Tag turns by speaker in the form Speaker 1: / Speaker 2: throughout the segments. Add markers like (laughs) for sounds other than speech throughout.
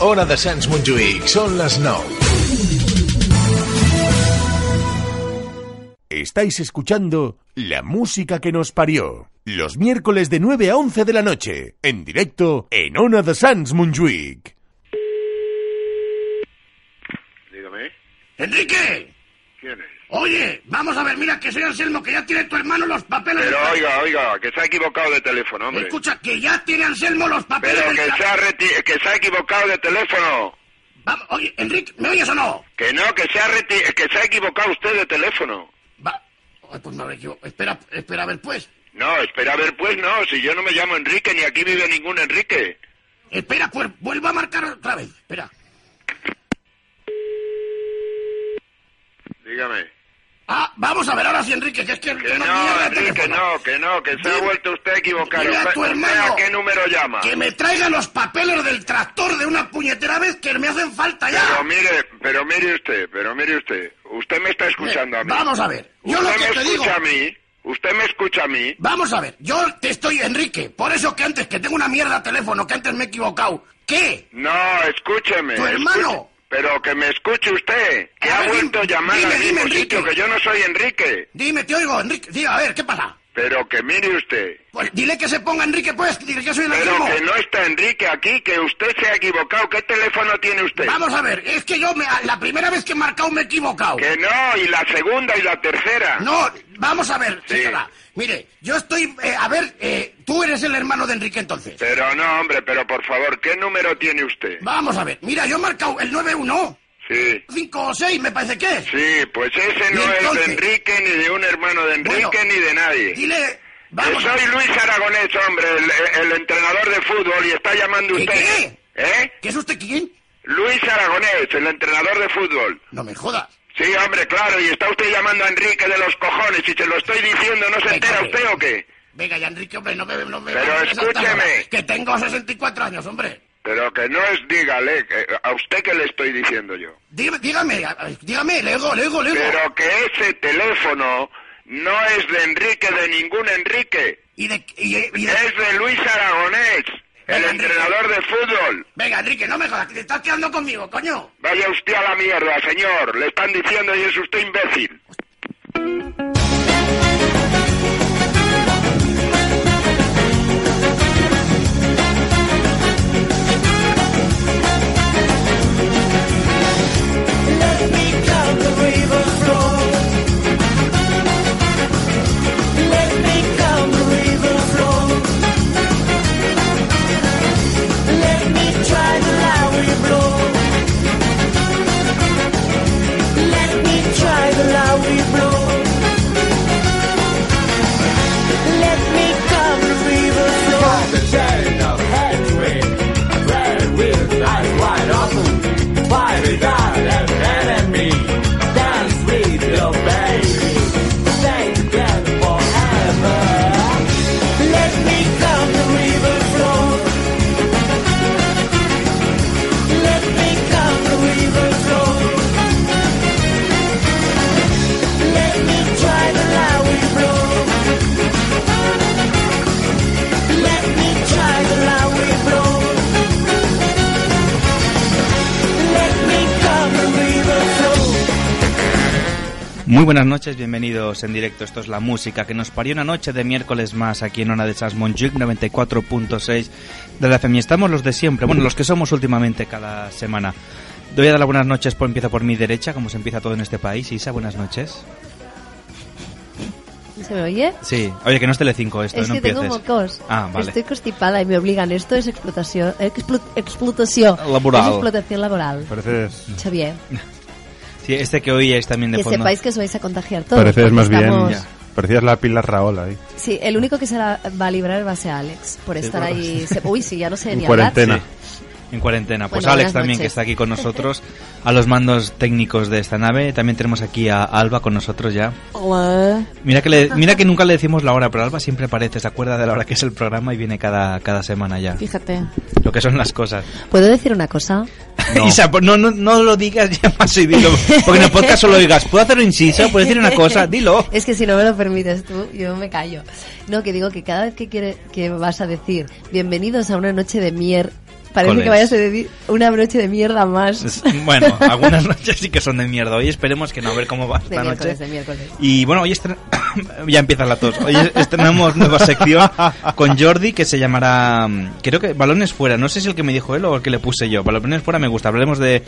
Speaker 1: Hora de Sants Montjuïc. Són les 9.
Speaker 2: Estáis escuchando La Música que nos parió. Los miércoles de 9 a 11 de la noche. En directo en Ona de Sans Munjuic.
Speaker 3: Dígame,
Speaker 4: ¡Enrique!
Speaker 3: ¿quién es?
Speaker 4: Oye, vamos a ver, mira que soy Anselmo, que ya tiene tu hermano los papeles.
Speaker 3: Pero
Speaker 4: del tra-
Speaker 3: oiga, oiga, que se ha equivocado de teléfono, hombre.
Speaker 4: Escucha, que ya tiene Anselmo los papeles.
Speaker 3: Pero
Speaker 4: del
Speaker 3: que
Speaker 4: tra-
Speaker 3: se, ha reti- que se ha equivocado de teléfono.
Speaker 4: Vamos, oye, Enrique, ¿me oyes o no?
Speaker 3: Que no, que se ha, reti- que se ha equivocado usted de teléfono.
Speaker 4: Va. Ay, pues me yo. Espera, espera, a ver, pues.
Speaker 3: No, espera a ver, pues no, si yo no me llamo Enrique, ni aquí vive ningún Enrique.
Speaker 4: Espera, pues vuelvo a marcar otra vez. Espera.
Speaker 3: Dígame.
Speaker 4: Ah, vamos a ver ahora sí, Enrique, que es que.
Speaker 3: Que
Speaker 4: no
Speaker 3: no,
Speaker 4: mierda,
Speaker 3: Enrique,
Speaker 4: teléfono.
Speaker 3: no, que no, que se ha
Speaker 4: Dime-
Speaker 3: vuelto usted a equivocar.
Speaker 4: dile a
Speaker 3: Usted-
Speaker 4: tu
Speaker 3: usted
Speaker 4: hermano
Speaker 3: ¿A qué número llama?
Speaker 4: Que me traiga los papeles del tractor de una puñetera vez que me hacen falta ya.
Speaker 3: Pero mire, pero mire usted, pero mire usted. Usted me está escuchando a mí.
Speaker 4: Vamos a ver. Yo lo
Speaker 3: usted
Speaker 4: que
Speaker 3: me
Speaker 4: te digo.
Speaker 3: escucha a mí. Usted me escucha a mí.
Speaker 4: Vamos a ver, yo te estoy, Enrique, por eso que antes que tengo una mierda de teléfono, que antes me he equivocado. ¿Qué?
Speaker 3: No, escúcheme.
Speaker 4: Tu hermano.
Speaker 3: escuche- pero que me escuche usted. Que
Speaker 4: A
Speaker 3: ha
Speaker 4: ver,
Speaker 3: vuelto a
Speaker 4: dime,
Speaker 3: llamar
Speaker 4: dime,
Speaker 3: al mismo
Speaker 4: dime,
Speaker 3: sitio,
Speaker 4: Enrique.
Speaker 3: que yo no soy Enrique.
Speaker 4: Dime, te oigo, Enrique. Diga, a ver, ¿qué pasa?
Speaker 3: Pero que mire usted.
Speaker 4: Pues dile que se ponga Enrique, pues, dile que soy el
Speaker 3: Pero
Speaker 4: enfermo.
Speaker 3: que no está Enrique aquí, que usted se ha equivocado. ¿Qué teléfono tiene usted?
Speaker 4: Vamos a ver, eh. es que yo me, la primera vez que he marcado me he equivocado.
Speaker 3: Que no, y la segunda y la tercera.
Speaker 4: No, vamos a ver,
Speaker 3: Sí.
Speaker 4: señora. Mire, yo estoy, eh, a ver, eh, tú eres el hermano de Enrique entonces.
Speaker 3: Pero no, hombre, pero por favor, ¿qué número tiene usted?
Speaker 4: Vamos a ver, mira, yo he marcado el 91,
Speaker 3: Sí.
Speaker 4: 5 o 6, me parece que es.
Speaker 3: Sí, pues ese
Speaker 4: ¿Y
Speaker 3: no es de
Speaker 4: entonces?
Speaker 3: Enrique, ni de un hermano de Enrique,
Speaker 4: Bueno,
Speaker 3: ni de nadie.
Speaker 4: Dile,
Speaker 3: Que
Speaker 4: vamos. a
Speaker 3: soy
Speaker 4: ver,
Speaker 3: Luis Aragonés, hombre, el, el entrenador de fútbol, y está llamando
Speaker 4: ¿Qué,
Speaker 3: usted.
Speaker 4: qué?
Speaker 3: ¿Eh?
Speaker 4: ¿Que es usted quién?
Speaker 3: Luis Aragonés, el entrenador de fútbol.
Speaker 4: No me jodas.
Speaker 3: Sí, hombre, claro, y está usted llamando a Enrique de los cojones, y se lo estoy diciendo, ¿no se
Speaker 4: Venga,
Speaker 3: entera
Speaker 4: hombre.
Speaker 3: usted o qué?
Speaker 4: Venga ya, Enrique, hombre, no me... No me
Speaker 3: Pero
Speaker 4: no me saltas
Speaker 3: escúcheme.
Speaker 4: ahora, Que tengo 64 años, hombre.
Speaker 3: Pero que no es, dígale, que- a usted que le estoy diciendo yo.
Speaker 4: Dígame, dígame, a- a- dígame, le oigo, le oigo, le oigo.
Speaker 3: Pero que ese teléfono no es de Enrique, de ningún Enrique,
Speaker 4: Y de... Y, y de-
Speaker 3: es de Luis Aragonés, el
Speaker 4: Venga, Enrique.
Speaker 3: entrenador de fútbol.
Speaker 4: Venga, Enrique, no me jodas, que te estás quedando conmigo, coño.
Speaker 3: Vaya usted a la mierda, señor. Le están diciendo y es usted imbécil.
Speaker 5: Muy buenas noches, bienvenidos en directo. Esto es la música que nos parió una noche de miércoles más aquí en Ona de Sans Montjuic 94.6 de la FM. Y Estamos los de siempre, bueno, los que somos últimamente cada semana. Doy a dar las buenas noches, por, empiezo por mi derecha, como se empieza todo en este país. Isa, buenas noches.
Speaker 6: ¿Se me oye?
Speaker 5: Sí, oye, que no es Telecinco esto,
Speaker 6: es
Speaker 5: no
Speaker 6: que tengo
Speaker 5: empieces.
Speaker 6: mocos.
Speaker 5: Ah, vale.
Speaker 6: Estoy constipada y me obligan. Esto es explotación. eh, explo- explotación.
Speaker 5: Laboral.
Speaker 6: Es explotación laboral.
Speaker 7: Pareces,
Speaker 6: Xavier,
Speaker 5: Sí, este que oí es también de
Speaker 6: que
Speaker 5: fondo.
Speaker 6: sepáis que os vais a contagiar todos.
Speaker 7: pareces
Speaker 6: porque
Speaker 7: más bien.
Speaker 6: estamos-
Speaker 5: Ya.
Speaker 7: Parecías la pila Raola ahí.
Speaker 6: Sí, el único que se la va a librar va a ser Alex. Por
Speaker 5: Sí,
Speaker 6: estar
Speaker 5: bueno. (laughs)
Speaker 6: ahí. se- Uy, sí, ya no sé
Speaker 7: En
Speaker 6: ni
Speaker 7: cuarentena.
Speaker 6: hablar.
Speaker 5: En cuarentena. Pues
Speaker 6: Bueno, buenas
Speaker 5: Alex también,
Speaker 6: noches.
Speaker 5: que está aquí con
Speaker 6: (laughs)
Speaker 5: nosotros, a los mandos técnicos de esta nave. También tenemos aquí a Alba con nosotros ya.
Speaker 6: Hola.
Speaker 5: Mira que, le- mira que nunca le decimos la hora, pero Alba siempre aparece, se acuerda de la hora que es el programa y viene cada, cada semana ya.
Speaker 8: Fíjate.
Speaker 5: Lo que son las cosas.
Speaker 6: ¿Puedo decir una cosa?
Speaker 5: No. (laughs) Isa, pues no, no, no lo digas ya más y dilo. Porque en el podcast solo digas, ¿puedo hacer un inciso? ¿Puedo decir una cosa? Dilo.
Speaker 6: (laughs) Es que si no me lo permites tú, yo me callo. No, que digo que cada vez que, quiere, que vas a decir bienvenidos a una noche de mier... Parece
Speaker 5: Coles.
Speaker 6: que vayas a decir una broche de mierda más.
Speaker 5: Es- Bueno, algunas noches sí que son de mierda. Hoy esperemos que no, a ver cómo
Speaker 6: (laughs)
Speaker 5: va
Speaker 6: De
Speaker 5: esta noche.
Speaker 6: miércoles, de miércoles.
Speaker 5: Y bueno, hoy estren- (coughs) ya empieza la tos. Hoy estrenamos nueva sección con Jordi que se llamará, mm, creo que Balones Fuera. No sé si el que me dijo él o el que le puse yo. Balones Fuera me gusta. Hablaremos de...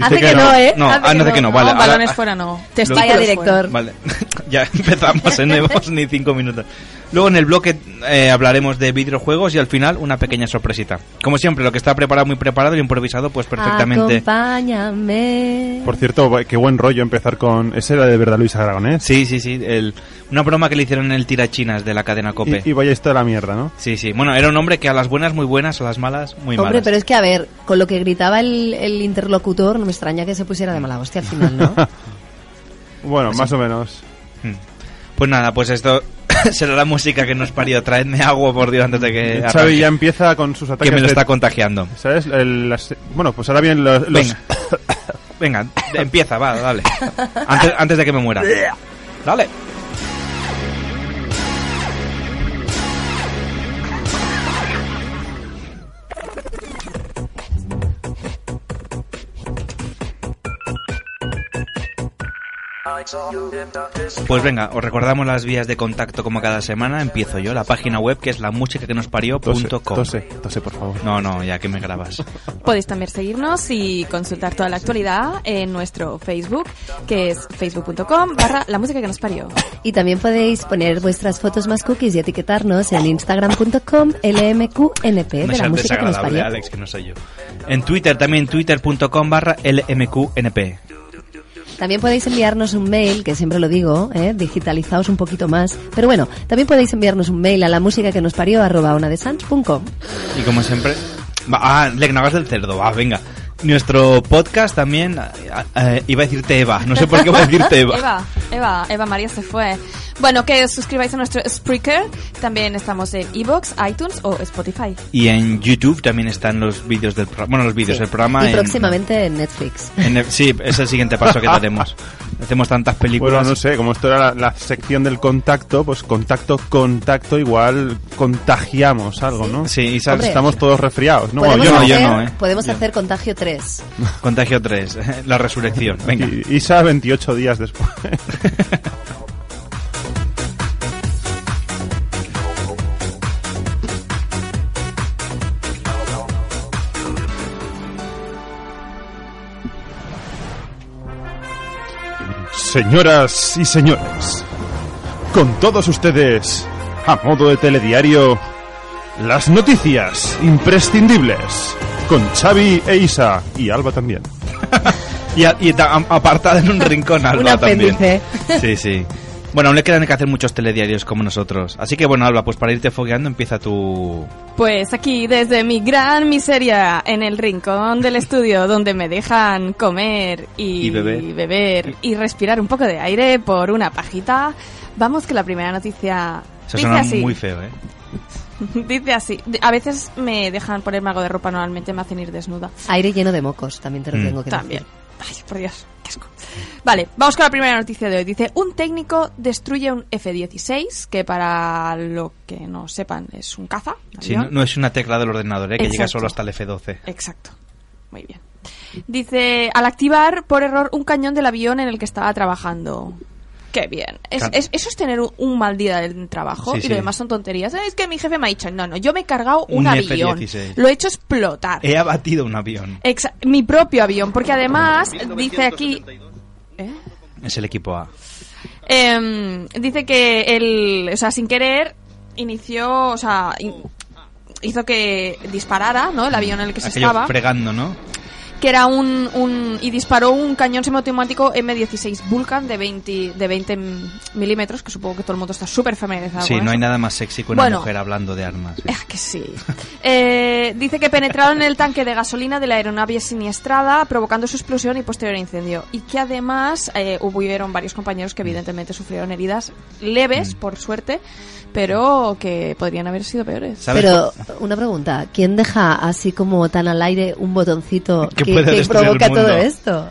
Speaker 6: Hace que no, ¿eh?
Speaker 5: No,
Speaker 6: Hace
Speaker 5: ah,
Speaker 6: que
Speaker 5: no hace
Speaker 6: no.
Speaker 5: que no. Vale,
Speaker 7: no,
Speaker 5: ahora-
Speaker 7: balones
Speaker 5: (laughs)
Speaker 7: fuera no. Testículos
Speaker 6: Vaya
Speaker 7: fuera.
Speaker 6: director.
Speaker 5: Vale, (laughs) ya empezamos, ¿eh? no llevamos ni cinco minutos. Luego en el bloque eh, hablaremos de videojuegos y al final una pequeña sorpresita. Como siempre, lo que está preparado, muy preparado y improvisado,
Speaker 6: Ah,
Speaker 5: pues perfectamente.
Speaker 6: Acompáñame.
Speaker 8: Por cierto, va- qué buen rollo empezar con... Ese era de verdad Luis Aragonés.
Speaker 5: Sí, sí, sí. el- una broma que le hicieron en el tirachinas de la cadena Cope.
Speaker 8: Y, y vaya esto de la mierda, ¿no?
Speaker 5: Sí, sí. Bueno, era un hombre que a las buenas muy buenas, a las malas muy
Speaker 6: Hombre,
Speaker 5: malas.
Speaker 6: pero es que a ver, con lo que gritaba el, el interlocutor, no me extraña que se pusiera de mala hostia al final,
Speaker 5: (laughs)
Speaker 6: ¿no?
Speaker 8: Bueno, más o menos.
Speaker 5: Mm. Pues nada, pues esto (laughs) será la música que nos parió. Traedme agua, por Dios, antes de que
Speaker 8: Eh, Xavi
Speaker 5: Eh,
Speaker 8: ya
Speaker 5: arranque,
Speaker 8: empieza con sus ataques
Speaker 5: que me lo
Speaker 8: de-
Speaker 5: está contagiando.
Speaker 8: ¿Sabes? El- las- Bueno, pues ahora bien los... los-
Speaker 5: Venga.
Speaker 8: (coughs)
Speaker 5: Venga, empieza, va, dale. Antes, antes de que me muera. Dale. Pues venga, os recordamos las vías de contacto como cada semana. Empiezo yo, la página web que es la música que nos
Speaker 8: Tose, tose, tose, por favor.
Speaker 5: No, no, ya que me grabas.
Speaker 7: Podéis también seguirnos y consultar toda la actualidad en nuestro Facebook, que es facebook.com barra la música que nos parió.
Speaker 6: Y también podéis poner vuestras fotos más cookies y etiquetarnos en instagram.com lmqnp
Speaker 5: No
Speaker 6: de la
Speaker 5: seas
Speaker 6: música que nos
Speaker 5: desagradable,
Speaker 6: parió.
Speaker 5: Alex, que no soy yo. En Twitter también, twitter.com barra LMQNP.
Speaker 6: También podéis enviarnos un mail, que siempre lo digo, ¿eh? digitalizaos un poquito más. Pero bueno, también podéis enviarnos un mail a la música que nos parió arroba una de
Speaker 5: Y como siempre... va- ah, le no hagas del cerdo, va, venga. Nuestro podcast también... ah, eh, iba a decirte Eva, no sé por qué iba
Speaker 6: (laughs)
Speaker 5: a decirte Eva.
Speaker 7: Eva, Eva, Eva María se fue. Bueno, que os suscribáis a nuestro Spreaker. También estamos en Evox, iTunes o Spotify.
Speaker 5: Y en YouTube también están los vídeos del programa. Bueno, los vídeos, el programa...
Speaker 6: y
Speaker 5: en-
Speaker 6: próximamente en Netflix.
Speaker 5: en el- sí, es el siguiente
Speaker 6: (laughs)
Speaker 5: paso que tenemos. Hacemos tantas películas.
Speaker 8: Bueno, no sé, como esto era la, la sección del contacto, pues contacto, contacto, igual contagiamos algo, ¿no?
Speaker 5: Sí, y sabes,
Speaker 6: Hombre.
Speaker 8: Estamos todos resfriados, ¿no? Bueno,
Speaker 6: podemos
Speaker 8: yo no,
Speaker 6: hacer,
Speaker 8: yo
Speaker 5: no, ¿eh?
Speaker 6: podemos
Speaker 5: Yo.
Speaker 6: hacer contagio 3.
Speaker 5: Contagio 3, (laughs) la resurrección. Venga.
Speaker 8: Y- Isa 28 días después. (laughs) Señoras y señores, con todos ustedes, a modo de telediario, las noticias imprescindibles con Xavi e Isa y Alba también.
Speaker 5: Y, a- y ta- am- apartada en un rincón Alba
Speaker 6: Un (laughs) apéndice.
Speaker 5: también. Sí, sí. Bueno, aún le quedan que hacer muchos telediarios como nosotros. Así que bueno, Alba, pues para irte fogueando empieza tu...
Speaker 7: Pues aquí desde mi gran miseria en el rincón del estudio (laughs) donde me dejan comer y,
Speaker 5: Y beber.
Speaker 7: beber y respirar un poco de aire por una pajita, vamos que la primera noticia
Speaker 5: Se
Speaker 7: dice
Speaker 5: suena
Speaker 7: así.
Speaker 5: muy feo, ¿eh?
Speaker 7: (laughs) Dice así. A veces me dejan ponerme algo de ropa, normalmente me hacen ir desnuda.
Speaker 6: Aire lleno de mocos, también te lo
Speaker 5: Mm.
Speaker 6: tengo que
Speaker 7: También.
Speaker 6: decir.
Speaker 7: Ay, por Dios, qué asco. Vale, vamos con la primera noticia de hoy. Dice, un técnico destruye un F-16, que para lo que no sepan es un caza. un
Speaker 5: Sí,
Speaker 7: avión.
Speaker 5: no, no es una tecla del ordenador, ¿eh? Que llega
Speaker 7: Exacto.
Speaker 5: solo hasta el F12.
Speaker 7: Exacto. Muy bien. Dice, al activar por error un cañón del avión en el que estaba trabajando. Qué bien. Es-
Speaker 5: Claro.
Speaker 7: es- eso es tener un, un mal día del trabajo
Speaker 5: Sí,
Speaker 7: y
Speaker 5: sí.
Speaker 7: lo demás son tonterías. "Ah, Es que mi jefe me ha dicho, no, no, yo me he cargado un,
Speaker 5: Un
Speaker 7: avión.
Speaker 5: F-16.
Speaker 7: Lo he hecho explotar.
Speaker 5: He abatido un avión.
Speaker 7: Exa- mi propio avión, porque además dice aquí... ¿Eh?
Speaker 5: Es el equipo A.
Speaker 7: Em, dice que él, o sea, sin querer, inició, o sea, in- hizo que disparara, ¿no? El avión en el que se
Speaker 5: Aquello
Speaker 7: estaba.
Speaker 5: fregando, ¿no?
Speaker 7: que era un, un- y disparó un cañón semiautomático M16 Vulcan de 20 de 20 milímetros que supongo que todo el mundo está súper familiarizado
Speaker 5: Sí,
Speaker 7: con
Speaker 5: no hay
Speaker 7: eso.
Speaker 5: nada más sexy que una
Speaker 7: Ah, Bueno.
Speaker 5: mujer hablando de armas.
Speaker 7: Ah, que
Speaker 5: (laughs)
Speaker 7: sí. Eh, dice que penetraron en el tanque de gasolina de la aeronave siniestrada, provocando su explosión y posterior incendio. Y que además eh, hubieron varios compañeros que evidentemente sufrieron heridas leves,
Speaker 5: Mm.
Speaker 7: por suerte, pero que podrían haber sido peores.
Speaker 5: ¿Sabes?
Speaker 6: Pero una pregunta, ¿quién deja así como tan al aire un botoncito
Speaker 5: (laughs) Que
Speaker 6: que,
Speaker 5: pueda
Speaker 6: que
Speaker 5: destruir el
Speaker 6: provoca
Speaker 5: mundo?
Speaker 6: todo esto?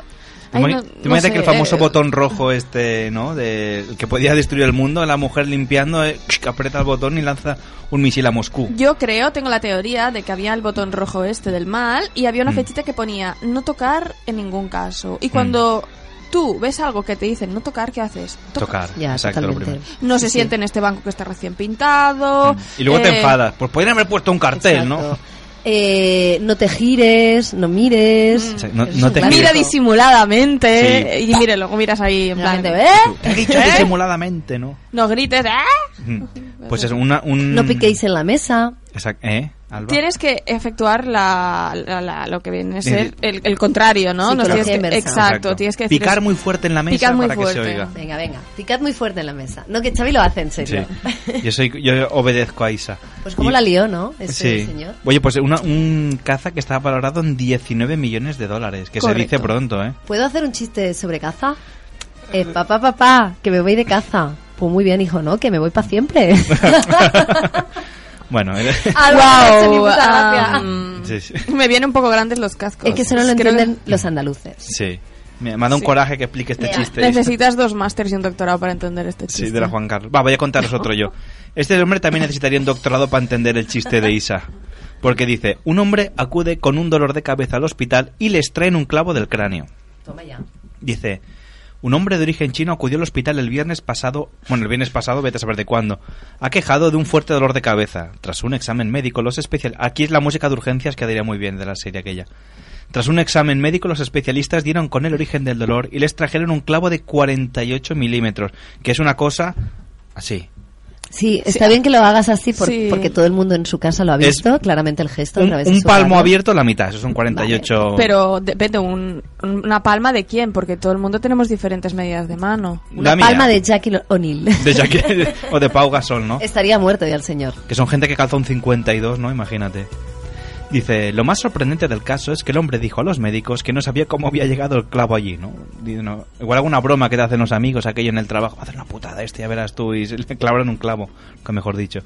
Speaker 7: Ay,
Speaker 5: Imag-
Speaker 7: no-
Speaker 5: te
Speaker 7: no
Speaker 5: imaginas que el
Speaker 7: sé,
Speaker 5: famoso
Speaker 7: eh,
Speaker 5: botón rojo este, ¿no? De, el que podía destruir el mundo, la mujer limpiando, eh, aprieta el botón y lanza un misil a Moscú.
Speaker 7: Yo creo, tengo la teoría de que había el botón rojo este del mal y
Speaker 5: Mm.
Speaker 7: había una flechita que ponía no tocar en ningún caso. Y cuando tú ves algo que te dicen no tocar, ¿qué haces?
Speaker 5: Tocar.
Speaker 6: Ya,
Speaker 5: Exacto, lo
Speaker 6: totalmente.
Speaker 5: primero.
Speaker 7: No se
Speaker 6: Sí, sí.
Speaker 7: siente en este banco que está recién pintado.
Speaker 5: Mm. Y luego
Speaker 7: eh,
Speaker 5: te enfadas. Pues podrían haber puesto un cartel,
Speaker 6: Exacto. Eh, no te gires, no mires.
Speaker 5: Mm. Sí, no-
Speaker 6: Eso es
Speaker 5: no
Speaker 6: un
Speaker 5: te
Speaker 6: clásico.
Speaker 7: Mira disimuladamente eh,
Speaker 5: Sí.
Speaker 7: y mire, luego miras ahí en
Speaker 6: La
Speaker 7: plan,
Speaker 6: gente, ¿eh?
Speaker 5: ¿no?
Speaker 7: (laughs)
Speaker 5: He dicho
Speaker 7: ¿Eh?
Speaker 5: disimuladamente, ¿no?
Speaker 7: No grites, ¿eh?
Speaker 5: Mm. Pues es una, un...
Speaker 6: No piquéis en la mesa.
Speaker 5: Exacto. ¿Eh? Alba.
Speaker 7: Tienes que efectuar la, la- la- lo que viene a
Speaker 5: Sí,
Speaker 7: ser
Speaker 5: sí.
Speaker 7: el, el contrario, ¿no? No
Speaker 6: Psicología
Speaker 7: tienes que- (laughs)
Speaker 6: inversa.
Speaker 7: exacto, tienes que decir
Speaker 5: Picar
Speaker 7: es-
Speaker 5: muy fuerte en la mesa
Speaker 7: Picar muy
Speaker 5: para que se
Speaker 7: fuerte.
Speaker 5: oiga.
Speaker 6: Venga, venga. Picad muy fuerte en la mesa. No, que Xavi lo hace en serio.
Speaker 5: Sí. Yo, soy, yo obedezco a Isa.
Speaker 6: (laughs) Pues como
Speaker 5: Y-
Speaker 6: la lió, ¿no? Ese señor.
Speaker 5: Oye, pues una- un caza que estaba valorado en 19 millones de dólares, que
Speaker 6: Correcto.
Speaker 5: se dice pronto, ¿eh?
Speaker 6: ¿Puedo hacer un chiste sobre caza? Eh, papá, papá, que me voy de caza. Pues muy bien, hijo, ¿no? Que me voy para siempre. (laughs)
Speaker 5: Bueno, (laughs) eh.
Speaker 6: Ah, no me ha
Speaker 7: este
Speaker 6: hecho ni puta gracia.
Speaker 7: um,
Speaker 5: sí,
Speaker 7: (laughs)
Speaker 5: sí.
Speaker 7: Me vienen un poco grandes los cascos.
Speaker 6: es que
Speaker 7: (laughs)
Speaker 6: eso no lo
Speaker 7: Creo que-
Speaker 6: entienden los andaluces.
Speaker 5: sí. Me me ha dado un
Speaker 7: Sí.
Speaker 5: coraje que explique este chiste.
Speaker 7: Necesitas dos másteres y un doctorado para entender este chiste.
Speaker 5: Sí, de la Juan Carlos. Va, voy a contaros otro yo. Este hombre también necesitaría un doctorado para entender el chiste de Isa. Porque dice, un hombre acude con un dolor de cabeza al hospital y le extraen un clavo del cráneo.
Speaker 6: Toma ya.
Speaker 5: Dice, un hombre de origen chino acudió al hospital el viernes pasado, bueno, el viernes pasado, vete a saber de cuándo, ha quejado de un fuerte dolor de cabeza. Tras un examen médico, los especialistas... Aquí es la música de urgencias que daría muy bien de la serie aquella. Tras un examen médico, los especialistas dieron con el origen del dolor y les trajeron un clavo de 48 milímetros, que es una cosa así.
Speaker 6: Sí, está bien que lo hagas así por-
Speaker 7: Sí.
Speaker 6: porque todo el mundo en su casa lo ha
Speaker 5: Es
Speaker 6: visto, claramente el gesto.
Speaker 5: Un,
Speaker 6: a través de
Speaker 5: un
Speaker 6: su
Speaker 5: palmo
Speaker 6: mano.
Speaker 5: abierto, la mitad, eso son 48...
Speaker 7: Pero depende, un, una palma de quién, porque todo el mundo tenemos diferentes medidas de mano.
Speaker 6: Una
Speaker 5: La mía.
Speaker 6: palma de Jackie O'Neill.
Speaker 5: (laughs) De Jack- o de Pau Gasol, ¿no?
Speaker 6: Estaría muerto ya el señor.
Speaker 5: que son gente que calza un 52, ¿no? Imagínate. Dice, lo más sorprendente del caso es que el hombre dijo a los médicos que no sabía cómo había llegado el clavo allí, ¿no? Dice, no, igual alguna broma que te hacen los amigos aquello en el trabajo, hacer una putada este, ya verás tú, y se le clavaron un clavo, que mejor dicho.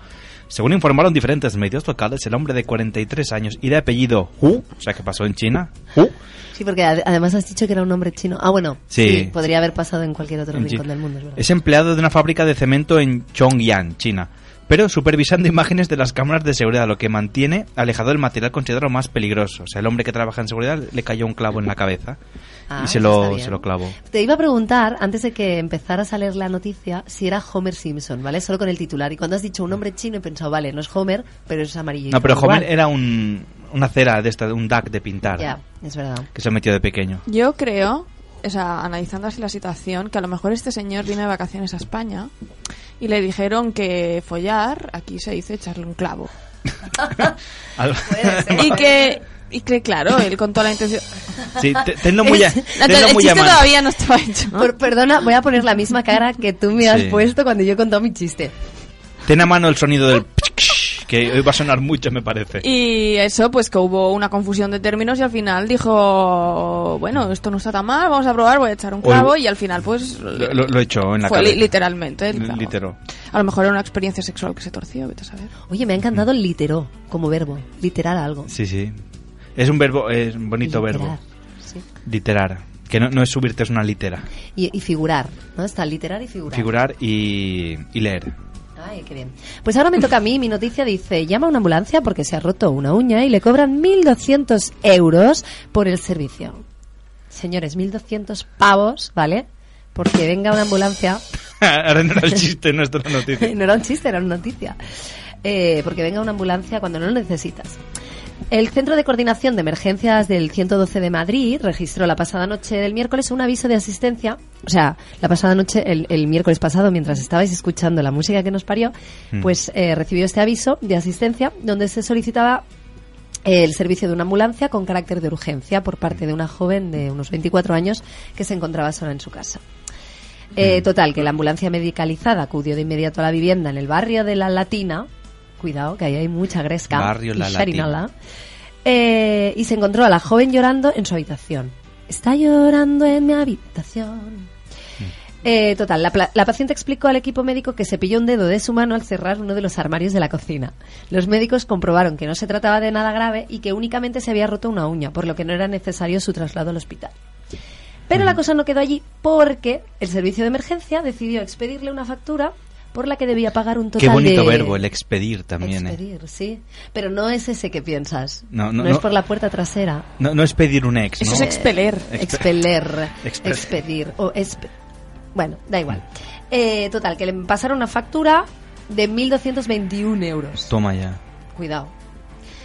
Speaker 5: Según informaron diferentes medios locales, el hombre de 43 años y de apellido Hu, o sea que pasó en China, Hu,
Speaker 6: Sí, porque ad- además has dicho que era un hombre chino. Ah, bueno, sí,
Speaker 5: Sí.
Speaker 6: podría haber pasado en cualquier otro
Speaker 5: en
Speaker 6: rincón
Speaker 5: China.
Speaker 6: del mundo. Es verdad.
Speaker 5: Es empleado de una fábrica de cemento en Chongyang, China, pero supervisando imágenes de las cámaras de seguridad, lo que mantiene alejado del material considerado más peligroso. O sea, el hombre que trabaja en seguridad le cayó un clavo en la cabeza
Speaker 6: Ah,
Speaker 5: y se
Speaker 6: eso está
Speaker 5: lo,
Speaker 6: bien.
Speaker 5: se lo clavó.
Speaker 6: Te iba a preguntar, antes de que empezaras a leer la noticia, si era Homer Simpson, ¿vale? Solo con el titular. Y cuando has dicho un hombre chino, he pensado, vale, no es Homer, pero es amarillo.
Speaker 5: No, pero
Speaker 6: Igual.
Speaker 5: Homer era un, una cera de esta, un duck de pintar,
Speaker 6: Ya, es verdad.
Speaker 5: que se metió de pequeño.
Speaker 7: Yo creo, o sea, analizando así la situación, que a lo mejor este señor vino de vacaciones a España y le dijeron que follar, aquí se dice echarle un
Speaker 5: (laughs)
Speaker 7: clavo.
Speaker 5: Al- (laughs)
Speaker 7: y que... Y que, claro, él con toda la intención...
Speaker 5: Sí, te-
Speaker 6: (laughs)
Speaker 5: tenlo muy, a- tenlo
Speaker 7: el
Speaker 5: muy
Speaker 7: chiste
Speaker 5: a mano.
Speaker 7: todavía no estaba hecho.
Speaker 6: Por- perdona, voy a poner la misma cara que tú me has
Speaker 5: Sí.
Speaker 6: puesto cuando yo he contado mi chiste.
Speaker 5: Ten a mano el sonido del... que hoy va a sonar mucho, me parece.
Speaker 7: Y eso, pues que hubo una confusión de términos y al final dijo, bueno, esto no está tan mal, vamos a probar, voy a echar un
Speaker 5: Oye,
Speaker 7: clavo y al final pues...
Speaker 5: Lo, lo- lo he hecho en la Mm.
Speaker 7: fue li-
Speaker 5: cabeza.
Speaker 7: literalmente el clavo.
Speaker 5: Literal.
Speaker 7: A lo mejor era una experiencia sexual que se torció, vete a saber.
Speaker 6: Oye, me ha encantado el literó como verbo. Literar algo.
Speaker 5: Sí, sí. Es un verbo, es un bonito
Speaker 6: Literar,
Speaker 5: verbo.
Speaker 6: sí.
Speaker 5: Literar. Que no, no es subirte, es una litera.
Speaker 6: Y, y figurar, ¿no? Está literar y figurar.
Speaker 5: Figurar y, y leer. (laughs)
Speaker 6: Ay, qué bien. Pues ahora me toca a mí. Mi noticia dice: llama a una ambulancia porque se ha roto una uña y le cobran 1.200 euros por el servicio. Señores, 1.200 pavos, ¿vale? Porque venga una ambulancia.
Speaker 5: Ahora no era el chiste, no es toda la noticia.
Speaker 6: no era un chiste, era una noticia. Eh, porque venga una ambulancia cuando no lo necesitas. El Centro de Coordinación de Emergencias del 112 de Madrid registró la pasada noche del miércoles un aviso de asistencia, (laughs) o sea, la pasada noche, el, el miércoles pasado, mientras estabais escuchando la música que nos parió,
Speaker 5: Mm.
Speaker 6: pues eh, recibió este aviso de asistencia donde se solicitaba el servicio de una ambulancia con carácter de urgencia por parte de una joven de unos 24 años que se encontraba sola en su casa.
Speaker 5: Mm.
Speaker 6: Eh, total, que la ambulancia medicalizada acudió de inmediato a la vivienda en el barrio de La Latina. Cuidado, que ahí hay mucha gresca.
Speaker 5: Barrio
Speaker 6: y
Speaker 5: La Latina.
Speaker 6: Xarinala. Eh, y se encontró a la joven llorando en su habitación. Está llorando en mi habitación. Eh, total, la, pla- la paciente explicó al equipo médico que se pilló un dedo de su mano al cerrar uno de los armarios de la cocina. Los médicos comprobaron que no se trataba de nada grave y que únicamente se había roto una uña, por lo que no era necesario su traslado al hospital. Pero la cosa no quedó allí porque el servicio de emergencia decidió expedirle una factura por la que debía pagar un total
Speaker 5: Qué bonito
Speaker 6: de-
Speaker 5: verbo, eh. el expedir también. ¿eh?
Speaker 6: Expedir, sí. Pero no es ese que piensas.
Speaker 5: No, no,
Speaker 6: es
Speaker 5: no.
Speaker 6: por la puerta trasera.
Speaker 5: No, no es pedir un ex,
Speaker 7: Eso
Speaker 5: ¿no?
Speaker 7: es expeler.
Speaker 5: Expe- (laughs)
Speaker 6: Expeler.
Speaker 5: Expeler.
Speaker 6: Expedir. O exp- Bueno, da igual. Eh, total, que le pasaron una factura de 1.221 euros.
Speaker 5: Toma ya.
Speaker 6: Cuidado.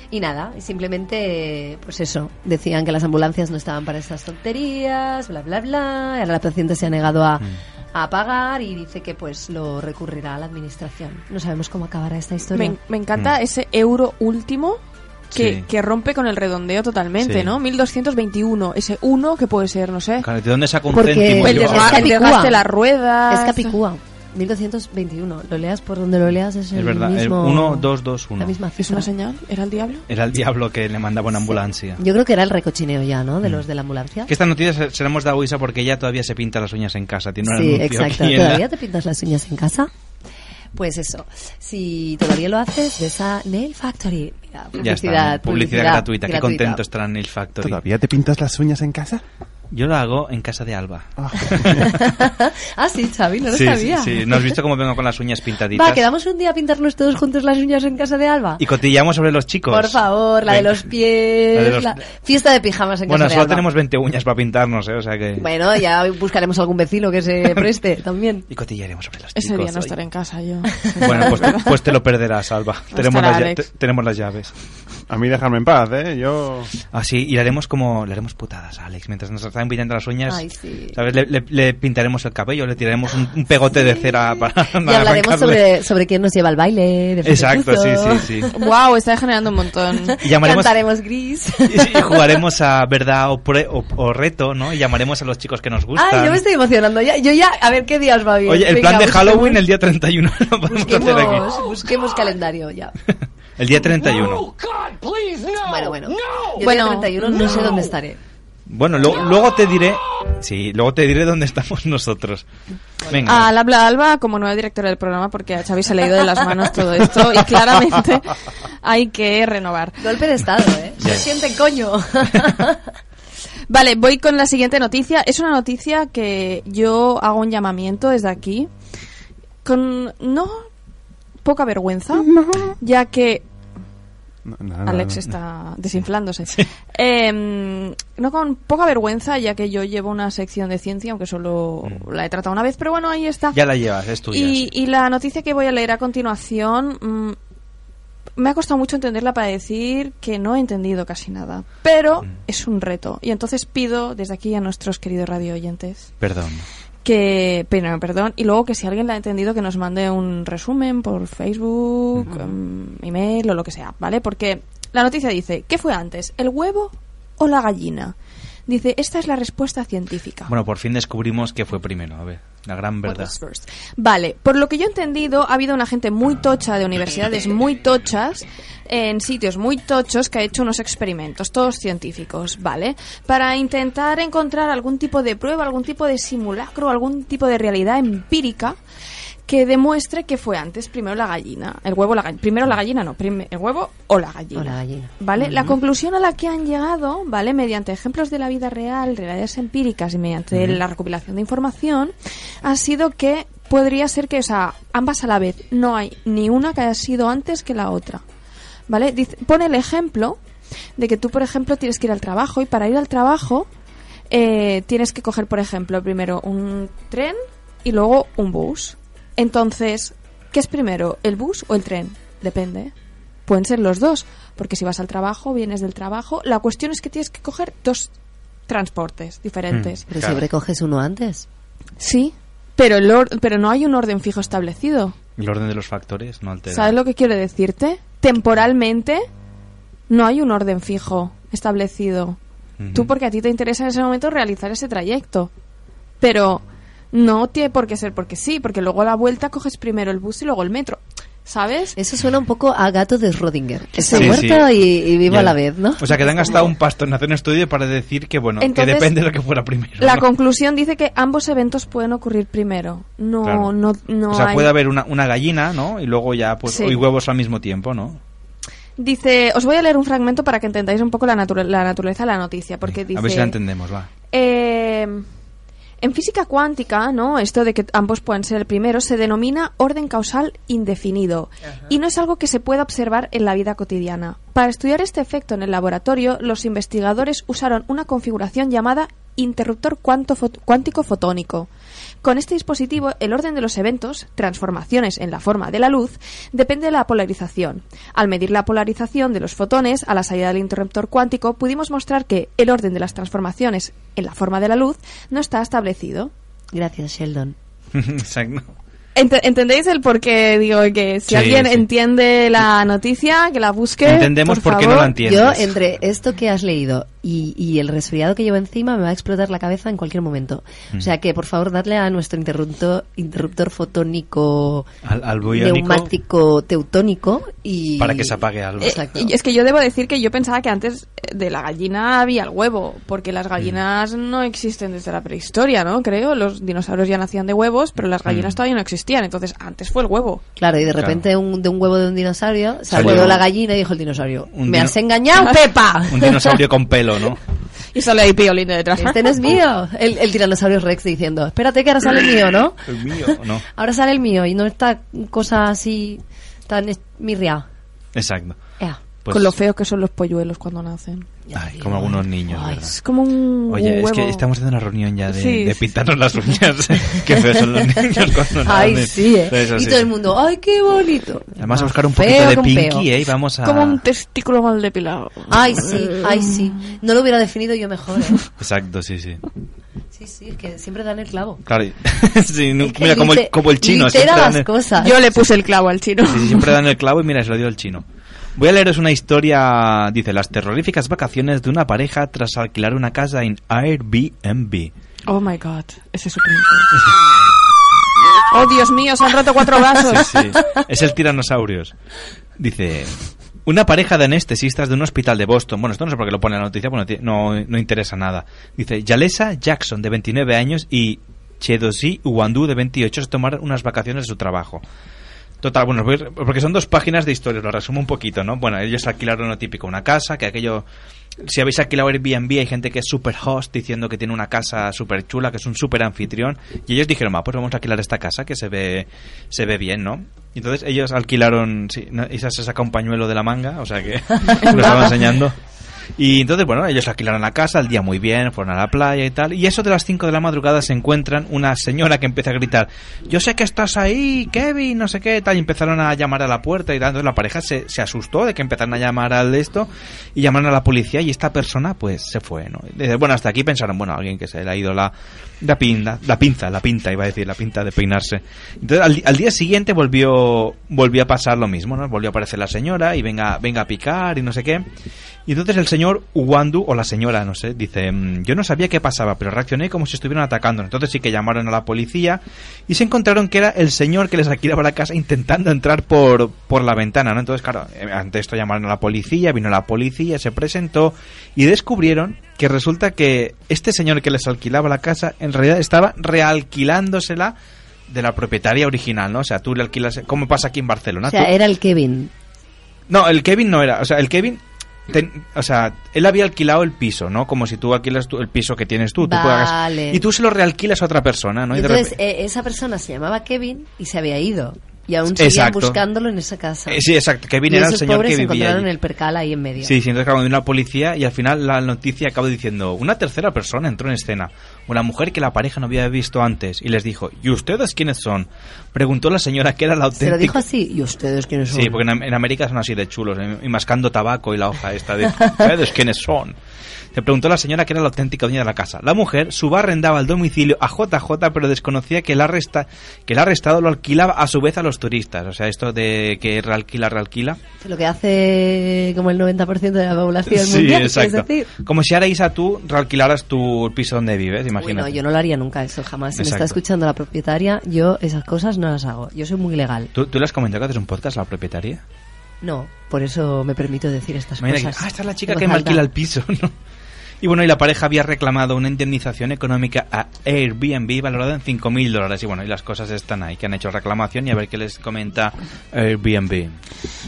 Speaker 6: Y nada, y simplemente, pues eso, decían que las ambulancias no estaban para esas tonterías, bla, bla, bla. Y ahora la paciente se ha negado a,
Speaker 5: Mm.
Speaker 6: a pagar y dice que pues lo recurrirá a la administración. No sabemos cómo acabará esta historia.
Speaker 7: Me, me encanta ese euro último que,
Speaker 5: Mm. Sí.
Speaker 7: que rompe con el redondeo totalmente,
Speaker 5: Sí.
Speaker 7: ¿no? 1221, ese uno que puede ser, no sé.
Speaker 5: Claro, ¿de dónde saca un
Speaker 6: Porque-
Speaker 5: céntimo?
Speaker 6: Pues
Speaker 7: El,
Speaker 5: Yo-
Speaker 6: es
Speaker 7: desga- el
Speaker 6: Capicúa.
Speaker 7: desgaste de las ruedas.
Speaker 6: Es Capicúa, 1221. Lo leas por donde lo leas, es,
Speaker 5: Es
Speaker 6: el
Speaker 5: verdad, el
Speaker 6: mismo.
Speaker 5: 1, 2, 2, 1.
Speaker 6: La misma
Speaker 7: ¿Es
Speaker 6: cifra.
Speaker 7: una señal? ¿Era el diablo?
Speaker 5: Era el diablo que le mandaba una ambulancia.
Speaker 6: Yo creo que era el recochineo ya, ¿no?
Speaker 5: Mm.
Speaker 6: De los de la ambulancia.
Speaker 5: Que esta noticia se, se la hemos dado a Isa porque ya todavía se pinta las uñas en casa. Tiene un
Speaker 6: sí,
Speaker 5: anuncio
Speaker 6: exacto.
Speaker 5: aquí en la-
Speaker 6: ¿Todavía te pintas las uñas en casa? Pues eso, si todavía lo haces, ves a Nail Factory. Mira, publicidad,
Speaker 5: Ya está, publicidad, gratuita. Qué
Speaker 6: gratuita.
Speaker 5: contento estará Neil Factory.
Speaker 8: ¿Todavía te pintas las uñas en casa?
Speaker 5: Yo lo hago en casa de Alba.
Speaker 6: ah, sí, Xavi, no lo
Speaker 5: sí,
Speaker 6: sabía.
Speaker 5: sí, sí. ¿No has visto cómo vengo con las uñas pintaditas?
Speaker 6: Va, quedamos un día a pintarnos todos juntos las uñas en casa de Alba.
Speaker 5: Y cotillamos sobre los chicos.
Speaker 6: Por favor, la de
Speaker 5: Venga.
Speaker 6: los pies,
Speaker 5: La
Speaker 6: la,
Speaker 5: de los-
Speaker 6: fiesta de pijamas en
Speaker 5: Bueno,
Speaker 6: casa de
Speaker 5: solo
Speaker 6: Alba.
Speaker 5: tenemos 20 uñas para pintarnos, ¿eh? O sea que...
Speaker 6: Bueno, ya buscaremos algún vecino que
Speaker 5: (laughs)
Speaker 6: se preste también.
Speaker 5: Y cotillaremos sobre los chicos.
Speaker 7: Ese día no
Speaker 5: Ay.
Speaker 7: estaré en casa
Speaker 6: (laughs)
Speaker 5: (laughs)
Speaker 7: yo.
Speaker 5: Bueno, pues te, pues te lo perderás, Alba.
Speaker 7: No
Speaker 5: Tenemos
Speaker 7: estará
Speaker 5: las, lla-
Speaker 7: Alex.
Speaker 5: te- tenemos las llaves.
Speaker 8: A mí dejarme en paz, ¿eh? Yo...
Speaker 5: Así, y le haremos como... Le haremos putadas, Alex. Mientras nos están pintando las uñas...
Speaker 6: Ay, sí.
Speaker 5: ¿Sabes? Le, le- le pintaremos el cabello, le tiraremos un, un pegote de cera para... (laughs)
Speaker 6: Y hablaremos
Speaker 5: arrancarle.
Speaker 6: (laughs) sobre, sobre quién nos lleva al baile. de
Speaker 5: Exacto, sí,
Speaker 6: Frotuzo.
Speaker 5: sí, sí.
Speaker 7: (laughs) wow, está degenerando un montón.
Speaker 5: Y llamaremos...
Speaker 6: Cantaremos
Speaker 5: (laughs)
Speaker 6: gris.
Speaker 5: Y jugaremos a verdad o, pre- o- o reto, ¿no? Y llamaremos a los chicos que nos gustan.
Speaker 6: Ay, yo me estoy emocionando. Ya, yo ya, a ver qué días va bien.
Speaker 5: Oye, el
Speaker 6: Venga,
Speaker 5: plan de
Speaker 6: busquemos-
Speaker 5: Halloween el día 31 (laughs) lo podemos hacer
Speaker 6: Busquemos,
Speaker 5: aquí.
Speaker 6: busquemos calendario ya.
Speaker 5: El día 31.
Speaker 6: Bueno, bueno. Yo
Speaker 7: Bueno,
Speaker 6: bueno, 31 no. sé dónde estaré.
Speaker 5: Bueno, lo- luego te diré... Sí, luego te diré dónde estamos nosotros. Venga.
Speaker 7: Al habla Alba como nueva directora del programa porque a Xavi se le ha ido de las manos todo esto
Speaker 8: (laughs)
Speaker 7: y claramente hay que renovar.
Speaker 6: Golpe de estado, ¿eh?
Speaker 5: Ya.
Speaker 6: Se siente coño.
Speaker 7: (laughs) Vale, voy con la siguiente noticia. Es una noticia que yo hago un llamamiento desde aquí con no poca vergüenza, ya que
Speaker 8: No, no, no,
Speaker 7: Alex
Speaker 8: no.
Speaker 7: está desinflándose. Em, no con poca vergüenza, ya que yo llevo una sección de ciencia, aunque solo
Speaker 8: Mm.
Speaker 7: la he tratado una vez, pero bueno, ahí está.
Speaker 5: Ya la llevas, es tuya.
Speaker 7: Y,
Speaker 5: sí.
Speaker 7: y la noticia que voy a leer a continuación mm, me ha costado mucho entenderla para decir que no he entendido casi nada, pero
Speaker 5: Mm.
Speaker 7: es un reto. Y entonces pido desde aquí a nuestros queridos radio oyentes
Speaker 5: Perdón.
Speaker 7: que perdón, perdón y luego que si alguien la ha entendido que nos mande un resumen por Facebook, mm, email o lo que sea, ¿vale? Porque la noticia dice, ¿qué fue antes, el huevo o la gallina? Dice, esta es la respuesta científica.
Speaker 5: Bueno, por fin descubrimos qué fue primero. A ver, la gran verdad.
Speaker 7: What was first. Vale, por lo que yo he entendido, ha habido una gente muy tocha de universidades muy tochas, en sitios muy tochos, que ha hecho unos experimentos, todos científicos, ¿vale? Para intentar encontrar algún tipo de prueba, algún tipo de simulacro, algún tipo de realidad empírica que demuestre que fue antes primero la gallina, el huevo, la gallina, primero la gallina, no, prim- el huevo o la gallina.
Speaker 6: O la gallina.
Speaker 7: ¿Vale? La conclusión a la que han llegado, ¿vale? Mediante ejemplos de la vida real, realidades empíricas y mediante la recopilación de información, ha sido que podría ser que, o sea, ambas a la vez. No hay ni una que haya sido antes que la otra. ¿Vale? Dice- pone el ejemplo de que tú, por ejemplo, tienes que ir al trabajo y para ir al trabajo eh, tienes que coger, por ejemplo, primero un tren y luego un bus. Entonces, ¿qué es primero, el bus o el tren? Depende. Pueden ser los dos, porque si vas al trabajo, vienes del trabajo. La cuestión es que tienes que coger dos transportes diferentes.
Speaker 6: Mm, Pero
Speaker 5: Mm, Claro.
Speaker 6: siempre coges uno antes.
Speaker 7: Sí, pero, el or- pero no hay un orden fijo establecido.
Speaker 5: El orden de los factores no altera.
Speaker 7: ¿Sabes lo que quiero decirte? Temporalmente no hay un orden fijo establecido.
Speaker 5: Ujú.
Speaker 7: Tú porque a ti te interesa en ese momento realizar ese trayecto. Pero no tiene por qué ser porque sí, porque luego a la vuelta coges primero el bus y luego el metro. ¿Sabes?
Speaker 6: Eso suena un poco a gato de Schrödinger. Que
Speaker 5: Sí,
Speaker 6: Estoy muerto
Speaker 5: sí.
Speaker 6: y, y vivo
Speaker 5: Ya.
Speaker 6: a la vez, ¿no?
Speaker 5: O sea, que dan gastado un pastón en hacer un estudio para decir que, bueno, que
Speaker 7: Entonces,
Speaker 5: depende de lo que fuera primero.
Speaker 7: La
Speaker 5: ¿no?
Speaker 7: conclusión dice que ambos eventos pueden ocurrir primero. No,
Speaker 5: Claro.
Speaker 7: no, no
Speaker 5: o sea,
Speaker 7: hay-
Speaker 5: puede haber una, una gallina, ¿no? Y luego ya, pues,
Speaker 7: Sí.
Speaker 5: y huevos al mismo tiempo, ¿no?
Speaker 7: Dice, os voy a leer un fragmento para que entendáis un poco la, natura- la naturaleza de la noticia, porque
Speaker 5: Sí.
Speaker 7: dice...
Speaker 5: A ver si la entendemos, va.
Speaker 7: Eh, En física cuántica, ¿no? Esto de que ambos pueden ser el primero se denomina orden causal indefinido y no es algo que se pueda observar en la vida cotidiana. Para estudiar este efecto en el laboratorio, los investigadores usaron una configuración llamada interruptor cuanto fot- cuántico fotónico. Con este dispositivo, el orden de los eventos, transformaciones en la forma de la luz, depende de la polarización. Al medir la polarización de los fotones a la salida del interruptor cuántico, pudimos mostrar que el orden de las transformaciones en la forma de la luz no está establecido.
Speaker 6: Gracias, Sheldon.
Speaker 5: (laughs) Exacto.
Speaker 7: Ent- ¿Entendéis el por qué digo que si
Speaker 5: Sí,
Speaker 7: alguien
Speaker 5: sí.
Speaker 7: entiende la noticia, que la busque?
Speaker 5: Entendemos por, qué no
Speaker 7: favor?
Speaker 5: lo entiendes.
Speaker 6: Yo, entre esto que has leído y, y el resfriado que llevo encima, me va a explotar la cabeza en cualquier momento. O
Speaker 5: Mm.
Speaker 6: sea que, por favor, dadle a nuestro interruptor, interruptor fotónico,
Speaker 5: Al- al biónico.
Speaker 6: neumático, teutónico y...
Speaker 5: Para que se apague algo.
Speaker 7: Eh,
Speaker 6: Exacto.
Speaker 7: y es que yo debo decir que yo pensaba que antes eh, de la gallina había el huevo, porque
Speaker 5: Mm.
Speaker 7: las gallinas no existen desde la prehistoria, ¿no? Creo, los dinosaurios ya nacían de huevos, pero
Speaker 5: Mm.
Speaker 7: las gallinas todavía no existían, entonces antes fue el huevo.
Speaker 6: Claro, y de repente un- de un huevo de un dinosaurio se
Speaker 5: Salió-
Speaker 6: acuerdo la gallina y dijo el dinosaurio,
Speaker 5: Un
Speaker 6: ¡Me
Speaker 5: dino-
Speaker 6: has engañado, Pepa!
Speaker 5: (laughs) Un dinosaurio con pelo, ¿no?
Speaker 7: (laughs) Y sale ahí Piolín de detrás.
Speaker 6: Este no es mío. El, el tiranosaurio Rex diciendo, espérate que ahora sale el mío, ¿no?
Speaker 5: (laughs) El mío, no.
Speaker 6: Ahora sale el mío y no esta cosa así tan es- mirria.
Speaker 5: Exacto.
Speaker 6: Ea.
Speaker 5: Pues-
Speaker 7: Con lo feo que son los polluelos cuando nacen.
Speaker 5: Ay, como algunos niños,
Speaker 6: Ay,
Speaker 5: ¿verdad?
Speaker 7: Es como
Speaker 6: Mm,
Speaker 7: un
Speaker 5: Oye,
Speaker 7: un
Speaker 5: es que
Speaker 7: huevo.
Speaker 5: estamos haciendo una reunión ya de,
Speaker 7: Sí,
Speaker 5: de
Speaker 7: sí,
Speaker 5: pintarnos
Speaker 6: (laughs)
Speaker 5: las uñas. Qué feos son los (laughs) niños cuando
Speaker 6: Ay,
Speaker 5: nacen.
Speaker 6: sí, ¿eh?
Speaker 5: Eso
Speaker 6: y
Speaker 5: sí.
Speaker 6: todo el mundo, ¡ay, qué bonito!
Speaker 5: Además, a buscar un
Speaker 6: Feo
Speaker 5: poquito de
Speaker 6: con peo.
Speaker 5: pinky, ¿eh? Y vamos a...
Speaker 7: Como un testículo mal depilado.
Speaker 6: Ay,
Speaker 7: (laughs)
Speaker 6: sí, ay, sí. No lo hubiera definido yo mejor, ¿eh?
Speaker 5: Exacto, sí, sí.
Speaker 6: Sí, sí, es que siempre dan el clavo.
Speaker 5: Claro. y- (laughs) sí, no-
Speaker 6: Es que
Speaker 5: mira, como, el-
Speaker 6: lite-
Speaker 5: como el chino.
Speaker 6: litera
Speaker 5: siempre dan
Speaker 6: las
Speaker 5: el-
Speaker 6: cosas.
Speaker 7: Yo le puse el clavo al chino.
Speaker 5: Sí, sí, siempre dan el clavo y mira, se lo dio el chino. Voy a leeros una historia, dice, las terroríficas vacaciones de una pareja tras alquilar una casa en Airbnb.
Speaker 7: Oh my god, ese es Oh Dios mío, se han roto cuatro vasos.
Speaker 5: Sí, es el tiranosaurios. Dice, una pareja de anestesistas de un hospital de Boston, bueno, esto no sé por qué lo pone en la noticia, bueno, ti- no, no interesa nada. Dice, Yalesa Jackson, de 29 años, y Chedosi Uwandu, de 28, se tomaron unas vacaciones de su trabajo. Total, bueno, os voy a ir- porque son dos páginas de historias, lo resumo un poquito, ¿no? Bueno, ellos alquilaron lo típico, una casa, que aquello... Si habéis alquilado Airbnb, hay gente que es super host diciendo que tiene una casa super chula, que es un super anfitrión. Y ellos dijeron, va, pues vamos a alquilar esta casa que se ve, se ve bien, ¿no? Y entonces ellos alquilaron, sí, no, Isa se saca un pañuelo de la manga, o sea que lo estaba enseñando. Y entonces, bueno, ellos alquilaron la casa, el día muy bien, fueron a la playa y tal. Y eso de las 5 de la madrugada se encuentran una señora que empieza a gritar, yo sé que estás ahí, Kevin, no sé qué, tal. Y empezaron a llamar a la puerta y tal. Entonces la pareja se, se asustó de que empezaran a llamar al de esto y llamaron a la policía y esta persona pues se fue, ¿no? Y dice, Bueno, hasta aquí pensaron, bueno, alguien que se le ha ido la, la, pinta, la pinza, la pinta, iba a decir, la pinta de peinarse. Entonces al, di- al día siguiente volvió, volvió a pasar lo mismo, ¿no? Volvió a aparecer la señora y venga, venga a picar y no sé qué. Y entonces el señor Uwandu, o la señora, no sé, dice, "Mm, yo no sabía qué pasaba, pero reaccioné como si estuvieran atacando. Entonces sí que llamaron a la policía y se encontraron que era el señor que les alquilaba la casa intentando entrar por, por la ventana, ¿no? Entonces, claro, eh, ante esto llamaron a la policía, vino la policía, se presentó y descubrieron que resulta que este señor que les alquilaba la casa en realidad estaba realquilándosela de la propietaria original, ¿no? O sea, tú le alquilas, ¿cómo pasa aquí en Barcelona?
Speaker 6: O sea,
Speaker 5: Tú-
Speaker 6: era el Kevin.
Speaker 5: no, el Kevin no era. O sea, el Kevin. ten- o sea, él había alquilado el piso, ¿no? Como si tú alquilas tú- el piso que tienes tú. tú pagas-
Speaker 6: Vale.
Speaker 5: y tú se lo realquilas a otra persona, ¿no? Y de
Speaker 6: Entonces,
Speaker 5: repe-
Speaker 6: eh, esa persona se llamaba Kevin y se había ido. Y aún seguían
Speaker 5: Exacto.
Speaker 6: buscándolo en esa casa.
Speaker 5: Eh, sí, exacto. Kevin
Speaker 6: y
Speaker 5: era el
Speaker 6: esos
Speaker 5: señor
Speaker 6: pobres
Speaker 5: que
Speaker 6: se
Speaker 5: vivía
Speaker 6: encontraron
Speaker 5: allí.
Speaker 6: el percal ahí en medio.
Speaker 5: Sí, sí, entonces acabó de una policía y al final la noticia acabó diciendo una tercera persona entró en escena, una mujer que la pareja no había visto antes y les dijo ¿y ustedes quiénes son? Preguntó la señora que era la
Speaker 6: se lo dijo
Speaker 5: auténtica.
Speaker 6: así. ¿Y ustedes quiénes son?
Speaker 5: Sí, porque en, Am- en América son así de chulos, eh, y mascando tabaco y la hoja esta de (laughs) ¿ustedes quiénes son? Se preguntó la señora que era la auténtica dueña de la casa. La mujer subarrendaba el domicilio a JJ, pero desconocía que el, arresta, que el arrestado lo alquilaba a su vez a los turistas. O sea, esto de que realquila, realquila.
Speaker 6: Lo que hace como el 90% de la población
Speaker 5: Sí,
Speaker 6: mundial.
Speaker 5: exacto.
Speaker 6: Es decir,
Speaker 5: Como si ahora Isa tú realquilaras tu piso donde vives, imagínate.
Speaker 6: Bueno, yo Pues no lo haría nunca eso, jamás. Si me está
Speaker 5: Exacto.
Speaker 6: escuchando la propietaria, yo esas cosas no las hago. Yo soy muy legal.
Speaker 5: ¿Tú, tú le has comentado que haces un podcast a la propietaria?
Speaker 6: No, por eso me permito decir estas
Speaker 5: Mira,
Speaker 6: cosas.
Speaker 5: ah, esta es la chica
Speaker 6: En
Speaker 5: que
Speaker 6: voz
Speaker 5: me
Speaker 6: alta.
Speaker 5: alquila el piso, (laughs) ¿no? Y bueno, y la pareja había reclamado una indemnización económica a Airbnb valorada en 5.000 dólares. Y bueno, y las cosas están ahí, que han hecho reclamación y a ver qué les comenta
Speaker 7: ¿Eh?
Speaker 5: Airbnb.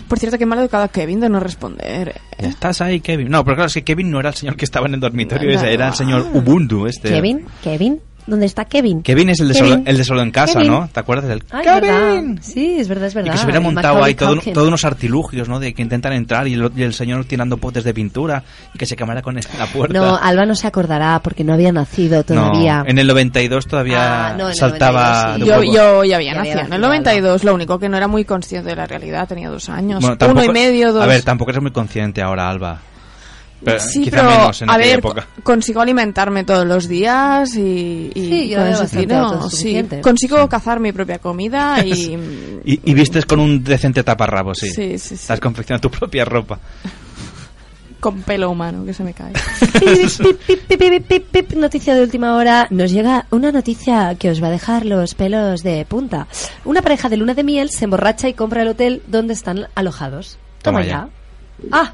Speaker 7: Por cierto, qué mal educado Kevin de no responder. eh.
Speaker 5: ¿Estás ahí, Kevin? No, pero claro, es que Kevin no era el señor que estaba en el dormitorio,
Speaker 7: No,
Speaker 5: ese,
Speaker 7: no.
Speaker 5: era el señor Ubuntu este.
Speaker 6: Kevin, Kevin,
Speaker 9: ¿Dónde está Kevin?
Speaker 5: Kevin es el de, Solo,
Speaker 9: Kevin.
Speaker 5: el de solo en casa,
Speaker 9: Kevin.
Speaker 5: ¿no? ¿Te acuerdas del
Speaker 6: Ay, ¿verdad? Sí, es verdad, es
Speaker 5: Y
Speaker 6: verdad.
Speaker 5: que se hubiera
Speaker 6: El
Speaker 5: montado
Speaker 6: Macaulay
Speaker 5: ahí todo-
Speaker 6: Culkin.
Speaker 5: todos unos artilugios, ¿no? De que intentan entrar y, lo- y el señor tirando potes de pintura y que se quemara con la puerta.
Speaker 6: No, Alba no se acordará porque no había nacido
Speaker 5: No,
Speaker 6: todavía.
Speaker 5: en el 92 todavía
Speaker 6: Ah, no, en el
Speaker 5: saltaba
Speaker 6: 92 sí.
Speaker 5: de
Speaker 7: Yo,
Speaker 5: huevo.
Speaker 7: yo ya había
Speaker 6: Ya había
Speaker 7: nacido en el
Speaker 6: nacido,
Speaker 7: 92, lo único que no era muy consciente de la realidad, tenía dos años,
Speaker 5: Bueno, tampoco-
Speaker 7: uno y medio, dos.
Speaker 5: A ver, tampoco eres muy consciente ahora, Alba. Pero,
Speaker 7: sí,
Speaker 5: quizá
Speaker 7: pero
Speaker 5: menos en
Speaker 7: a
Speaker 5: aquella
Speaker 7: ver,
Speaker 5: época.
Speaker 7: co- consigo alimentarme todos los días y, y
Speaker 6: Sí, yo
Speaker 7: con
Speaker 6: era
Speaker 7: eso
Speaker 6: bastante
Speaker 7: tiro, sí,
Speaker 6: autosuficiente.
Speaker 7: consigo cazar mi propia comida
Speaker 6: (laughs)
Speaker 7: y
Speaker 5: Y, y vistes con un decente taparrabo, sí.
Speaker 7: Sí, sí, sí.
Speaker 5: Estás confeccionando tu propia ropa.
Speaker 7: con pelo humano que se me
Speaker 6: (laughs)
Speaker 7: cae.
Speaker 6: Pip, pip, pip, pip, pip, pip, Noticia de última hora. Nos llega una noticia que os va a dejar los pelos de punta. Una pareja de luna de miel se emborracha y compra el hotel donde están alojados. Toma,
Speaker 5: Toma
Speaker 6: ya. Ah,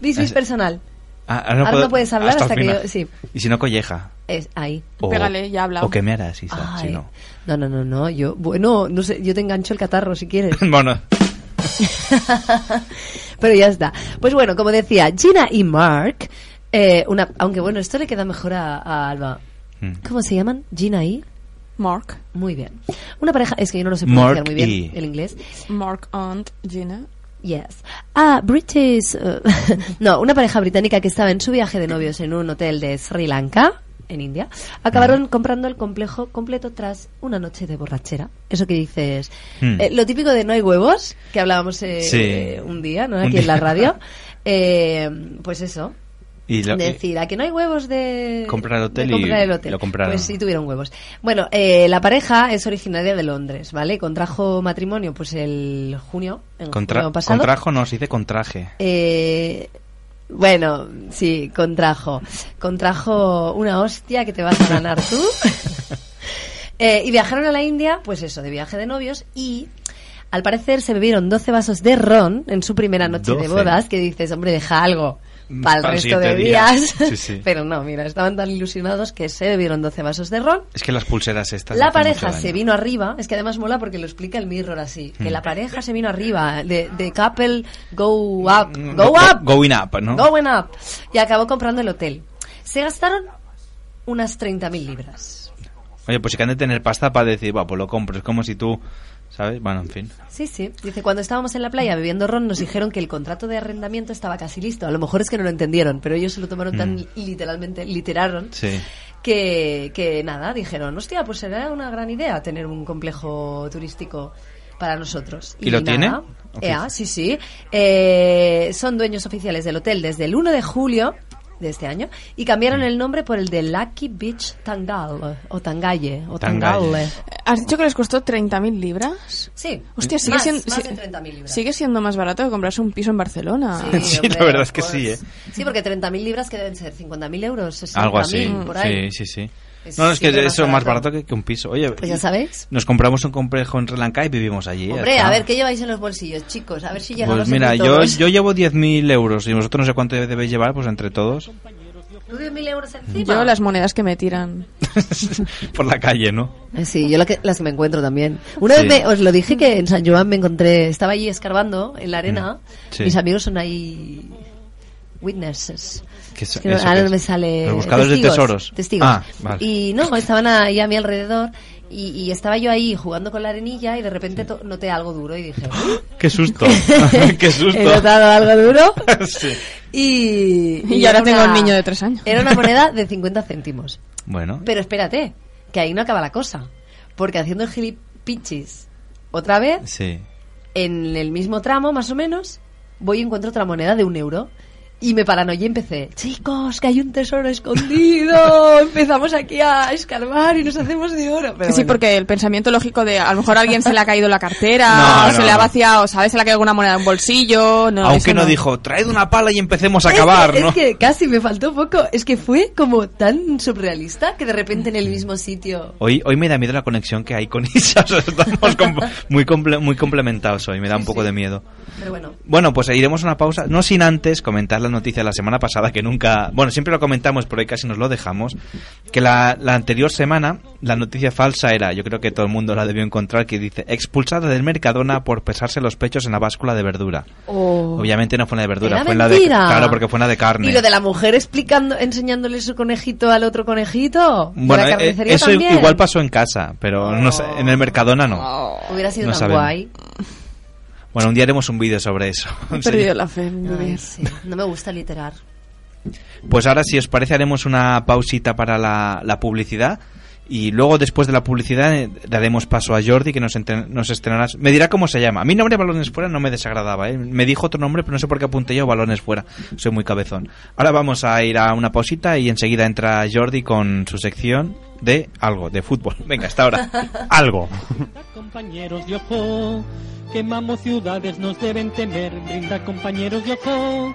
Speaker 6: this is
Speaker 5: Es-
Speaker 6: personal.
Speaker 5: Ah,
Speaker 6: Ahora no puedes hablar hasta
Speaker 5: el
Speaker 6: que
Speaker 5: final.
Speaker 6: yo- sí.
Speaker 5: Y si no, colleja.
Speaker 6: Es ahí.
Speaker 5: O,
Speaker 7: Pégale, ya habla.
Speaker 5: O que me harás, Isa, si
Speaker 6: Ay.
Speaker 5: no. (laughs)
Speaker 6: no, no, no, no. Yo, bueno, no sé, yo te engancho el catarro si quieres.
Speaker 5: bueno,
Speaker 6: Pero ya está. Pues bueno, como decía, Gina y Mark, eh, una, aunque bueno, esto le queda mejor a, a Alba.
Speaker 5: Mm.
Speaker 6: ¿Cómo se llaman? Gina y...
Speaker 7: Mark,
Speaker 6: Muy bien. Una pareja, es que yo no lo sé
Speaker 5: Mark
Speaker 6: pronunciar muy bien
Speaker 5: y-
Speaker 6: el inglés.
Speaker 7: Mark Aunt Gina.
Speaker 6: Yes. Ah, British. eh, (laughs) no, una pareja británica que estaba en su viaje de novios en un hotel de Sri Lanka, en India, acabaron comprando el complejo completo tras una noche de borrachera. Eso que dices.
Speaker 5: Hmm.
Speaker 6: eh, lo típico de no hay huevos, que hablábamos eh,
Speaker 5: Sí.
Speaker 6: eh, un día, ¿no?
Speaker 5: Un
Speaker 6: Aquí en la
Speaker 5: día. (laughs)
Speaker 6: radio. Eh, pues eso.
Speaker 5: y lo-
Speaker 6: Decir, a que no hay huevos de...
Speaker 5: Comprar el hotel
Speaker 6: de comprar
Speaker 5: y
Speaker 6: el hotel.
Speaker 5: lo compraron.
Speaker 6: Pues sí tuvieron huevos. Bueno, eh, la pareja es originaria de Londres, ¿vale? Contrajo matrimonio pues el junio, en
Speaker 5: contra-
Speaker 6: junio pasado.
Speaker 5: contrajo no, se dice contraje.
Speaker 6: Eh, bueno, sí, contrajo. Contrajo una hostia que te vas a ganar
Speaker 5: (laughs)
Speaker 6: tú. Eh, y viajaron a la India, pues eso, de viaje de novios y... Al parecer se bebieron 12 vasos de ron en su primera noche de
Speaker 5: 12.
Speaker 6: bodas, que dices, hombre, deja algo para el
Speaker 5: Mm, Pa'l
Speaker 6: resto de
Speaker 5: siguiente día.
Speaker 6: días.
Speaker 5: (laughs) Sí, sí.
Speaker 6: Pero no, mira, estaban tan ilusionados que se bebieron 12 vasos de ron.
Speaker 5: Es que las pulseras estas.
Speaker 6: La
Speaker 5: hacen mucho
Speaker 6: pareja
Speaker 5: daño. Mm.
Speaker 6: se vino arriba, es que además mola porque lo explica el mirror así, que la pareja se vino arriba, de, de couple go up,
Speaker 5: Mm,
Speaker 6: go up,
Speaker 5: Going up, ¿no?
Speaker 6: going up, y acabó comprando el hotel. Se gastaron unas 30.000 libras.
Speaker 5: Oye, pues si que han de tener pasta para decir, va, pues lo compro. Es como si tú, ¿sabes? Bueno, en fin.
Speaker 6: Sí, sí. Dice, cuando estábamos en la playa bebiendo ron nos dijeron que el contrato de arrendamiento estaba casi listo. A lo mejor es que no lo entendieron, pero ellos se lo tomaron tan
Speaker 5: Mm.
Speaker 6: literalmente, literaron,
Speaker 5: Sí.
Speaker 6: que, que nada, dijeron, hostia, pues será una gran idea tener un complejo turístico para nosotros.
Speaker 5: ¿Y lo
Speaker 6: nada.
Speaker 5: tiene?
Speaker 6: Ea, sí, sí. Eh, son dueños oficiales del hotel desde el 1 de julio de este año y cambiaron el nombre por el de Lucky Beach Tangal o Tangalle o Tangalle.
Speaker 5: Tangalle.
Speaker 7: ¿Has dicho que les costó 30.000 libras?
Speaker 6: Sí.
Speaker 7: Hostia, sigue
Speaker 6: Más-
Speaker 7: siendo
Speaker 6: más
Speaker 7: si-
Speaker 6: de 30.000 libras.
Speaker 7: Sigue siendo más barato que comprarse un piso en Barcelona.
Speaker 5: (laughs) Sí, la verdad es que sí, ¿eh?
Speaker 6: Pues, Sí, porque 30.000 libras que deben ser 50.000 euros, 60.000
Speaker 5: Algo así.
Speaker 6: por ahí.
Speaker 5: Sí, sí, sí.
Speaker 6: Es
Speaker 5: No, no, es que
Speaker 6: siempre más
Speaker 5: eso es más
Speaker 6: barato.
Speaker 5: barato que, que un piso. Oye,
Speaker 6: Pues ya sabéis.
Speaker 5: nos compramos un complejo en Sri Lanka y vivimos allí. ya
Speaker 6: Hombre,
Speaker 5: está.
Speaker 6: a ver, ¿qué lleváis en los bolsillos, chicos? A ver si llegamos
Speaker 5: Pues mira,
Speaker 6: entre
Speaker 5: yo,
Speaker 6: todos.
Speaker 5: yo llevo 10.000 euros y vosotros no sé cuánto debéis llevar, pues entre todos.
Speaker 6: ¿Tú 10.000 euros encima?
Speaker 7: Yo las monedas que me tiran.
Speaker 5: Por la calle, ¿no?
Speaker 6: (gasps) Eh, Sí, yo la que- las que me encuentro también. Una
Speaker 5: Sí.
Speaker 6: vez me- os lo dije que en San Joan me encontré, estaba allí escarbando en la arena.
Speaker 5: Mm, sí.
Speaker 6: Mis amigos son ahí witnesses.
Speaker 5: ¿Qué es-
Speaker 6: Es que no-
Speaker 5: eso
Speaker 6: ahora
Speaker 5: qué
Speaker 6: no
Speaker 5: es?
Speaker 6: me sale.
Speaker 5: Los buscadores de
Speaker 6: testigos,
Speaker 5: tesoros.
Speaker 6: Testigos.
Speaker 5: Ah, vale.
Speaker 6: Y no, estaban ahí a mi alrededor. Y, y estaba yo ahí jugando con la arenilla y de repente to- noté algo duro y
Speaker 5: (gasps)
Speaker 6: dije, "Uh, (laughs)
Speaker 5: ¡Qué susto! ¡Qué
Speaker 6: he
Speaker 5: susto!
Speaker 6: notado algo duro.
Speaker 5: (laughs) Sí.
Speaker 6: Y,
Speaker 7: Y ahora
Speaker 6: era
Speaker 7: tengo un niño de tres años.
Speaker 6: Era
Speaker 5: (laughs)
Speaker 6: una moneda de 50 céntimos.
Speaker 5: Bueno,
Speaker 6: Pero espérate, que ahí no acaba la cosa. Porque haciendo el gilipichis otra vez,
Speaker 5: sí.
Speaker 6: en el mismo tramo, más o menos, voy y encuentro otra moneda de un euro. Y me paranoia y empecé, chicos, que hay un tesoro
Speaker 5: (laughs)
Speaker 6: escondido. Empezamos aquí a escarbar y nos hacemos de oro. Pero
Speaker 7: sí,
Speaker 6: bueno.
Speaker 7: porque el pensamiento lógico de a lo mejor a alguien se le ha caído la
Speaker 5: No,
Speaker 7: cartera, o
Speaker 5: no,
Speaker 7: se le ha
Speaker 5: no.
Speaker 7: vaciado, ¿sabes? Se le ha caído alguna moneda en un bolsillo. No,
Speaker 5: Aunque
Speaker 7: eso
Speaker 5: no dijo, traed una pala y empecemos a acabar,
Speaker 6: es que,
Speaker 5: ¿no?
Speaker 6: Es que casi me faltó poco. Es que fue como tan surrealista que de repente en el mismo sitio.
Speaker 5: Hoy, hoy me da miedo la conexión que hay con Isa. (laughs) o sea, estamos com- muy, comple- muy complementados hoy, me da un poco de miedo.
Speaker 6: Pero bueno.
Speaker 5: Bueno, pues iremos a una pausa, no sin antes comentar la noticia la semana pasada que nunca. Bueno, siempre lo comentamos, pero hoy casi nos lo dejamos. Que la, la anterior semana, la noticia falsa era, yo creo que todo el mundo la debió encontrar, que dice: expulsada del Mercadona por pesarse los pechos en la báscula de verdura.
Speaker 6: Oh.
Speaker 5: Obviamente no fue una de verdura,
Speaker 6: Era
Speaker 5: fue la de.
Speaker 6: mentira.
Speaker 5: Claro, porque fue una de carne.
Speaker 6: Y lo de la mujer explicando, enseñándole su conejito al otro conejito. ¿De
Speaker 5: Bueno,
Speaker 6: la
Speaker 5: eh,
Speaker 6: carnicería
Speaker 5: eso
Speaker 6: también? Oh.
Speaker 5: igual pasó en casa, pero no sé, en el Mercadona no.
Speaker 6: Hubiera sido
Speaker 5: No
Speaker 6: tan
Speaker 5: sabemos.
Speaker 6: guay.
Speaker 5: Bueno, un día haremos (laughs) un vídeo sobre eso.
Speaker 7: He perdido la fe en
Speaker 6: Ay,
Speaker 7: vivir.
Speaker 6: sí. No me gusta literar.
Speaker 5: Pues ahora, si os parece, haremos una pausita para la, la publicidad. Y luego, después de la publicidad, eh, daremos paso a Jordi, que nos, entre- nos estrenará. Me dirá cómo se llama. A mí, nombre Balones Fuera no me desagradaba. ¿eh? Me dijo otro nombre, pero no sé por qué apunté yo Balones Fuera. Soy muy cabezón. Ahora vamos a ir a una pausita y enseguida entra Jordi con su sección de algo, de fútbol. Venga, hasta ahora.
Speaker 8: Algo.
Speaker 9: compañeros de ojo, quemamos ciudades, nos deben temer, brinda compañeros de ojo.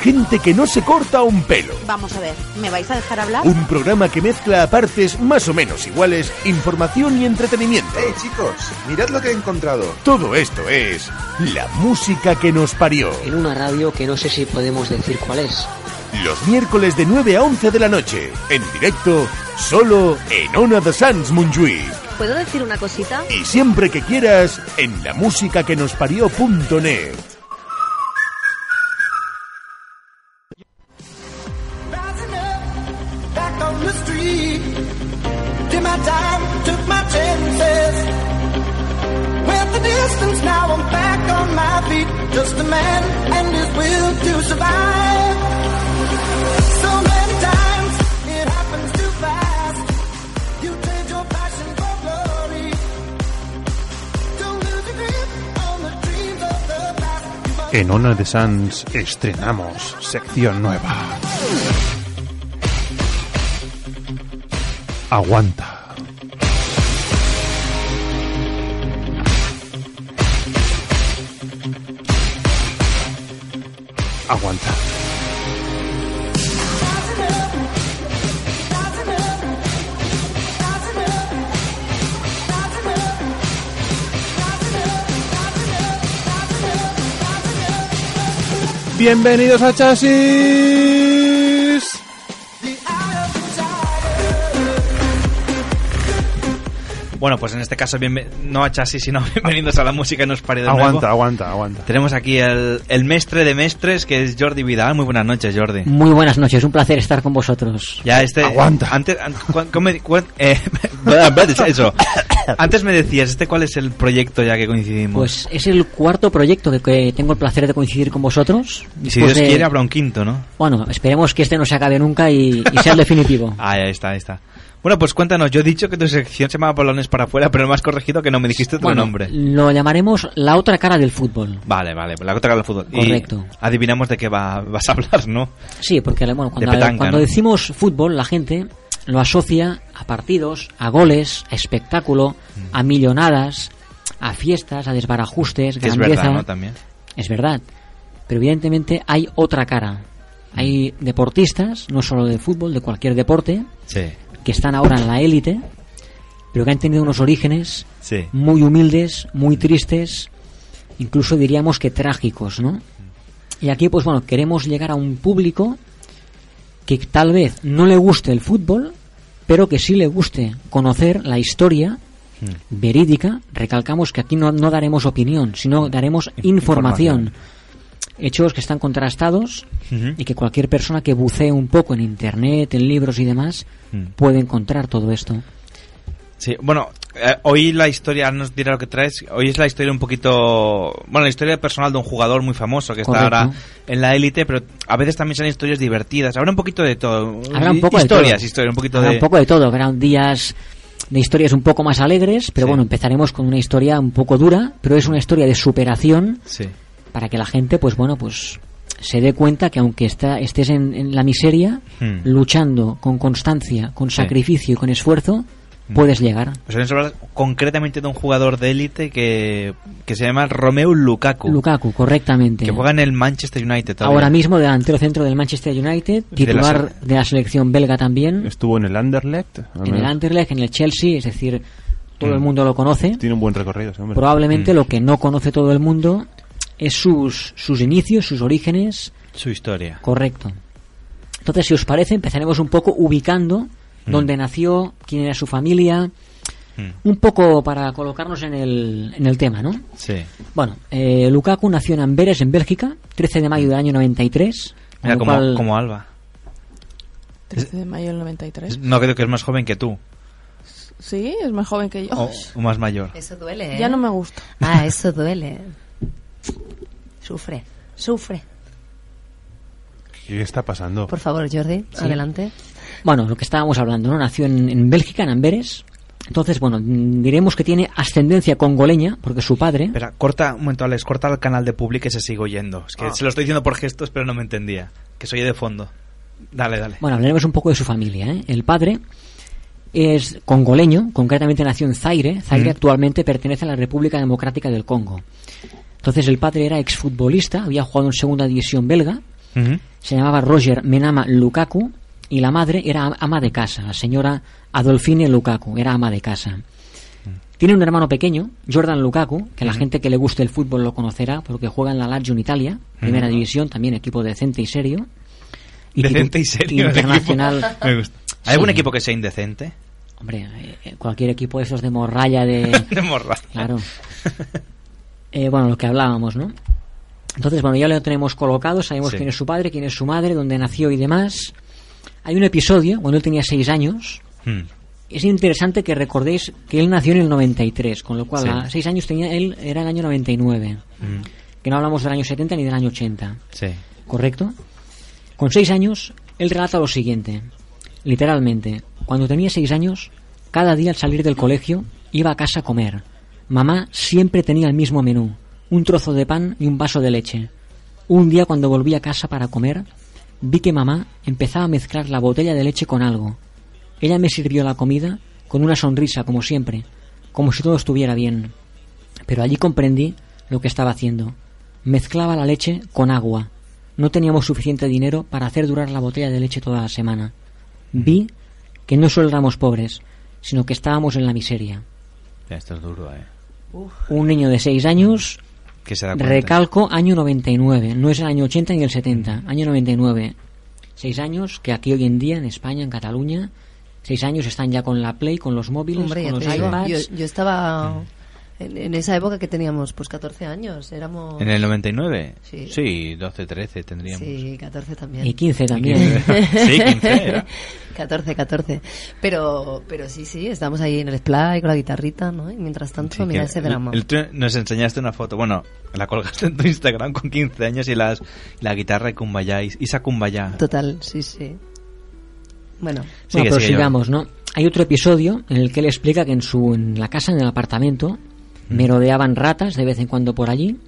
Speaker 2: Gente que no se corta un pelo.
Speaker 10: Vamos a ver, ¿me vais a dejar hablar?
Speaker 2: Un programa que mezcla a partes más o menos iguales información y entretenimiento.
Speaker 1: ¡Hey, Eh, chicos! Mirad lo que he encontrado.
Speaker 2: Todo esto es la música que nos parió.
Speaker 11: en una radio que no sé si podemos decir cuál es.
Speaker 2: Los miércoles de 9 a 11 de la noche. En directo, solo en Ona de Sans Montjuïc.
Speaker 10: ¿Puedo decir una cosita?
Speaker 2: Y siempre que quieras, en la música que nos parió.net.
Speaker 8: En Ona de Sans estrenamos sección nueva. Aguanta. Aguanta. Bienvenidos a Chasis.
Speaker 5: Bueno, pues en este caso, bienve- no a Chasis, sino (laughs) bienvenidos a la música que nos parió. de nuevo.
Speaker 8: Aguanta, aguanta, aguanta.
Speaker 5: Tenemos aquí el, el mestre de mestres, que es Jordi Vidal. Muy buenas noches, Jordi.
Speaker 11: Muy buenas noches, un placer estar con vosotros.
Speaker 5: Ya este
Speaker 8: Aguanta.
Speaker 5: Antes, an- cu- cu- me- cu- eh, (laughs)
Speaker 11: pues
Speaker 5: eso. Antes me decías, ¿este cuál es el proyecto ya que coincidimos?
Speaker 11: Pues es el cuarto proyecto que, que tengo el placer de coincidir con vosotros.
Speaker 5: y si
Speaker 11: Después
Speaker 5: Dios
Speaker 11: de-
Speaker 5: quiere habrá un quinto, ¿no?
Speaker 11: Bueno, esperemos que este no se acabe nunca y, y sea el
Speaker 5: (laughs)
Speaker 11: definitivo.
Speaker 5: Ah, ahí está, ahí está. Bueno, pues cuéntanos, yo he dicho que tu sección se llamaba Balones para afuera, pero me has corregido que no me dijiste otro
Speaker 11: Bueno,
Speaker 5: nombre.
Speaker 11: Lo llamaremos la otra cara del fútbol.
Speaker 5: Vale, vale, la otra cara del fútbol. Y
Speaker 11: Correcto.
Speaker 5: adivinamos de qué va- vas a hablar, ¿no?
Speaker 11: Sí, porque bueno, cuando,
Speaker 5: De petanca,
Speaker 11: cuando
Speaker 5: ¿no?
Speaker 11: decimos fútbol, la gente lo asocia a partidos, a goles, a espectáculo,
Speaker 5: Mm.
Speaker 11: a millonadas, a fiestas, a desbarajustes,
Speaker 5: Que es
Speaker 11: grandeza.
Speaker 5: verdad, ¿no? También.
Speaker 11: Es verdad. Pero evidentemente hay otra cara. Hay deportistas, no solo de fútbol, de cualquier deporte,
Speaker 5: Sí,
Speaker 11: que están ahora en la élite, pero que han tenido unos orígenes
Speaker 5: sí.
Speaker 11: muy humildes, muy tristes, incluso diríamos que trágicos, ¿no? Y aquí, pues bueno, queremos llegar a un público que tal vez no le guste el fútbol, pero que sí le guste conocer la historia
Speaker 5: Hmm.
Speaker 11: Hmm. verídica. Recalcamos que aquí no, no daremos opinión, sino daremos
Speaker 5: Mm, In-
Speaker 11: información. Hechos que están contrastados
Speaker 5: Ujú.
Speaker 11: y que cualquier persona que bucee un poco en internet, en libros y demás,
Speaker 5: Mm.
Speaker 11: puede encontrar todo esto.
Speaker 5: Sí, bueno, eh, hoy la historia, ahora nos dirá lo que traes, hoy es la historia un poquito, bueno, la historia personal de un jugador muy famoso que
Speaker 11: Correcto.
Speaker 5: está ahora en la élite, pero a veces también son historias divertidas, habrá un poquito de todo.
Speaker 11: Habrá un poco
Speaker 5: historias,
Speaker 11: de todo.
Speaker 5: historias, un poquito
Speaker 11: Habrá
Speaker 5: de...
Speaker 11: un poco de todo. Habrán días de historias un poco más alegres, pero
Speaker 5: Sí.
Speaker 11: bueno, empezaremos con una historia un poco dura, pero es una historia de superación
Speaker 5: Sí,
Speaker 11: para que la gente, pues bueno, pues se dé cuenta que aunque está, estés en, en la miseria,
Speaker 5: Hmm.
Speaker 11: luchando con constancia, con
Speaker 5: Sí.
Speaker 11: sacrificio y con esfuerzo, puedes llegar.
Speaker 5: Pues vamos a hablar concretamente de un jugador de élite que, que se llama Romeo Lukaku.
Speaker 11: Lukaku, correctamente.
Speaker 5: Que juega en el Manchester United todavía.
Speaker 11: Ahora mismo delantero centro del Manchester United,
Speaker 5: Y de la
Speaker 11: titular de
Speaker 5: se-
Speaker 11: la, selección belga también,
Speaker 8: Estuvo en el Anderlecht. a
Speaker 11: en
Speaker 8: ver.
Speaker 11: el Anderlecht, en el Chelsea, es decir, todo
Speaker 8: Mm.
Speaker 11: el mundo lo conoce.
Speaker 8: Tiene un buen recorrido ese hombre.
Speaker 11: Probablemente
Speaker 12: hmm.
Speaker 8: Mm.
Speaker 11: lo que no conoce todo el mundo es sus, sus inicios, sus orígenes.
Speaker 5: Su historia.
Speaker 11: Correcto. Entonces, si os parece, empezaremos un poco ubicando
Speaker 5: Mm.
Speaker 11: dónde nació, quién era su familia,
Speaker 5: Hmm.
Speaker 11: un poco para colocarnos en el, en el tema, ¿no?
Speaker 5: Sí.
Speaker 11: Bueno, eh, Lukaku nació en Amberes, en Bélgica, 13 de mayo del año 93. con
Speaker 5: Mira,
Speaker 11: lo
Speaker 5: como,
Speaker 11: cual-
Speaker 5: como Alba.
Speaker 7: 13 de mayo del 93.
Speaker 5: No creo que es más joven que tú.
Speaker 7: Sí, es más joven que yo.
Speaker 5: O, o más mayor.
Speaker 6: Eso duele, ¿eh?
Speaker 7: Ya no me gusta.
Speaker 6: Ah, eso duele. Sufre, sufre.
Speaker 8: ¿Qué está pasando?
Speaker 6: Por favor, Jordi,
Speaker 11: Sí.
Speaker 6: adelante.
Speaker 11: Bueno, lo que estábamos hablando, ¿no? Nació en, en Bélgica, en Amberes. Entonces, bueno, mm, diremos que tiene ascendencia congoleña, porque su padre...
Speaker 5: Espera, corta un momento, Alex, corta el canal de Publi que se sigue oyendo. Es que
Speaker 11: Ah.
Speaker 5: se lo estoy diciendo por gestos, pero no me entendía. Que se oye de fondo. Dale, dale.
Speaker 11: Bueno, hablaremos un poco de su familia. ¿eh? El padre es congoleño, concretamente nació en Zaire. Zaire
Speaker 5: Mm.
Speaker 11: actualmente pertenece a la República Democrática del Congo. Entonces el padre era exfutbolista, había jugado en segunda división belga,
Speaker 5: Hmm.
Speaker 11: se llamaba Roger Menama Lukaku y la madre era am- ama de casa, la señora Adolfine Lukaku, era ama de casa.
Speaker 5: Mm.
Speaker 11: Tiene un hermano pequeño, Jordan Lukaku, que la
Speaker 5: Ujú.
Speaker 11: gente que le guste el fútbol lo conocerá porque juega en la Lazio en Italia, primera
Speaker 5: Ujú.
Speaker 11: división, también equipo decente y serio. Y
Speaker 5: Decente
Speaker 11: titu-
Speaker 5: y serio. el
Speaker 11: Internacional.
Speaker 5: equipo. (laughs) Me gusta. ¿Hay algún
Speaker 11: Sí.
Speaker 5: equipo que sea indecente?
Speaker 11: Hombre, eh, cualquier equipo de esos de morralla de...
Speaker 5: (laughs) De morra.
Speaker 11: Claro. Eh, bueno, lo que hablábamos, ¿no? Entonces, bueno, ya lo tenemos colocado, sabemos
Speaker 5: Sí.
Speaker 11: quién es su padre, quién es su madre, dónde nació y demás. Hay un episodio, cuando él tenía seis años,
Speaker 5: Mm.
Speaker 11: es interesante que recordéis que él nació en el 93, con lo cual
Speaker 5: Sí.
Speaker 11: a seis años tenía él, era el año 99,
Speaker 5: Mm.
Speaker 11: que no hablamos del año 70 ni del año 80.
Speaker 5: Sí.
Speaker 11: ¿correcto? Con seis años, él relata lo siguiente, literalmente, cuando tenía seis años, cada día al salir del colegio iba a casa a comer. Mamá siempre tenía el mismo menú, un trozo de pan y un vaso de leche. Un día cuando volví a casa para comer, vi que mamá empezaba a mezclar la botella de leche con algo. Ella me sirvió la comida con una sonrisa, como siempre, como si todo estuviera bien. Pero allí comprendí lo que estaba haciendo. Mezclaba la leche con agua. No teníamos suficiente dinero para hacer durar la botella de leche toda la semana. Vi que no solo éramos pobres, sino que estábamos en la miseria.
Speaker 5: Esto es duro, ¿eh?
Speaker 11: Un niño de 6 años,
Speaker 5: Que se da cuenta.
Speaker 11: recalco, año 99, no es el año 80 ni el 70, año 99. 6 años que aquí hoy en día, en España, en Cataluña, 6 años están ya con la Play, con los móviles,
Speaker 6: Hombre, ya
Speaker 11: con
Speaker 6: te
Speaker 11: los
Speaker 6: digo,
Speaker 11: iPads.
Speaker 6: yo, yo estaba en, en esa época que teníamos pues 14 años, éramos... (laughs)
Speaker 5: ¿En el 99?
Speaker 6: Sí.
Speaker 5: 12, 13 tendríamos.
Speaker 6: Sí, 14 también.
Speaker 11: Y 15
Speaker 6: (laughs)
Speaker 11: también.
Speaker 5: sí, 15 era.
Speaker 6: 14, 14. Pero, pero sí, sí, estamos ahí en el splay con la guitarrita, ¿no? Y mientras tanto,
Speaker 11: Pues
Speaker 6: mira
Speaker 5: Que
Speaker 6: ese
Speaker 5: el-
Speaker 6: drama.
Speaker 5: el tú nos enseñaste una foto, bueno, la colgaste en tu Instagram con 15 años y las, la guitarra y Kumbaya, y- Isa Kumbaya.
Speaker 6: Total, sí, sí. Bueno,
Speaker 5: Sigue,
Speaker 11: bueno, pero
Speaker 5: sigue,
Speaker 11: sigamos, ¿no? Hay otro episodio en el que él explica que en su en la casa, en el apartamento, merodeaban ratas de vez en cuando por allí.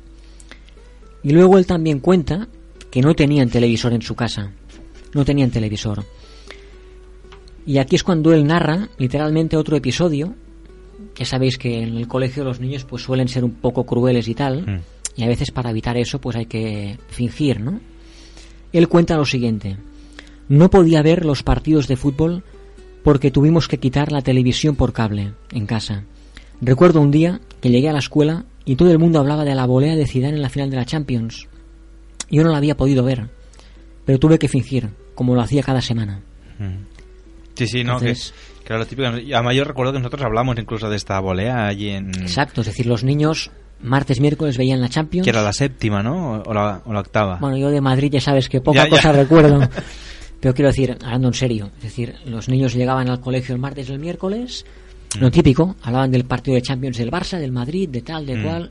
Speaker 11: Y luego él también cuenta que no tenían televisor en su casa. No tenían televisor. Y aquí es cuando él narra literalmente otro episodio. Ya sabéis que en el colegio los niños pues suelen ser un poco crueles y tal.
Speaker 5: Mm.
Speaker 11: Y a veces para evitar eso pues hay que fingir, ¿no? Él cuenta lo siguiente. No podía ver los partidos de fútbol porque tuvimos que quitar la televisión por cable en casa. Recuerdo un día que llegué a la escuela y todo el mundo hablaba de la volea de Zidane en la final de la Champions. Yo no la había podido ver, pero tuve que fingir, como lo hacía cada semana.
Speaker 5: Sí, sí, no, que,
Speaker 11: Entonces-
Speaker 5: que era lo típico. Y Además, yo recuerdo que nosotros hablamos incluso de esta volea allí en.
Speaker 11: Exacto, es decir, los niños martes, miércoles veían la Champions.
Speaker 5: Que era la séptima, ¿no? O la, o la octava.
Speaker 11: Bueno, yo de Madrid ya sabes que poca
Speaker 5: Ya, ya.
Speaker 11: cosa recuerdo. Pero quiero decir, hablando en serio, es decir, los niños llegaban al colegio el martes o el miércoles,
Speaker 5: Mm.
Speaker 11: lo típico, hablaban del partido de Champions del Barça, del Madrid, de tal, de
Speaker 5: Mm.
Speaker 11: cual.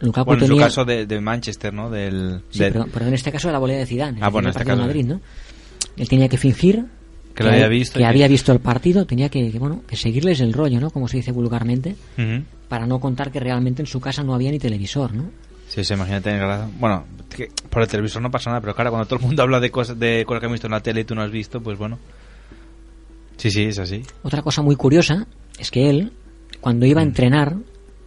Speaker 11: Lukaku
Speaker 5: Bueno, en su
Speaker 11: tenía-
Speaker 5: caso de, de Manchester, ¿no? Del,
Speaker 11: Sí,
Speaker 5: del-
Speaker 11: pero, pero en este caso era la volea de Zidane.
Speaker 5: Ah, bueno,
Speaker 11: el
Speaker 5: en este
Speaker 11: partido de
Speaker 5: caso,
Speaker 11: Madrid, ¿no? Él tenía que fingir
Speaker 5: Que lo había visto y
Speaker 11: que
Speaker 5: que-
Speaker 11: había visto el partido, tenía que, que, bueno, que seguirles el rollo, ¿no? Como se dice vulgarmente,
Speaker 5: Ujú.
Speaker 11: para no contar que realmente en su casa no había ni televisor, ¿no?
Speaker 5: Sí, sí, imagínate. en la- Bueno, que por el televisor no pasa nada, pero claro, cuando todo el mundo (laughs) habla de cosas, de cosas que han visto en la tele y tú no has visto, pues bueno. Sí, sí, es así.
Speaker 11: Otra cosa muy curiosa es que él, cuando iba a entrenar,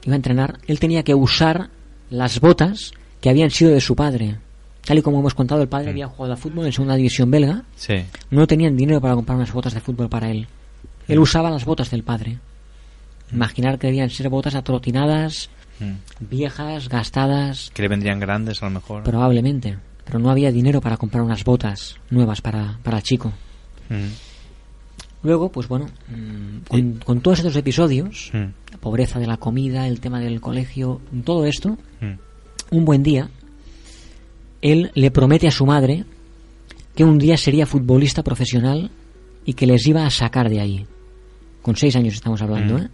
Speaker 11: iba a entrenar, él tenía que usar las botas que habían sido de su padre. Tal y como hemos contado, el padre había jugado a fútbol en segunda división belga.
Speaker 13: Sí.
Speaker 11: No tenían dinero para comprar unas botas de fútbol para él. Él usaba las botas del padre. Imaginar que debían ser botas atrotinadas, viejas, gastadas,
Speaker 5: Mm. Que le vendrían grandes a lo mejor.
Speaker 11: probablemente. Pero no había dinero para comprar unas botas nuevas para, para el chico.
Speaker 5: Mm.
Speaker 11: Luego, pues bueno, mm, con, con todos estos episodios, la pobreza de la comida, el tema del colegio, todo esto, un buen día, él le promete a su madre que un día sería futbolista profesional y que les iba a sacar de ahí. Con seis años estamos hablando,
Speaker 5: Mm.
Speaker 11: ¿eh?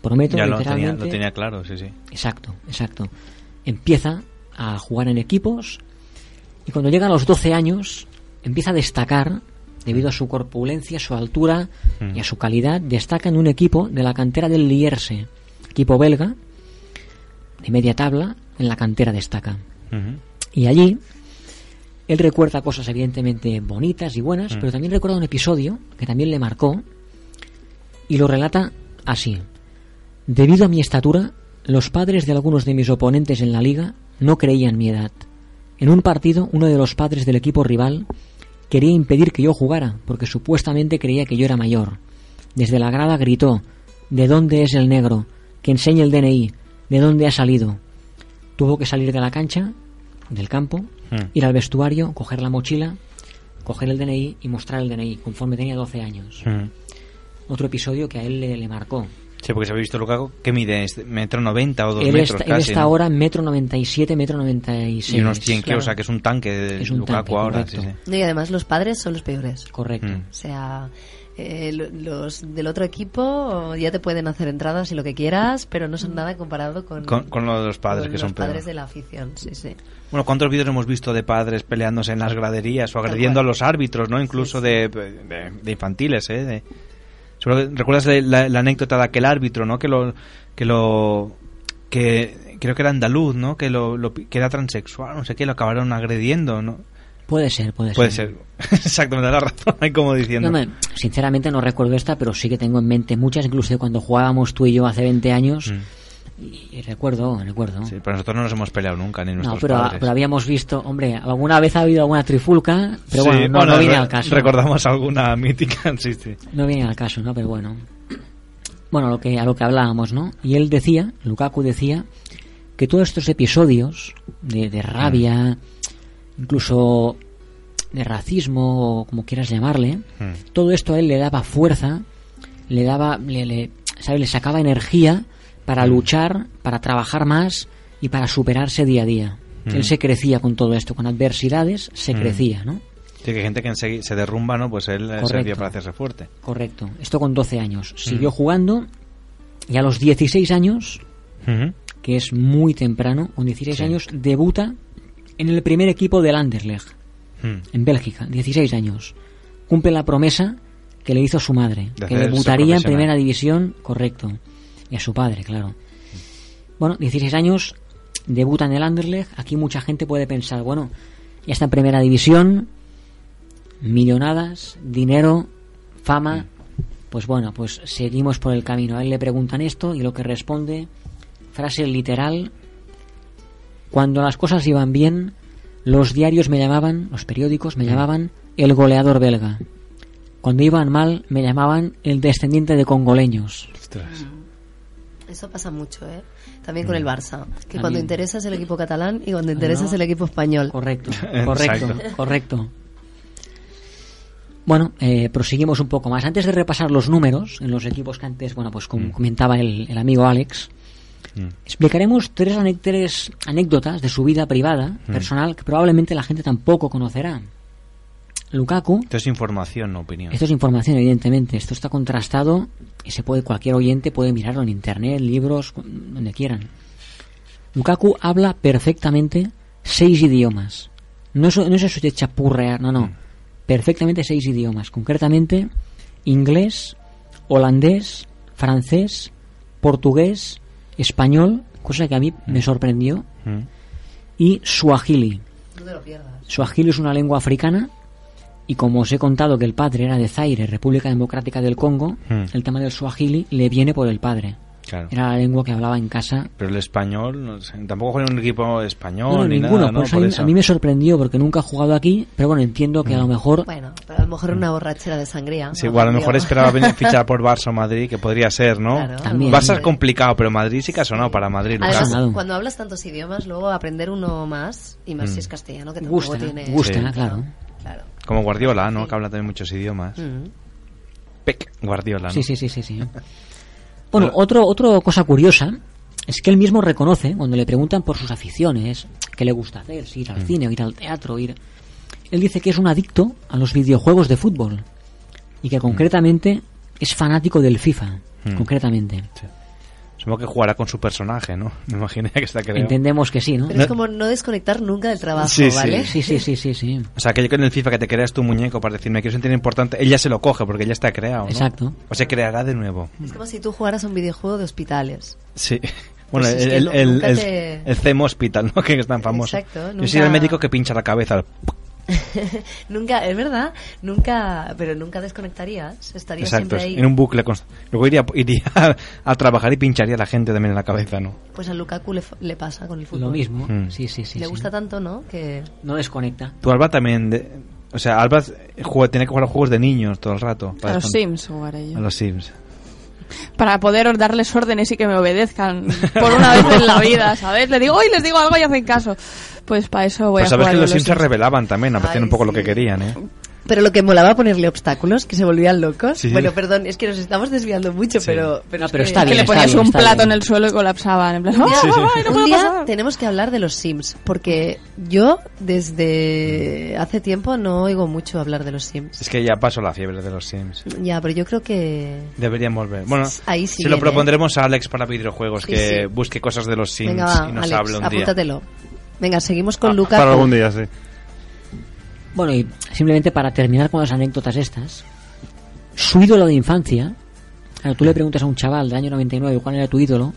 Speaker 11: Prometo
Speaker 5: ya lo tenía,
Speaker 11: literalmente.
Speaker 5: lo tenía claro, sí, sí.
Speaker 11: Exacto, exacto. Empieza a jugar en equipos y cuando llega a los 12 años empieza a destacar debido a su corpulencia, su altura y a su calidad. Destaca en un equipo de la cantera del Lierse, equipo belga, de media tabla, en la cantera destaca. Y allí él recuerda cosas evidentemente bonitas y buenas,
Speaker 5: Mm.
Speaker 11: pero también recuerda un episodio que también le marcó y lo relata así. Debido a mi estatura, los padres de algunos de mis oponentes en la liga no creían mi edad. En un partido, uno de los padres del equipo rival quería impedir que yo jugara, porque supuestamente creía que yo era mayor. Desde la grada gritó, ¿De dónde es el negro? Que enseñe el DNI. ¿De dónde ha salido? Tuvo que salir de la cancha, del campo,
Speaker 5: Hmm.
Speaker 11: ir al vestuario, coger la mochila, coger el DNI y mostrar el DNI, conforme tenía 12 años.
Speaker 5: Hmm.
Speaker 11: Otro episodio que a él le, le marcó.
Speaker 5: Sí, porque se habéis visto Lukaku, que mide este, metro noventa o dos
Speaker 11: Él,
Speaker 5: metros
Speaker 11: está, él
Speaker 5: casi.
Speaker 11: está
Speaker 5: ¿no?
Speaker 11: ahora en metro 97, metro 96.
Speaker 5: y unos 100
Speaker 11: Claro.
Speaker 5: kilos, o sea que es un tanque de
Speaker 11: Es un
Speaker 5: Lukaku
Speaker 11: tanque,
Speaker 5: ahora.
Speaker 11: correcto.
Speaker 5: sí, sí.
Speaker 6: No, y además los padres son los peores.
Speaker 11: Correcto.
Speaker 5: Mm.
Speaker 6: O sea, eh, lo- los del otro equipo ya te pueden hacer entradas y lo que quieras, pero no son nada comparado con,
Speaker 5: Con, con lo de los padres,
Speaker 6: con
Speaker 5: que son
Speaker 6: los padres
Speaker 5: peores.
Speaker 6: de la afición. Sí, sí.
Speaker 5: Bueno, ¿cuántos vídeos hemos visto de padres peleándose en las graderías o agrediendo a los árbitros, no? Incluso de, de- de infantiles, ¿eh? De- Seguro que- ¿Recuerdas la, la- la anécdota de aquel árbitro, no? Que lo... Que lo que creo que era andaluz, ¿no? Que lo, lo pi- que era transexual, no sé qué, lo acabaron agrediendo, ¿no?
Speaker 11: Puede ser, puede ser.
Speaker 5: Puede ser. (laughs) Exacto, me da la razón, ahí como diciendo.
Speaker 11: No, no, sinceramente no recuerdo esta, pero sí que tengo en mente muchas, incluso de cuando jugábamos tú y yo hace 20
Speaker 5: Hmm.
Speaker 11: años. Y, y recuerdo, recuerdo.
Speaker 5: Sí, pero nosotros no nos hemos peleado nunca, ni
Speaker 11: No,
Speaker 5: nuestros
Speaker 11: pero,
Speaker 5: padres.
Speaker 11: pero habíamos visto, hombre, alguna vez ha habido alguna trifulca, pero
Speaker 5: Sí,
Speaker 11: bueno, no, no viene
Speaker 5: re-
Speaker 11: al caso.
Speaker 5: Recordamos alguna mítica, (laughs) sí, sí.
Speaker 11: No viene al caso, ¿no? Pero bueno. Bueno, a lo que, a lo que hablábamos, ¿no? Y él decía, Lukaku decía, que todos estos episodios de, de rabia, incluso de racismo, o como quieras llamarle, todo esto a él le daba fuerza, le daba, le, le- ¿sabes? le sacaba energía para luchar, para trabajar más y para superarse día a día.
Speaker 5: Mm.
Speaker 11: Él se crecía con todo esto, con adversidades se
Speaker 5: Mm.
Speaker 11: crecía, ¿no?
Speaker 5: Sí, que hay gente que ensegui- se derrumba, ¿no? Pues él eh,
Speaker 11: Correcto.
Speaker 5: servía para hacerse fuerte.
Speaker 11: Correcto. Esto con 12 años. Siguió
Speaker 5: Mm.
Speaker 11: jugando y a los 16 años, que es muy temprano, con 16
Speaker 5: Sí.
Speaker 11: años debuta en el primer equipo del Anderlecht,
Speaker 5: Mm.
Speaker 11: en Bélgica, 16 años. Cumple la promesa que le hizo su madre,
Speaker 5: De
Speaker 11: que
Speaker 5: hacerse
Speaker 11: debutaría en
Speaker 5: profesional. Mm.
Speaker 11: primera división, correcto. Y a su padre, claro. Bueno, 16 años, debuta en el Anderlecht. Aquí mucha gente puede pensar, bueno, ya está en primera división, millonadas, dinero, fama. Pues bueno, pues seguimos por el camino. A él le preguntan esto y lo que responde, frase literal, cuando las cosas iban bien, los diarios me llamaban, los periódicos me llamaban el goleador belga. Cuando iban mal, me llamaban el descendiente de congoleños.
Speaker 8: Mm.
Speaker 6: Eso pasa mucho, ¿eh? También
Speaker 5: Mm.
Speaker 6: con el Barça. Que
Speaker 11: También.
Speaker 6: cuando interesas el equipo catalán y cuando interesas el equipo español.
Speaker 11: Correcto, correcto, correcto. Bueno, eh, proseguimos un poco más. Antes de repasar los números en los equipos que antes, bueno, pues como comentaba el, el amigo Alex,
Speaker 5: Mm,
Speaker 11: explicaremos tres, ane- tres anécdotas de su vida privada,
Speaker 5: Mm.
Speaker 11: personal, que probablemente la gente tampoco conocerá. Lukaku,
Speaker 5: Esto es información, no opinión.
Speaker 11: esto es información, evidentemente. Esto está contrastado y se puede cualquier oyente puede mirarlo en internet, libros, donde quieran. Lukaku habla perfectamente seis idiomas. No es, no es eso de chapurrear, no, no. Perfectamente seis idiomas. Concretamente, inglés, holandés, francés, portugués, español, cosa que a mí me sorprendió, y suahili.
Speaker 6: No te lo pierdas.
Speaker 11: Suajili es una lengua africana Y como os he contado que el padre era de Zaire, República Democrática del Congo,
Speaker 5: Hmm.
Speaker 11: el tema del swahili le viene por el padre.
Speaker 5: Claro.
Speaker 11: Era la lengua que hablaba en casa.
Speaker 5: Pero el español, no sé, tampoco juega en un equipo español
Speaker 11: No, no,
Speaker 5: ni
Speaker 11: ninguno.
Speaker 5: nada, ¿no?
Speaker 11: por eso a
Speaker 5: Por
Speaker 11: mí-
Speaker 5: eso. Hmm.
Speaker 11: a mí me sorprendió porque nunca he jugado aquí, pero bueno, entiendo que a lo mejor
Speaker 6: Bueno, pero a lo mejor una borrachera de sangría.
Speaker 5: Mm. Sí, igual a lo mejor
Speaker 6: (laughs)
Speaker 5: esperaba venir fichar por Barça o Madrid, que podría ser, ¿no?
Speaker 6: Claro. También.
Speaker 5: Barça es complicado, pero Madrid sí que ha sonado para Madrid.
Speaker 6: Además,
Speaker 5: Lucas.
Speaker 6: cuando hablas tantos idiomas, luego aprender uno más, y más
Speaker 5: Mm.
Speaker 6: si es castellano, que tampoco
Speaker 11: gusta,
Speaker 6: tiene...
Speaker 5: gusta,
Speaker 11: gusta, claro.
Speaker 5: Como Guardiola, ¿no? Que habla también muchos idiomas.
Speaker 6: Mm.
Speaker 5: Pep Guardiola, ¿no?
Speaker 11: Sí, sí, sí, sí,
Speaker 5: (laughs)
Speaker 11: sí. Bueno, otro, otro cosa curiosa es que él mismo reconoce, cuando le preguntan por sus aficiones, qué le gusta hacer, si ir al
Speaker 5: Mm.
Speaker 11: cine, o ir al teatro, ir... Él dice que es un adicto a los videojuegos de fútbol y que concretamente es fanático del FIFA,
Speaker 5: Mm.
Speaker 11: concretamente.
Speaker 5: Supongo que jugará con su personaje, ¿no? (laughs) Me imaginé que está creo.
Speaker 11: Entendemos que sí, ¿no?
Speaker 6: Pero es como no desconectar nunca del trabajo,
Speaker 5: Sí, sí.
Speaker 6: ¿vale?
Speaker 11: Sí, sí, sí, sí, sí.
Speaker 5: O sea, aquello que en el FIFA que te creas tu muñeco para decirme quiero sentir importante, él ya se lo coge porque ya está creado, ¿no?
Speaker 11: Exacto.
Speaker 5: O se creará de nuevo.
Speaker 6: Es como si tú jugaras un videojuego de hospitales. (laughs)
Speaker 5: Sí. (laughs) Bueno,
Speaker 6: Pues es
Speaker 5: el,
Speaker 6: que
Speaker 5: el,
Speaker 6: no-
Speaker 5: el,
Speaker 6: nunca
Speaker 5: el,
Speaker 6: te-
Speaker 5: el CEM Hospital, ¿no? (laughs) Que es tan famoso.
Speaker 6: Exacto,
Speaker 5: Yo soy el
Speaker 6: nunca-
Speaker 5: médico que pincha la cabeza.
Speaker 6: nunca, es verdad, nunca, pero nunca desconectarías, estarías
Speaker 5: Exacto,
Speaker 6: siempre ahí.
Speaker 5: en un bucle const- Luego iría, iría (laughs) a, a trabajar y pincharía a la gente también en la cabeza, ¿no?
Speaker 6: Pues a Lukaku le, fa- le pasa con el fútbol.
Speaker 11: Lo mismo,
Speaker 5: Mm.
Speaker 11: sí, sí, sí.
Speaker 6: le
Speaker 11: sí.
Speaker 6: gusta tanto, ¿no? Que
Speaker 11: No
Speaker 6: (laughs)
Speaker 11: desconecta.
Speaker 5: Tú, Alba, también... de- o sea, Alba juega- tiene que jugar a juegos de niños todo el rato.
Speaker 7: A
Speaker 5: para
Speaker 7: los
Speaker 5: descon-
Speaker 7: Sims jugaré
Speaker 5: A
Speaker 7: yo.
Speaker 5: los Sims.
Speaker 7: Para poder or- darles órdenes y que me obedezcan por una vez
Speaker 11: (laughs)
Speaker 7: en la vida, ¿sabes? Le digo, hoy les digo algo y hacen caso. Pues para eso voy
Speaker 5: Pues
Speaker 7: a
Speaker 5: sabes
Speaker 7: jugar
Speaker 5: que
Speaker 7: a
Speaker 5: los Sims se
Speaker 7: Sims.
Speaker 5: revelaban también, hacían
Speaker 6: Ay,
Speaker 5: un poco lo
Speaker 6: sí.
Speaker 5: que querían, ¿eh?
Speaker 6: Pero lo que molaba ponerle obstáculos, que se volvían locos.
Speaker 5: Sí.
Speaker 6: Bueno, perdón, es que nos estamos desviando mucho, pero...
Speaker 11: No, pero
Speaker 6: es que-
Speaker 11: está
Speaker 7: que
Speaker 11: bien,
Speaker 7: le
Speaker 11: está
Speaker 7: ponías
Speaker 11: bien,
Speaker 7: un
Speaker 11: está
Speaker 7: plato
Speaker 11: bien.
Speaker 7: en el suelo y colapsaban. En plan,
Speaker 6: Un día,
Speaker 7: ¡ah, ay, no
Speaker 6: un
Speaker 7: puedo
Speaker 6: día
Speaker 7: pasar!
Speaker 6: tenemos que hablar de los Sims, porque yo desde hace tiempo no oigo mucho hablar de los Sims.
Speaker 5: Es que ya pasó la fiebre de los Sims.
Speaker 6: Ya, pero yo creo que...
Speaker 5: Deberían volver. Bueno,
Speaker 6: Pues Ahí sí
Speaker 5: se lo
Speaker 6: viene. ¿eh?
Speaker 5: propondremos a Alex para videojuegos,
Speaker 6: Sí,
Speaker 5: que
Speaker 6: sí.
Speaker 5: busque cosas de los Sims
Speaker 6: Venga, va,
Speaker 5: y nos
Speaker 6: Alex,
Speaker 5: hable un día. Ah,
Speaker 6: apúntatelo. Venga, seguimos con Lucas.
Speaker 8: Para algún día, sí.
Speaker 11: Bueno, y simplemente para terminar con las anécdotas estas, su ídolo de infancia, claro, tú le preguntas a un chaval del año 99 cuál era tu ídolo,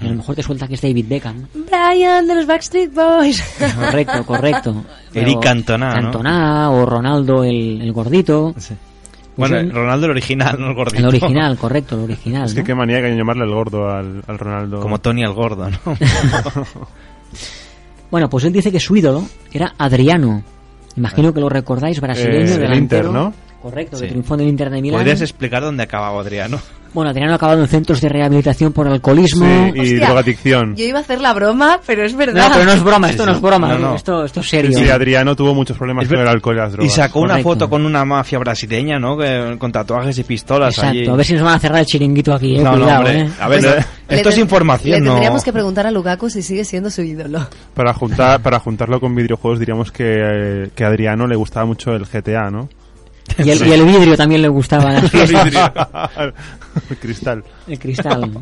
Speaker 11: y a
Speaker 5: Mm.
Speaker 11: lo mejor te suelta que es David Beckham.
Speaker 6: Brian de los Backstreet Boys.
Speaker 11: Correcto, correcto.
Speaker 5: (laughs) Eric
Speaker 11: O
Speaker 5: Cantona, ¿no?
Speaker 11: Cantona, o Ronaldo el, el gordito. Pues
Speaker 5: Bueno,
Speaker 11: él-
Speaker 5: el Ronaldo el original, no el gordito.
Speaker 11: el original, correcto, el
Speaker 5: (laughs)
Speaker 11: original.
Speaker 8: Es que
Speaker 11: ¿no?
Speaker 8: qué manía que hay en llamarle el gordo (laughs) al, al Ronaldo.
Speaker 5: Como Tony el gordo, ¿no?
Speaker 11: Bueno, pues él dice que su ídolo era Adriano.
Speaker 5: Ah.
Speaker 11: Imagino que lo recordáis, brasileño,
Speaker 8: Eh, el
Speaker 11: delantero.
Speaker 8: Inter, ¿no?
Speaker 11: Correcto,
Speaker 5: Sí.
Speaker 11: que triunfó en el Inter de Milán.
Speaker 5: ¿Podrías explicar dónde acababa Adriano?
Speaker 11: Bueno, Adriano ha acabado en centros de rehabilitación por
Speaker 8: Sí,
Speaker 11: alcoholismo.
Speaker 8: y
Speaker 6: Hostia.
Speaker 8: drogadicción.
Speaker 6: Yo iba a hacer la broma, pero es verdad.
Speaker 11: No, pero no es broma, esto
Speaker 5: Sí,
Speaker 11: no
Speaker 5: sí.
Speaker 11: es broma, eh,
Speaker 5: No, no.
Speaker 11: Esto, esto es
Speaker 8: Sí,
Speaker 11: serio. eh.
Speaker 8: sí, Adriano tuvo muchos problemas
Speaker 5: Es
Speaker 8: con
Speaker 5: ver-
Speaker 8: el alcohol y las drogas.
Speaker 5: Y sacó una
Speaker 11: correcto.
Speaker 5: foto con una mafia brasileña, ¿no? Que- Con tatuajes y pistolas
Speaker 11: Exacto,
Speaker 5: allí.
Speaker 11: a ver si nos van a cerrar el chiringuito aquí, eh,
Speaker 5: No, no,
Speaker 11: cuidado,
Speaker 5: hombre.
Speaker 11: eh.
Speaker 5: A ver,
Speaker 6: Pues,
Speaker 5: no,
Speaker 6: le
Speaker 5: esto es
Speaker 6: ten-
Speaker 5: información,
Speaker 6: Le
Speaker 5: no.
Speaker 6: tendríamos que preguntar a Lukaku si sigue siendo su ídolo.
Speaker 8: Para,
Speaker 11: (laughs)
Speaker 8: juntar, para juntarlo con videojuegos diríamos que, eh, que a Adriano le gustaba mucho el GTA, ¿no?
Speaker 11: Y el, y el vidrio también le
Speaker 5: (laughs)
Speaker 8: (laughs)
Speaker 11: gustaba, las fiestas, (laughs)
Speaker 8: el cristal.
Speaker 11: el cristal.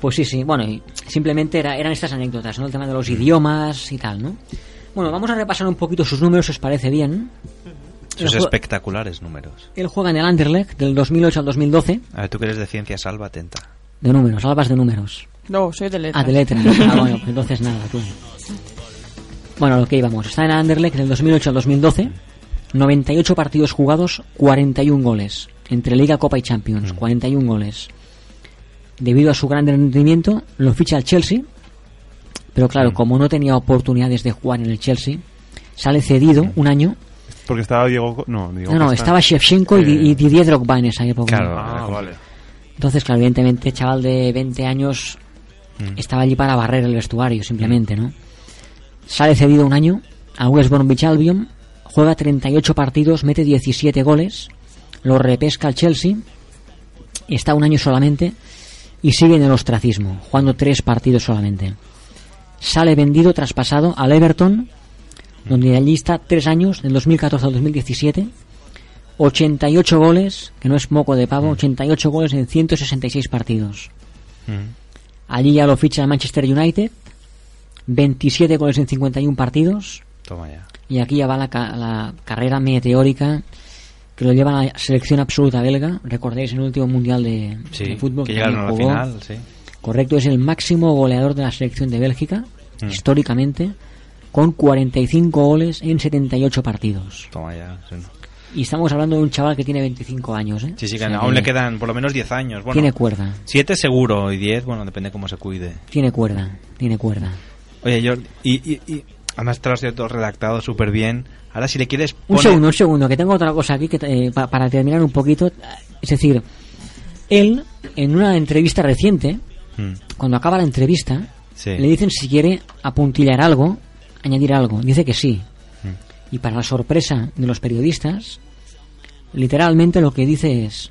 Speaker 11: Pues sí, sí, bueno, y simplemente era- eran estas anécdotas, ¿no? El tema de los idiomas y tal, ¿no? Bueno, vamos a repasar un poquito sus números, si os parece bien. Él,
Speaker 5: Sus
Speaker 11: jue-
Speaker 5: espectaculares números.
Speaker 11: él juega en el Anderlecht del 2008 al 2012,
Speaker 5: A ver, tú que eres de ciencia, salva, atenta.
Speaker 11: de números, albas de números.
Speaker 7: No, soy de letras.
Speaker 11: Ah, de letras. Ah, bueno, pues entonces nada, tú. Bueno, lo que íbamos. Está en Anderlecht del 2008 al 2012. 98 partidos jugados, 41 goles. Entre Liga, Copa y Champions,
Speaker 8: Mm.
Speaker 11: 41 goles. Debido a su gran rendimiento, lo ficha el Chelsea. Pero claro, como no tenía oportunidades de jugar en el Chelsea, sale cedido un año.
Speaker 8: Porque estaba Diego... No, Diego
Speaker 11: No, no,
Speaker 8: Costa.
Speaker 11: estaba Shevchenko y,
Speaker 8: Eh,
Speaker 11: Di- y Didier Drogba en esa época.
Speaker 5: Claro.
Speaker 8: Ah, vale.
Speaker 11: Entonces, claro, evidentemente, chaval de 20 años estaba allí para barrer el vestuario, simplemente, ¿no? Sale cedido un año a West Bromwich Albion, juega 38 partidos, mete 17 goles, lo repesca el Chelsea, está un año solamente y sigue en el ostracismo, jugando tres partidos solamente. Sale vendido, traspasado al Everton, donde allí está tres años, del 2014 al 2017, 88 goles, que no es moco de pavo, 88 goles en 166 partidos.
Speaker 5: mm.
Speaker 11: Allí ya lo ficha el Manchester United, 27 goles en 51 partidos,
Speaker 5: Toma ya.
Speaker 11: y aquí ya va la, ca- la carrera meteórica que lo lleva a la selección absoluta belga. Recordéis en el último mundial de,
Speaker 5: Sí,
Speaker 11: de fútbol
Speaker 5: que llegaron a la
Speaker 11: también jugó.
Speaker 5: final, sí.
Speaker 11: Correcto, es el máximo goleador de la selección de Bélgica,
Speaker 5: Mm.
Speaker 11: históricamente, con 45 goles en 78 partidos.
Speaker 5: Toma ya. sí, no.
Speaker 11: Y estamos hablando de un chaval que tiene 25 años, ¿eh?
Speaker 5: Sí, sí,
Speaker 11: O sea,
Speaker 5: que aún
Speaker 11: que
Speaker 5: le quedan por lo menos 10 años. Bueno,
Speaker 11: Tiene cuerda.
Speaker 5: 7 seguro y 10, bueno, depende cómo se cuide.
Speaker 11: Tiene cuerda, tiene cuerda.
Speaker 5: Oye, Jordi, y, y- y- además te lo has todo redactado súper bien. Ahora, si le quieres
Speaker 11: Un
Speaker 5: poner-
Speaker 11: segundo, un segundo, que tengo otra cosa aquí que, eh, pa- para terminar un poquito. Es decir, él, en una entrevista reciente,
Speaker 5: Mm,
Speaker 11: cuando acaba la entrevista,
Speaker 5: Sí.
Speaker 11: le dicen si quiere apuntillar algo, añadir algo. Dice que sí. Y para la sorpresa de los periodistas, literalmente lo que dice es,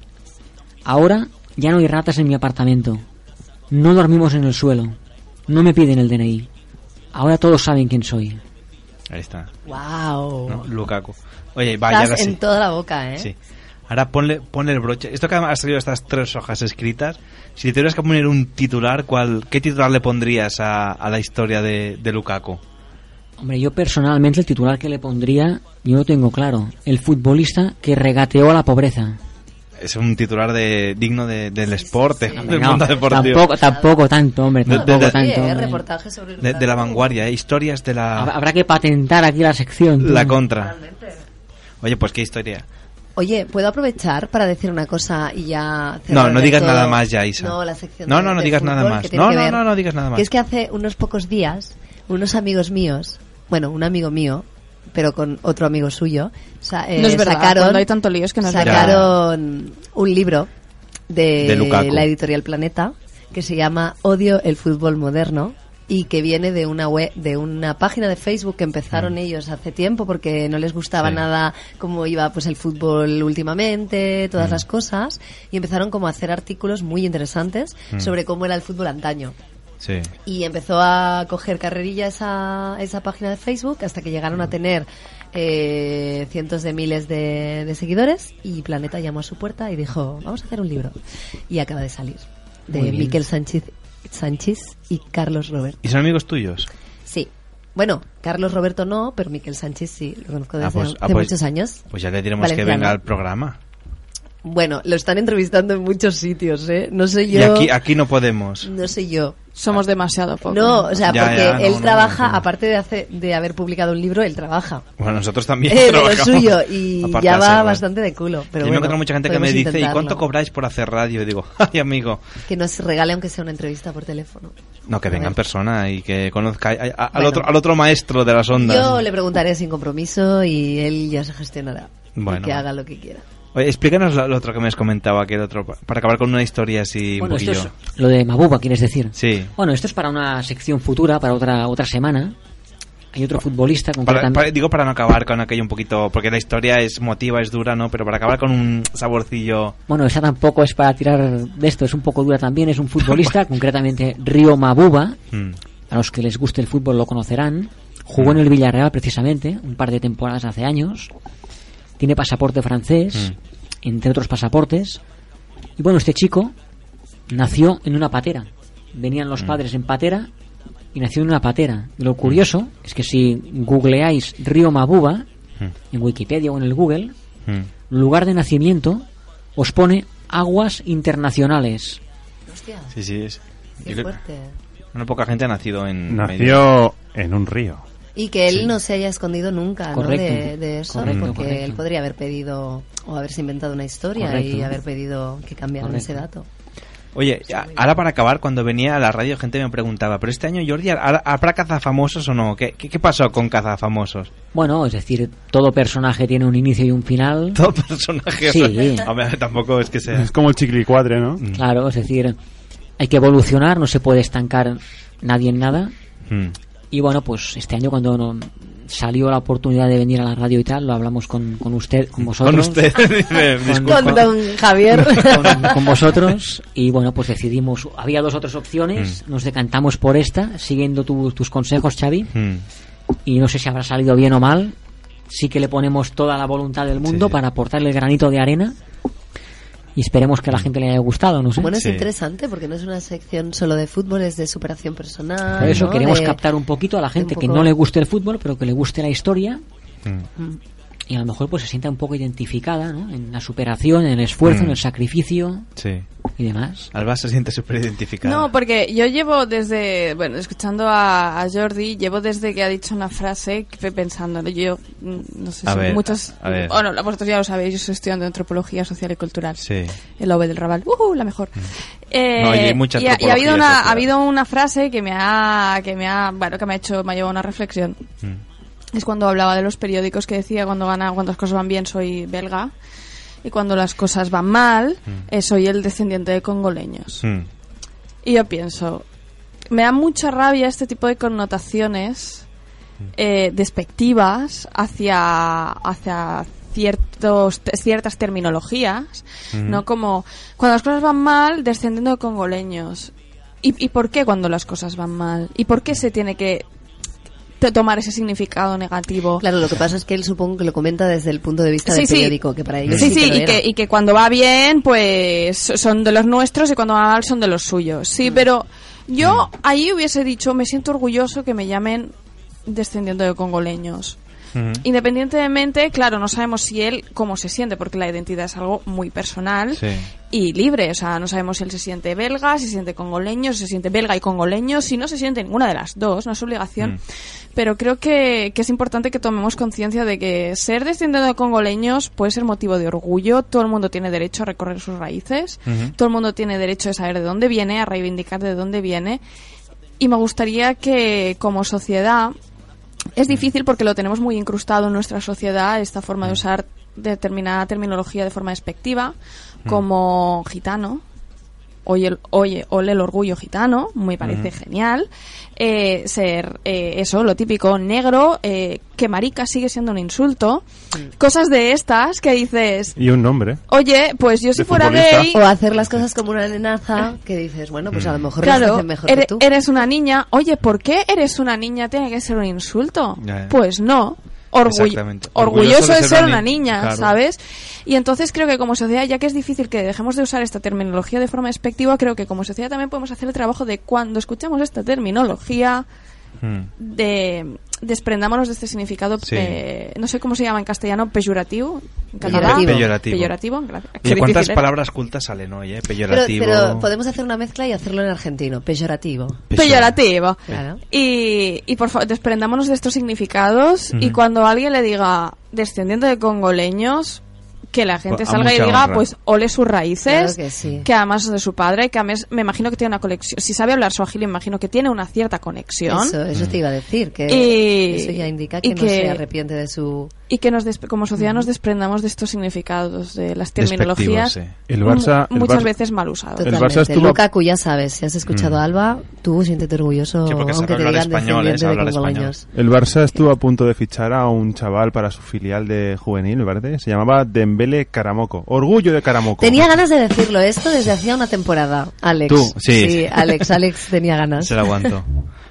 Speaker 11: ahora ya no hay ratas en mi apartamento. No dormimos en el suelo. No me piden el DNI. Ahora todos saben quién soy.
Speaker 5: Ahí está.
Speaker 6: ¡Wow!
Speaker 11: Oh.
Speaker 5: ¿no? Lukaku. Oye, vaya,
Speaker 6: Estás
Speaker 5: ahora sí.
Speaker 6: en toda la boca, ¿eh?
Speaker 5: Sí. Ahora ponle, ponle el broche. Esto que ha salido estas tres hojas escritas, si le tuvieras que poner un titular, ¿cuál, ¿qué titular le pondrías a, a la historia de, de Lukaku?
Speaker 11: Hombre, yo personalmente el titular que le pondría, yo lo tengo claro. El futbolista que regateó a la pobreza.
Speaker 5: Es un titular de, digno de- del sport, de- (laughs) del
Speaker 11: No,
Speaker 5: mundo deportivo.
Speaker 11: tampoco, tampoco tanto, hombre,
Speaker 5: De- de-
Speaker 11: tampoco
Speaker 5: de-
Speaker 11: tanto.
Speaker 6: Eh,
Speaker 11: hombre.
Speaker 6: reportaje sobre el
Speaker 5: De, de la vanguardia, ¿eh? historias de la,
Speaker 11: Habrá que patentar aquí la sección. tú.
Speaker 5: la contra. Oye, pues qué historia.
Speaker 6: Oye, ¿puedo aprovechar para decir una cosa y ya
Speaker 5: No,
Speaker 6: cerrar
Speaker 5: no
Speaker 6: del
Speaker 5: digas
Speaker 6: todo?
Speaker 5: nada más ya, Isa.
Speaker 6: No, la sección
Speaker 5: No,
Speaker 6: de-
Speaker 5: no, no
Speaker 6: del
Speaker 5: digas nada
Speaker 6: fútbol
Speaker 5: más.
Speaker 6: que tiene
Speaker 5: No,
Speaker 6: que
Speaker 5: no,
Speaker 6: ver.
Speaker 5: no, no digas nada más.
Speaker 6: Que es que hace unos pocos días, unos amigos míos, bueno, un amigo mío, pero con otro amigo suyo, sa- eh,
Speaker 7: No es verdad,
Speaker 6: sacaron,
Speaker 7: cuando hay tanto lío es que no es verdad.
Speaker 6: sacaron un libro de,
Speaker 7: De Lukaku.
Speaker 6: la editorial Planeta que se llama Odio el fútbol moderno y que viene de una web, de una página de Facebook que empezaron ellos hace tiempo porque no les gustaba
Speaker 10: Sí.
Speaker 6: nada cómo iba pues el fútbol últimamente, todas las cosas y empezaron como a hacer artículos muy interesantes
Speaker 10: Mm.
Speaker 6: sobre cómo era el fútbol antaño.
Speaker 5: Sí.
Speaker 6: Y empezó a coger carrerilla esa, esa página de Facebook hasta que llegaron a tener eh, cientos de miles de, de seguidores y Planeta llamó a su puerta y dijo, vamos a hacer un libro. Y acaba de salir. De
Speaker 5: Muy bien.
Speaker 6: Miquel Sánchez, Sánchez y Carlos Robert.
Speaker 5: ¿Y son amigos tuyos?
Speaker 6: Sí. Bueno, Carlos Roberto no, pero Miquel Sánchez sí, lo conozco desde
Speaker 5: Ah, pues-
Speaker 6: hace
Speaker 5: ah, pues-
Speaker 6: muchos años.
Speaker 5: Pues ya le diremos que
Speaker 6: Valenciano.
Speaker 5: venga al programa.
Speaker 6: Bueno, lo están entrevistando en muchos sitios, ¿eh? No sé yo...
Speaker 5: Y aquí, aquí no podemos.
Speaker 6: No sé yo.
Speaker 7: Somos demasiado pocos.
Speaker 6: No, o sea,
Speaker 5: Ya,
Speaker 6: porque
Speaker 5: ya, no,
Speaker 6: él
Speaker 5: no,
Speaker 6: trabaja, aparte de, hace- de haber publicado un libro, él trabaja.
Speaker 5: Bueno, nosotros
Speaker 6: (laughs)
Speaker 5: también.
Speaker 6: Eh, de lo
Speaker 5: trabajamos.
Speaker 6: suyo, y
Speaker 5: Aparte
Speaker 6: ya
Speaker 5: de hacer
Speaker 6: va
Speaker 5: radio.
Speaker 6: bastante de culo. Pero
Speaker 5: Yo
Speaker 6: bueno,
Speaker 5: me encuentro mucha gente que me
Speaker 6: podemos
Speaker 5: dice, ¿y
Speaker 6: intentarlo.
Speaker 5: cuánto cobráis por hacer radio? Y digo, (laughs) ay, amigo,
Speaker 6: Que nos regale aunque sea una entrevista por teléfono.
Speaker 5: no, que venga en persona y que conozca a- a- al,
Speaker 6: Bueno.
Speaker 5: otro, al otro maestro de las ondas.
Speaker 6: Yo le preguntaré sin compromiso y él ya se gestionará. Y
Speaker 5: Bueno.
Speaker 6: Que haga lo que quiera.
Speaker 5: Oye, explícanos lo, lo otro que me has comentado, aquel otro, pa- para acabar con una historia así
Speaker 11: Bueno,
Speaker 5: un
Speaker 11: esto
Speaker 5: poquillo.
Speaker 11: es lo de Mabuba, quieres decir.
Speaker 5: Sí.
Speaker 11: Bueno, esto es para una sección futura, para otra otra semana. Hay otro futbolista
Speaker 5: Para-
Speaker 11: concretamente.
Speaker 5: para- digo para no acabar con aquello un poquito, porque la historia es motiva, es dura, ¿no? Pero para acabar con un saborcillo...
Speaker 11: Bueno, esa tampoco es para tirar de esto, es un poco dura también. Es un futbolista, concretamente Río Mabuba.
Speaker 5: Mm.
Speaker 11: A los que les guste el fútbol lo conocerán. Jugó en el Villarreal precisamente, un par de temporadas hace años. Tiene pasaporte francés, entre otros pasaportes. Y bueno, este chico nació en una patera. Venían los padres en patera y nació en una patera. Y
Speaker 5: Mm.
Speaker 11: lo curioso es que si googleáis Río Mabuba en Wikipedia o en el Google,
Speaker 5: Mm.
Speaker 11: lugar de nacimiento os pone aguas internacionales.
Speaker 6: Hostia,
Speaker 5: Sí, sí, es...
Speaker 6: qué
Speaker 5: yo creo-
Speaker 6: fuerte.
Speaker 5: Bueno, poca gente ha nacido en...
Speaker 8: Nació en un río.
Speaker 6: Y que él
Speaker 8: Sí.
Speaker 6: no se haya escondido nunca ¿no?
Speaker 8: Correcto.
Speaker 6: de, de eso,
Speaker 8: Correcto,
Speaker 6: porque
Speaker 8: correcto.
Speaker 6: él podría haber pedido o haberse inventado una historia
Speaker 5: Correcto.
Speaker 6: y haber pedido que cambiaran
Speaker 5: Correcto.
Speaker 6: ese dato.
Speaker 5: Oye, a- ahora para acabar, cuando venía a la radio, gente me preguntaba, ¿pero este año, Jordi, ¿ha- habrá cazafamosos o no? ¿Qué, qué, qué pasó con cazafamosos?
Speaker 11: Bueno, es decir, todo personaje tiene un inicio y un final.
Speaker 5: (laughs) Todo personaje.
Speaker 11: Sí.
Speaker 5: o sea, hombre, tampoco es que sea. Mm.
Speaker 8: Es como el chiquilicuadre, ¿no?
Speaker 11: Claro, es decir, hay que evolucionar, no se puede estancar nadie en nada.
Speaker 5: Mm.
Speaker 11: Y bueno, pues este año cuando no- salió la oportunidad de venir a la radio y tal, lo hablamos con, con usted, con vosotros.
Speaker 5: usted, (laughs) me- disculpa.
Speaker 6: Con don
Speaker 5: (laughs)
Speaker 6: Javier.
Speaker 11: Con, con vosotros. Y bueno, pues decidimos, había dos otras
Speaker 5: Mm.
Speaker 11: opciones, nos decantamos por esta, siguiendo tu- tus consejos, Xavi.
Speaker 5: Mm.
Speaker 11: Y no sé si habrá salido bien o mal. Sí que le ponemos toda la voluntad del mundo para aportarle el granito de arena. Y esperemos que a la gente le haya gustado, no sé.
Speaker 6: Bueno, es interesante porque no es una sección solo de fútbol, es de superación personal.
Speaker 11: Por eso
Speaker 6: ¿no?
Speaker 11: queremos
Speaker 6: De-
Speaker 11: captar un poquito a la gente
Speaker 6: un
Speaker 11: que
Speaker 6: poco-
Speaker 11: no le guste el fútbol, pero que le guste la historia.
Speaker 6: Mm.
Speaker 11: Y a lo mejor pues se sienta un poco identificada ¿no? en la superación, en el esfuerzo,
Speaker 5: Mm.
Speaker 11: en el sacrificio.
Speaker 5: Sí.
Speaker 11: y demás.
Speaker 5: Alba se siente súper identificada.
Speaker 7: No, porque yo llevo desde, bueno, escuchando a, a Jordi, llevo desde que ha dicho una frase que pensando, yo mm, no sé
Speaker 5: A
Speaker 7: si
Speaker 5: ver,
Speaker 7: muchos,
Speaker 5: a ver.
Speaker 7: bueno, vosotros ya lo sabéis, yo soy estudiante de antropología social y cultural,
Speaker 5: Sí. Mm.
Speaker 7: el OVE del Raval, ¡ujú, la mejor. Eh,
Speaker 5: No, y hay mucha
Speaker 7: y ha, y ha
Speaker 5: antropología
Speaker 7: habido una,
Speaker 5: social.
Speaker 7: ha habido una frase que me ha, que me ha, bueno, que me ha hecho, me ha llevado a una reflexión.
Speaker 5: Mm.
Speaker 7: Es cuando hablaba de los periódicos que decía cuando gana, cuando las cosas van bien soy belga y cuando las cosas van mal
Speaker 5: Mm.
Speaker 7: eh, soy el descendiente de congoleños. Y yo pienso, me da mucha rabia este tipo de connotaciones eh, despectivas hacia, hacia ciertos, te- ciertas terminologías,
Speaker 13: Ujú.
Speaker 7: ¿no? Como cuando las cosas van mal, descendiendo de congoleños. ¿Y, y por qué cuando las cosas van mal? ¿Y por qué se tiene que t- tomar ese significado negativo?
Speaker 6: Claro, lo que pasa es que él supongo que lo comenta desde el punto de vista del periódico, que para ellos
Speaker 7: Sí,
Speaker 6: sí que
Speaker 7: sí,
Speaker 6: lo
Speaker 7: y,
Speaker 6: era.
Speaker 7: que, y que cuando va bien, pues son de los nuestros y cuando va mal son de los suyos. Sí,
Speaker 6: Mm.
Speaker 7: pero yo ahí hubiese dicho, me siento orgulloso que me llamen descendiendo de congoleños.
Speaker 6: Mm.
Speaker 7: Independientemente, claro, no sabemos si él cómo se siente, porque la identidad es algo muy personal
Speaker 5: Sí.
Speaker 7: y libre. O sea, no sabemos si él se siente belga, si se siente congoleño, si se siente belga y congoleño, si no se siente ninguna de las dos, no es obligación. Pero creo que, que es importante que tomemos conciencia de que ser descendiente de congoleños puede ser motivo de orgullo. Todo el mundo tiene derecho a recorrer sus raíces,
Speaker 6: Mm.
Speaker 13: Ujú.
Speaker 7: todo el mundo tiene derecho a saber de dónde viene, a reivindicar de dónde viene. Y me gustaría que como sociedad es difícil porque lo tenemos muy incrustado en nuestra sociedad, esta forma de usar determinada terminología de forma despectiva, como gitano. Oye, el- oye, ole el orgullo gitano, me parece
Speaker 13: Ujú.
Speaker 7: genial. Eh, ser eh, eso, lo típico, negro, eh, que marica sigue siendo un insulto. Cosas de estas que dices,
Speaker 8: Y un nombre.
Speaker 7: oye, pues yo si
Speaker 8: ¿eh? De
Speaker 7: fuera
Speaker 8: futbolista.
Speaker 7: gay...
Speaker 6: O hacer las cosas como una nenaza, que dices, bueno, pues
Speaker 11: Mm.
Speaker 6: a lo mejor lo
Speaker 7: Claro,
Speaker 6: hacen mejor
Speaker 7: ere-
Speaker 6: que tú.
Speaker 7: eres una niña. Oye, ¿por qué eres una niña? Tiene que ser un insulto.
Speaker 6: Ya, ya.
Speaker 7: Pues no. Orgull-
Speaker 5: Exactamente.
Speaker 7: orgulloso de ser una
Speaker 5: ni-
Speaker 7: niña,
Speaker 5: claro.
Speaker 7: ¿sabes? Y entonces creo que como sociedad, ya que es difícil que dejemos de usar esta terminología de forma despectiva, creo que como sociedad también podemos hacer el trabajo de cuando escuchamos esta terminología, de desprendámonos de este significado,
Speaker 5: Hmm. Sí.
Speaker 7: eh, no sé cómo se llama en castellano, peyorativo, en catalán.
Speaker 5: Peyorativo. Ah, Peyorativo.
Speaker 7: Peyorativo, gracias.
Speaker 5: Oye,
Speaker 7: Qué
Speaker 5: ¿Cuántas
Speaker 6: (laughs)
Speaker 7: difícil, ¿eh?
Speaker 5: palabras cultas salen hoy, eh?
Speaker 6: Pero,
Speaker 5: Peyorativo.
Speaker 6: pero podemos hacer una mezcla y hacerlo en argentino, peyorativo.
Speaker 7: Peyorativo.
Speaker 6: Claro.
Speaker 7: Y, y por favor, desprendámonos de estos significados y
Speaker 6: Ujú.
Speaker 7: cuando alguien le diga descendiente de congoleños, que la gente
Speaker 13: Pues, a
Speaker 7: salga y
Speaker 13: mucha
Speaker 7: diga,
Speaker 13: honra.
Speaker 7: pues ole sus
Speaker 13: Claro
Speaker 7: raíces,
Speaker 13: que sí.
Speaker 7: además de su padre, que además me imagino que tiene una conexión, si sabe hablar suajili, imagino que tiene una cierta conexión.
Speaker 6: Eso, eso te iba a decir, que
Speaker 7: Y-
Speaker 6: eso ya indica
Speaker 7: y
Speaker 6: que, no se
Speaker 7: que-
Speaker 6: arrepiente de su...
Speaker 7: Y que nos desp- como sociedad nos desprendamos de estos significados, de las terminologías,
Speaker 6: Despectivos, sí.
Speaker 8: El Barça-
Speaker 7: mu-
Speaker 8: el
Speaker 7: muchas
Speaker 8: Barça-
Speaker 7: veces mal usadas.
Speaker 8: El Barça estuvo- Mm.
Speaker 6: Lukaku, ya sabes, si has escuchado a Alba, tú siéntete orgulloso,
Speaker 5: Sí, porque sabe
Speaker 6: aunque te
Speaker 5: hablar
Speaker 6: digan
Speaker 5: español, ¿eh?
Speaker 6: descendiente
Speaker 5: Sabe
Speaker 6: de
Speaker 5: hablar
Speaker 6: congoleños.
Speaker 8: El Barça estuvo a punto de fichar a un chaval para su filial de juvenil, me parece. Se llamaba Dembele Caramoco. Orgullo de Caramoco.
Speaker 6: Tenía ganas de decirlo esto desde hacía una temporada, Alex.
Speaker 5: Tú, sí.
Speaker 6: Alex, Alex tenía ganas.
Speaker 5: Se lo aguanto.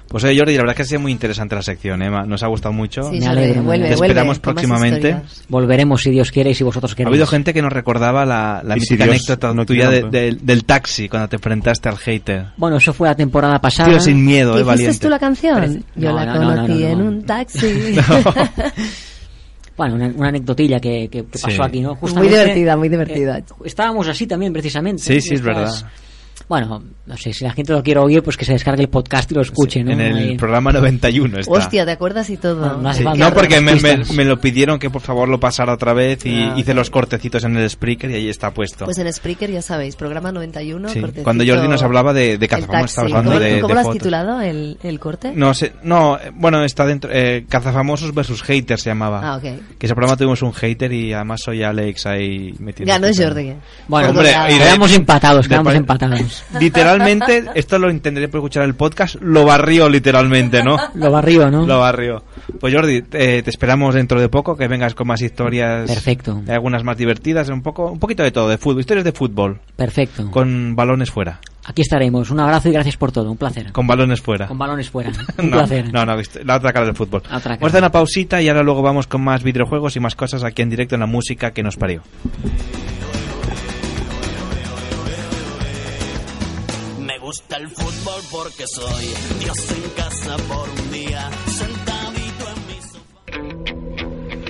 Speaker 5: Pues oye, Jordi, la verdad es que ha sido muy interesante la sección, ¿eh? Ma- Nos ha gustado mucho.
Speaker 6: Sí, Me Jordi, alegro, me vuelve,
Speaker 5: Te
Speaker 6: alegro.
Speaker 5: esperamos
Speaker 6: vuelve, con más
Speaker 5: próximamente.
Speaker 6: historias.
Speaker 11: Volveremos si Dios quiere y si vosotros
Speaker 5: Ha
Speaker 11: queréis.
Speaker 5: habido gente que nos recordaba la, la
Speaker 11: Y si
Speaker 5: mítica
Speaker 11: Dios
Speaker 5: anécdota
Speaker 11: no pues.
Speaker 5: tuya de-
Speaker 11: quiere,
Speaker 5: del- del taxi cuando te enfrentaste al hater.
Speaker 11: Bueno, eso fue la temporada pasada.
Speaker 5: Tío sin miedo, eh,
Speaker 6: ¿Hiciste
Speaker 5: valiente.
Speaker 6: tú la canción? Yo
Speaker 11: No,
Speaker 6: la
Speaker 11: no, no, no,
Speaker 6: conocí
Speaker 11: no,
Speaker 6: en
Speaker 11: no.
Speaker 6: un
Speaker 5: (laughs)
Speaker 6: taxi.
Speaker 11: (laughs) Bueno, una, una anecdotilla que, que- que pasó
Speaker 6: Sí.
Speaker 11: aquí, ¿no?
Speaker 6: Muy divertida, muy divertida.
Speaker 11: eh, estábamos así también, precisamente.
Speaker 5: Sí, sí,
Speaker 11: Estas-
Speaker 5: es verdad.
Speaker 11: Bueno, no sé, si la gente lo quiere oír, pues que se descargue el podcast y lo escuche, ¿no?
Speaker 5: En
Speaker 11: Ahí. Ah,
Speaker 5: el programa 91 está.
Speaker 6: Hostia, ¿te acuerdas y todo?
Speaker 11: No, no hace
Speaker 5: Sí.
Speaker 11: falta
Speaker 5: No,
Speaker 11: dar
Speaker 5: porque
Speaker 11: las
Speaker 5: me, me-
Speaker 11: pistas.
Speaker 5: me lo pidieron que por favor lo pasara otra vez y
Speaker 6: Ah,
Speaker 5: hice los cortecitos en el Spreaker y ahí está puesto.
Speaker 6: Pues en Spreaker, ya sabéis, programa 91.
Speaker 5: Sí.
Speaker 6: cortecito,
Speaker 5: Cuando Jordi nos hablaba de- de cazafamas,
Speaker 6: el taxi.
Speaker 5: estaba hablando
Speaker 6: ¿Cómo,
Speaker 5: de-
Speaker 6: ¿cómo
Speaker 5: de
Speaker 6: lo has
Speaker 5: fotos.
Speaker 6: titulado el, el corte?
Speaker 5: No sé, no, eh, bueno, está dentro. Eh, Cazafamosos versus Haters se llamaba.
Speaker 6: Ah, ok.
Speaker 5: Que ese programa tuvimos un hater y además soy Alex ahí metido.
Speaker 6: Ganó Jordi.
Speaker 11: Bueno,
Speaker 5: Hombre, y de-
Speaker 11: Ah, quedamos empatados,
Speaker 5: de
Speaker 11: quedamos
Speaker 5: pa-
Speaker 11: empatados.
Speaker 7: (laughs)
Speaker 5: Literalmente, esto lo entenderé por escuchar el podcast, lo barrió literalmente, ¿no?
Speaker 11: (laughs) Lo barrió, ¿no?
Speaker 5: Lo barrió. Pues Jordi, te, te esperamos dentro de poco, que vengas con más historias.
Speaker 11: Perfecto.
Speaker 5: de Algunas más divertidas, un poco un poquito de todo, de fútbol, historias de fútbol.
Speaker 11: Perfecto.
Speaker 5: Con balones fuera.
Speaker 11: Aquí estaremos. Un abrazo y gracias por todo. Un placer.
Speaker 5: Con balones fuera. (laughs)
Speaker 11: Con balones fuera. Un
Speaker 5: no,
Speaker 11: placer.
Speaker 5: no, no, la otra cara del fútbol.
Speaker 11: cara.
Speaker 5: Vamos a hacer una pausita y ahora luego vamos con más videojuegos y más cosas aquí en directo en la música que nos parió.
Speaker 14: Me gusta el fútbol porque soy Dios en casa por un día, sentadito en mi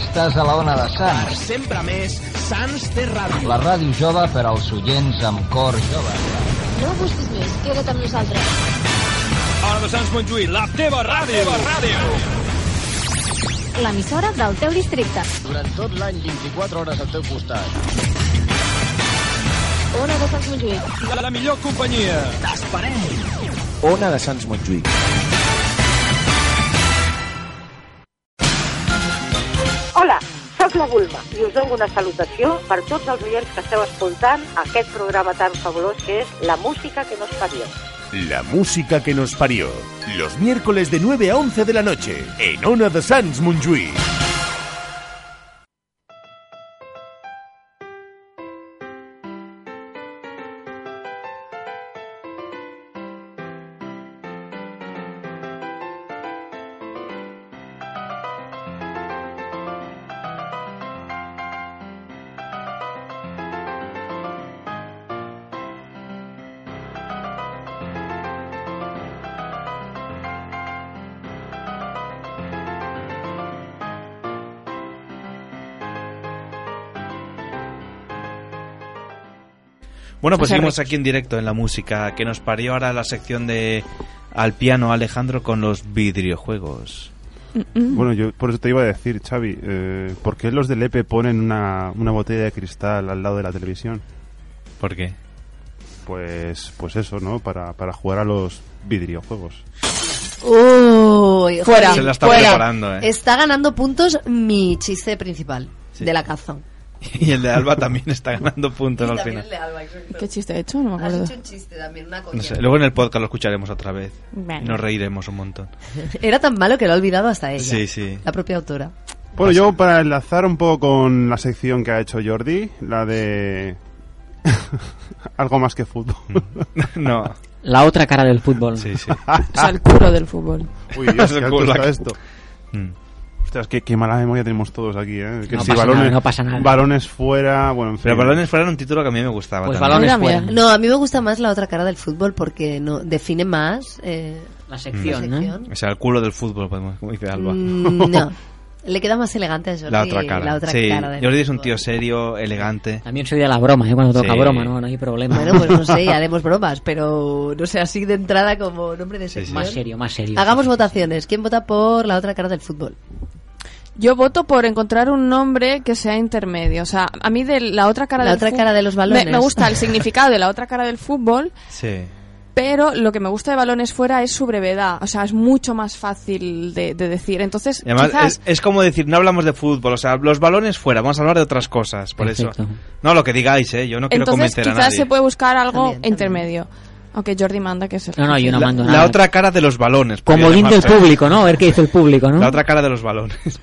Speaker 15: Estàs a la ona de Sants.
Speaker 14: Sempre més,
Speaker 8: Sants té ràdio.
Speaker 15: La ràdio jove per als oients amb cor jove.
Speaker 8: No busquis més, queda't amb nosaltres.
Speaker 16: Ona de Sants Montjuïc, la teva ràdio. La teva ràdio.
Speaker 8: L'emissora del teu districte.
Speaker 15: Durant tot l'any, 24 hores al teu costat.
Speaker 8: Ona de Sants Montjuïc.
Speaker 16: La, la millor companyia. T'esperem.
Speaker 1: Ona de Sants Montjuïc.
Speaker 17: Hola, sóc la Bulma i us dono una salutació per tots els oients que esteu escoltant aquest programa tan fabulós que és La música que nos parió.
Speaker 2: La música que nos parió. Los miércoles de 9 a 11 de la noche en Ona de Sans Montjuïc.
Speaker 5: Bueno,
Speaker 11: O
Speaker 5: pues
Speaker 11: sea,
Speaker 5: seguimos aquí en directo en la música que nos parió ahora la sección de al piano Alejandro con los
Speaker 8: Pues,
Speaker 5: videojuegos.
Speaker 12: Bueno, yo por eso te iba a decir, Xavi, eh, ¿por qué los del EPE ponen una, una botella de cristal al lado de la televisión?
Speaker 5: ¿Por qué?
Speaker 12: Pues, pues eso, ¿no? Para, para jugar a los videojuegos.
Speaker 6: Uy,
Speaker 12: Fuera,
Speaker 6: Javi,
Speaker 12: se la está
Speaker 6: fuera.
Speaker 12: preparando, eh.
Speaker 6: Está ganando puntos mi chiste principal
Speaker 5: Sí.
Speaker 6: de la caza.
Speaker 5: (laughs) Y el de Alba también está ganando puntos al final.
Speaker 7: ¿Qué chiste he hecho? No me acuerdo.
Speaker 6: Has hecho un chiste también, una coña.
Speaker 5: No sé, luego en el podcast lo escucharemos otra vez.
Speaker 6: Bueno.
Speaker 5: Y nos reiremos un montón.
Speaker 6: Era tan malo que lo ha olvidado hasta ella.
Speaker 5: Sí, sí.
Speaker 6: La propia autora.
Speaker 12: Bueno, yo para enlazar un poco con la sección que ha hecho Jordi, la de... (laughs) Algo más que fútbol.
Speaker 5: (laughs) No.
Speaker 11: La otra cara del fútbol.
Speaker 5: Sí,
Speaker 12: (laughs)
Speaker 5: sí.
Speaker 7: O sea, el culo del
Speaker 8: (laughs)
Speaker 7: fútbol.
Speaker 12: Uy, Dios, (laughs)
Speaker 11: Es el
Speaker 12: qué
Speaker 11: culo
Speaker 12: alto está
Speaker 11: aquí.
Speaker 12: esto. Mm. Ostras, qué, qué mala memoria tenemos todos aquí, ¿eh? Que
Speaker 5: No
Speaker 12: si
Speaker 5: pasa
Speaker 12: balones,
Speaker 5: nada, no pasa nada.
Speaker 12: Balones fuera, bueno, en fin.
Speaker 5: Pero Balones fuera era un título que a mí me gustaba.
Speaker 12: Pues
Speaker 5: también.
Speaker 6: No, a mí me gusta más la otra cara del fútbol porque no define más eh, la
Speaker 5: sección, O sea, el culo del fútbol, podemos, como dice Alba. (laughs)
Speaker 6: Mm, no. Le queda más elegante a Jordi
Speaker 5: La otra cara.
Speaker 6: la otra
Speaker 5: sí,
Speaker 6: cara del-
Speaker 5: Jordi es un tío serio, elegante.
Speaker 11: También soy de la broma, ¿eh? Cuando toca
Speaker 5: Sí.
Speaker 11: broma, ¿no? No hay problema.
Speaker 6: Bueno, pues no sé,
Speaker 11: (laughs)
Speaker 6: ya haremos bromas, pero no sé, así de entrada como nombre de sección.
Speaker 11: Más serio, más serio.
Speaker 6: Hagamos votaciones. ¿Quién vota por la otra cara del fútbol?
Speaker 7: Yo voto por encontrar un nombre que sea intermedio. O sea, a mí de la otra cara
Speaker 6: La
Speaker 7: del
Speaker 6: otra
Speaker 7: fu-
Speaker 6: cara de los
Speaker 7: Me-
Speaker 6: balones.
Speaker 7: Me, gusta
Speaker 6: (laughs)
Speaker 7: el significado de la otra cara del fútbol,
Speaker 5: Sí.
Speaker 7: pero lo que me gusta de balones fuera es su brevedad. O sea, es mucho más fácil de, de decir. Entonces,
Speaker 5: Y además,
Speaker 7: quizás...
Speaker 5: es, es como decir, no hablamos de fútbol, o sea, los balones fuera, vamos a hablar de otras cosas, por
Speaker 11: Perfecto.
Speaker 5: eso. No lo que digáis, ¿eh? Yo no quiero
Speaker 7: Entonces
Speaker 5: convencer a
Speaker 7: quizás
Speaker 5: nadie.
Speaker 7: se puede buscar algo intermedio. Aunque Jordi manda que se...
Speaker 5: La- La, otra cara de los balones. porque
Speaker 11: Como dice el
Speaker 5: además-
Speaker 11: público, ¿no? A ver qué dice el público, ¿no?
Speaker 5: La otra cara de los balones. (laughs)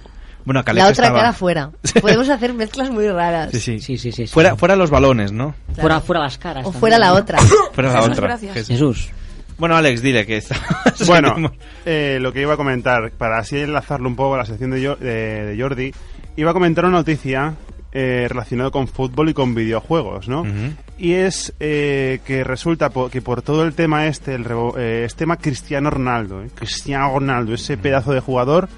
Speaker 5: Bueno, Caleta
Speaker 6: la otra
Speaker 5: estaba-
Speaker 6: cara fuera. Podemos hacer mezclas muy raras.
Speaker 5: Sí, sí.
Speaker 11: sí, sí,
Speaker 5: Fuera, fuera los balones, ¿no?
Speaker 11: Fuera, fuera las caras.
Speaker 6: O fuera la otra.
Speaker 5: Fuera la
Speaker 11: Jesús,
Speaker 5: otra.
Speaker 11: gracias. Jesús.
Speaker 5: Bueno, Alex, dile que (laughs) está.
Speaker 12: (laughs) Bueno, eh, lo que iba a comentar, para así enlazarlo un poco a la sección de, Jo- de- de Jordi, iba a comentar una noticia eh, relacionada con fútbol y con videojuegos, ¿no? Y es eh, que resulta po- que por todo el tema este, el revo- eh, es tema Cristiano Ronaldo, ¿eh? Cristiano Ronaldo, ese pedazo de jugador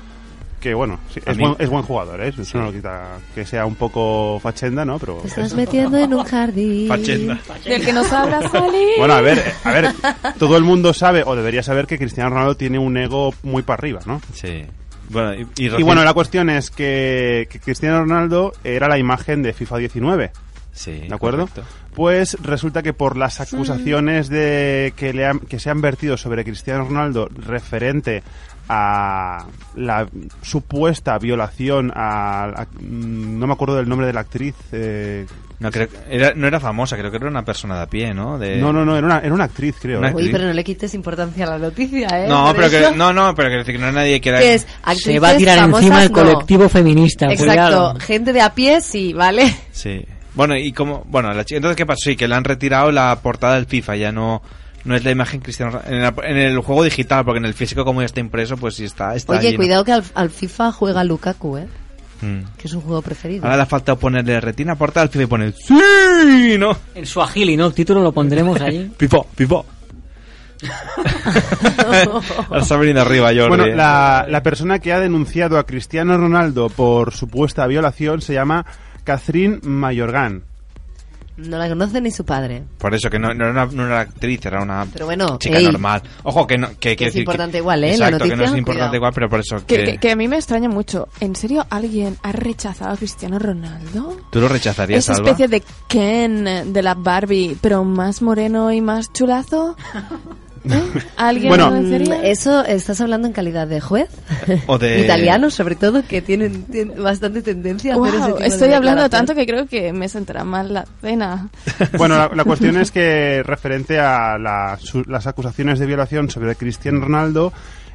Speaker 12: que, bueno, sí,
Speaker 5: A
Speaker 12: es,
Speaker 5: mí-
Speaker 12: buen, es buen jugador, ¿eh? Eso no lo quita que sea un poco fachenda, ¿no? Pero...
Speaker 6: Te estás metiendo en un jardín.
Speaker 12: Fachenda.
Speaker 7: Del que no sabrá
Speaker 6: (laughs)
Speaker 7: salir.
Speaker 12: Bueno, a ver, eh, a ver, todo el mundo sabe o debería saber que Cristiano Ronaldo tiene un ego muy para arriba, ¿no?
Speaker 5: Sí. Bueno, y, y
Speaker 12: Y
Speaker 5: recién-
Speaker 12: bueno, la cuestión es que, que Cristiano Ronaldo era la imagen de FIFA 19.
Speaker 5: Sí.
Speaker 12: ¿De acuerdo? Pues resulta que por las acusaciones de que, le han- que se han vertido sobre Cristiano Ronaldo referente a la supuesta violación a... a- mm, no me acuerdo del nombre de la actriz. eh,
Speaker 5: No, creo, era, no era famosa, creo que era una persona de a pie, ¿no? De-
Speaker 12: no, no, no, era una, era una actriz, creo.
Speaker 5: Eh, Una
Speaker 12: ¿eh?
Speaker 6: Uy, pero no le quites importancia a la noticia, ¿eh?
Speaker 5: No,
Speaker 6: Por
Speaker 5: pero
Speaker 6: eso-
Speaker 5: que, no, no, pero quiero decir que no hay nadie que era...
Speaker 6: Que es
Speaker 11: Se va a tirar
Speaker 6: Actrices
Speaker 11: encima el
Speaker 6: famosas, no.
Speaker 11: colectivo feminista.
Speaker 6: Exacto.
Speaker 11: cuidado.
Speaker 6: Gente de a pie, sí, ¿vale?
Speaker 5: Sí. Bueno, y como... Bueno, la chica- entonces, ¿qué pasó? Sí, que le han retirado la portada del FIFA, ya no... No es la imagen cristiana en, la- en el juego digital, porque en el físico como ya está impreso, pues sí está, está
Speaker 6: Oye,
Speaker 5: allí, ¿no?
Speaker 6: cuidado que al, al FIFA juega Lukaku, ¿eh?
Speaker 5: Mm.
Speaker 6: Que es un juego preferido.
Speaker 5: Ahora le ha faltado ponerle retina portada al FIFA y poner ¡Sí! ¿No?
Speaker 11: En su agili, ¿no? El título lo pondremos
Speaker 12: (laughs)
Speaker 11: allí.
Speaker 5: ¡Pipo!
Speaker 7: (laughs)
Speaker 5: ¡Pipo! Ahora se ha venido arriba, Jordi. eh.
Speaker 12: Bueno, la, la persona que ha denunciado a Cristiano Ronaldo por supuesta violación se llama Catherine Mayorgan.
Speaker 6: No la conoce ni su padre.
Speaker 5: Por eso, que no, no era, una, no era una actriz, era una
Speaker 6: Pero bueno,
Speaker 5: chica
Speaker 6: ey.
Speaker 5: normal. Ojo, que, no, que, quiero
Speaker 6: es
Speaker 5: decir
Speaker 6: importante
Speaker 5: que,
Speaker 6: igual, ¿eh? La
Speaker 5: Exacto, que no es
Speaker 6: noticia,
Speaker 5: importante
Speaker 6: cuidado.
Speaker 5: igual, pero por eso
Speaker 7: Que,
Speaker 5: que...
Speaker 7: que- que a mí me extraña mucho. ¿En serio alguien ha rechazado a Cristiano Ronaldo?
Speaker 5: ¿Tú lo rechazarías,
Speaker 7: Esa
Speaker 5: Alba?
Speaker 7: especie de Ken de la Barbie, pero más moreno y más
Speaker 5: (laughs)
Speaker 7: chulazo. ¿Eh? ¿Alguien
Speaker 5: Bueno.
Speaker 7: lo
Speaker 6: Mm, Eso, ¿estás hablando en calidad de juez?
Speaker 5: O (laughs) de...
Speaker 6: Italianos, sobre todo, que tienen, tienen bastante tendencia a hacer ese
Speaker 7: Wow,
Speaker 6: tipo de
Speaker 7: estoy hablando
Speaker 6: declaraciones.
Speaker 7: tanto que creo que me sentará mal la cena.
Speaker 12: Bueno, la, la cuestión es que referente a la- su- las acusaciones de violación sobre Cristian Ronaldo,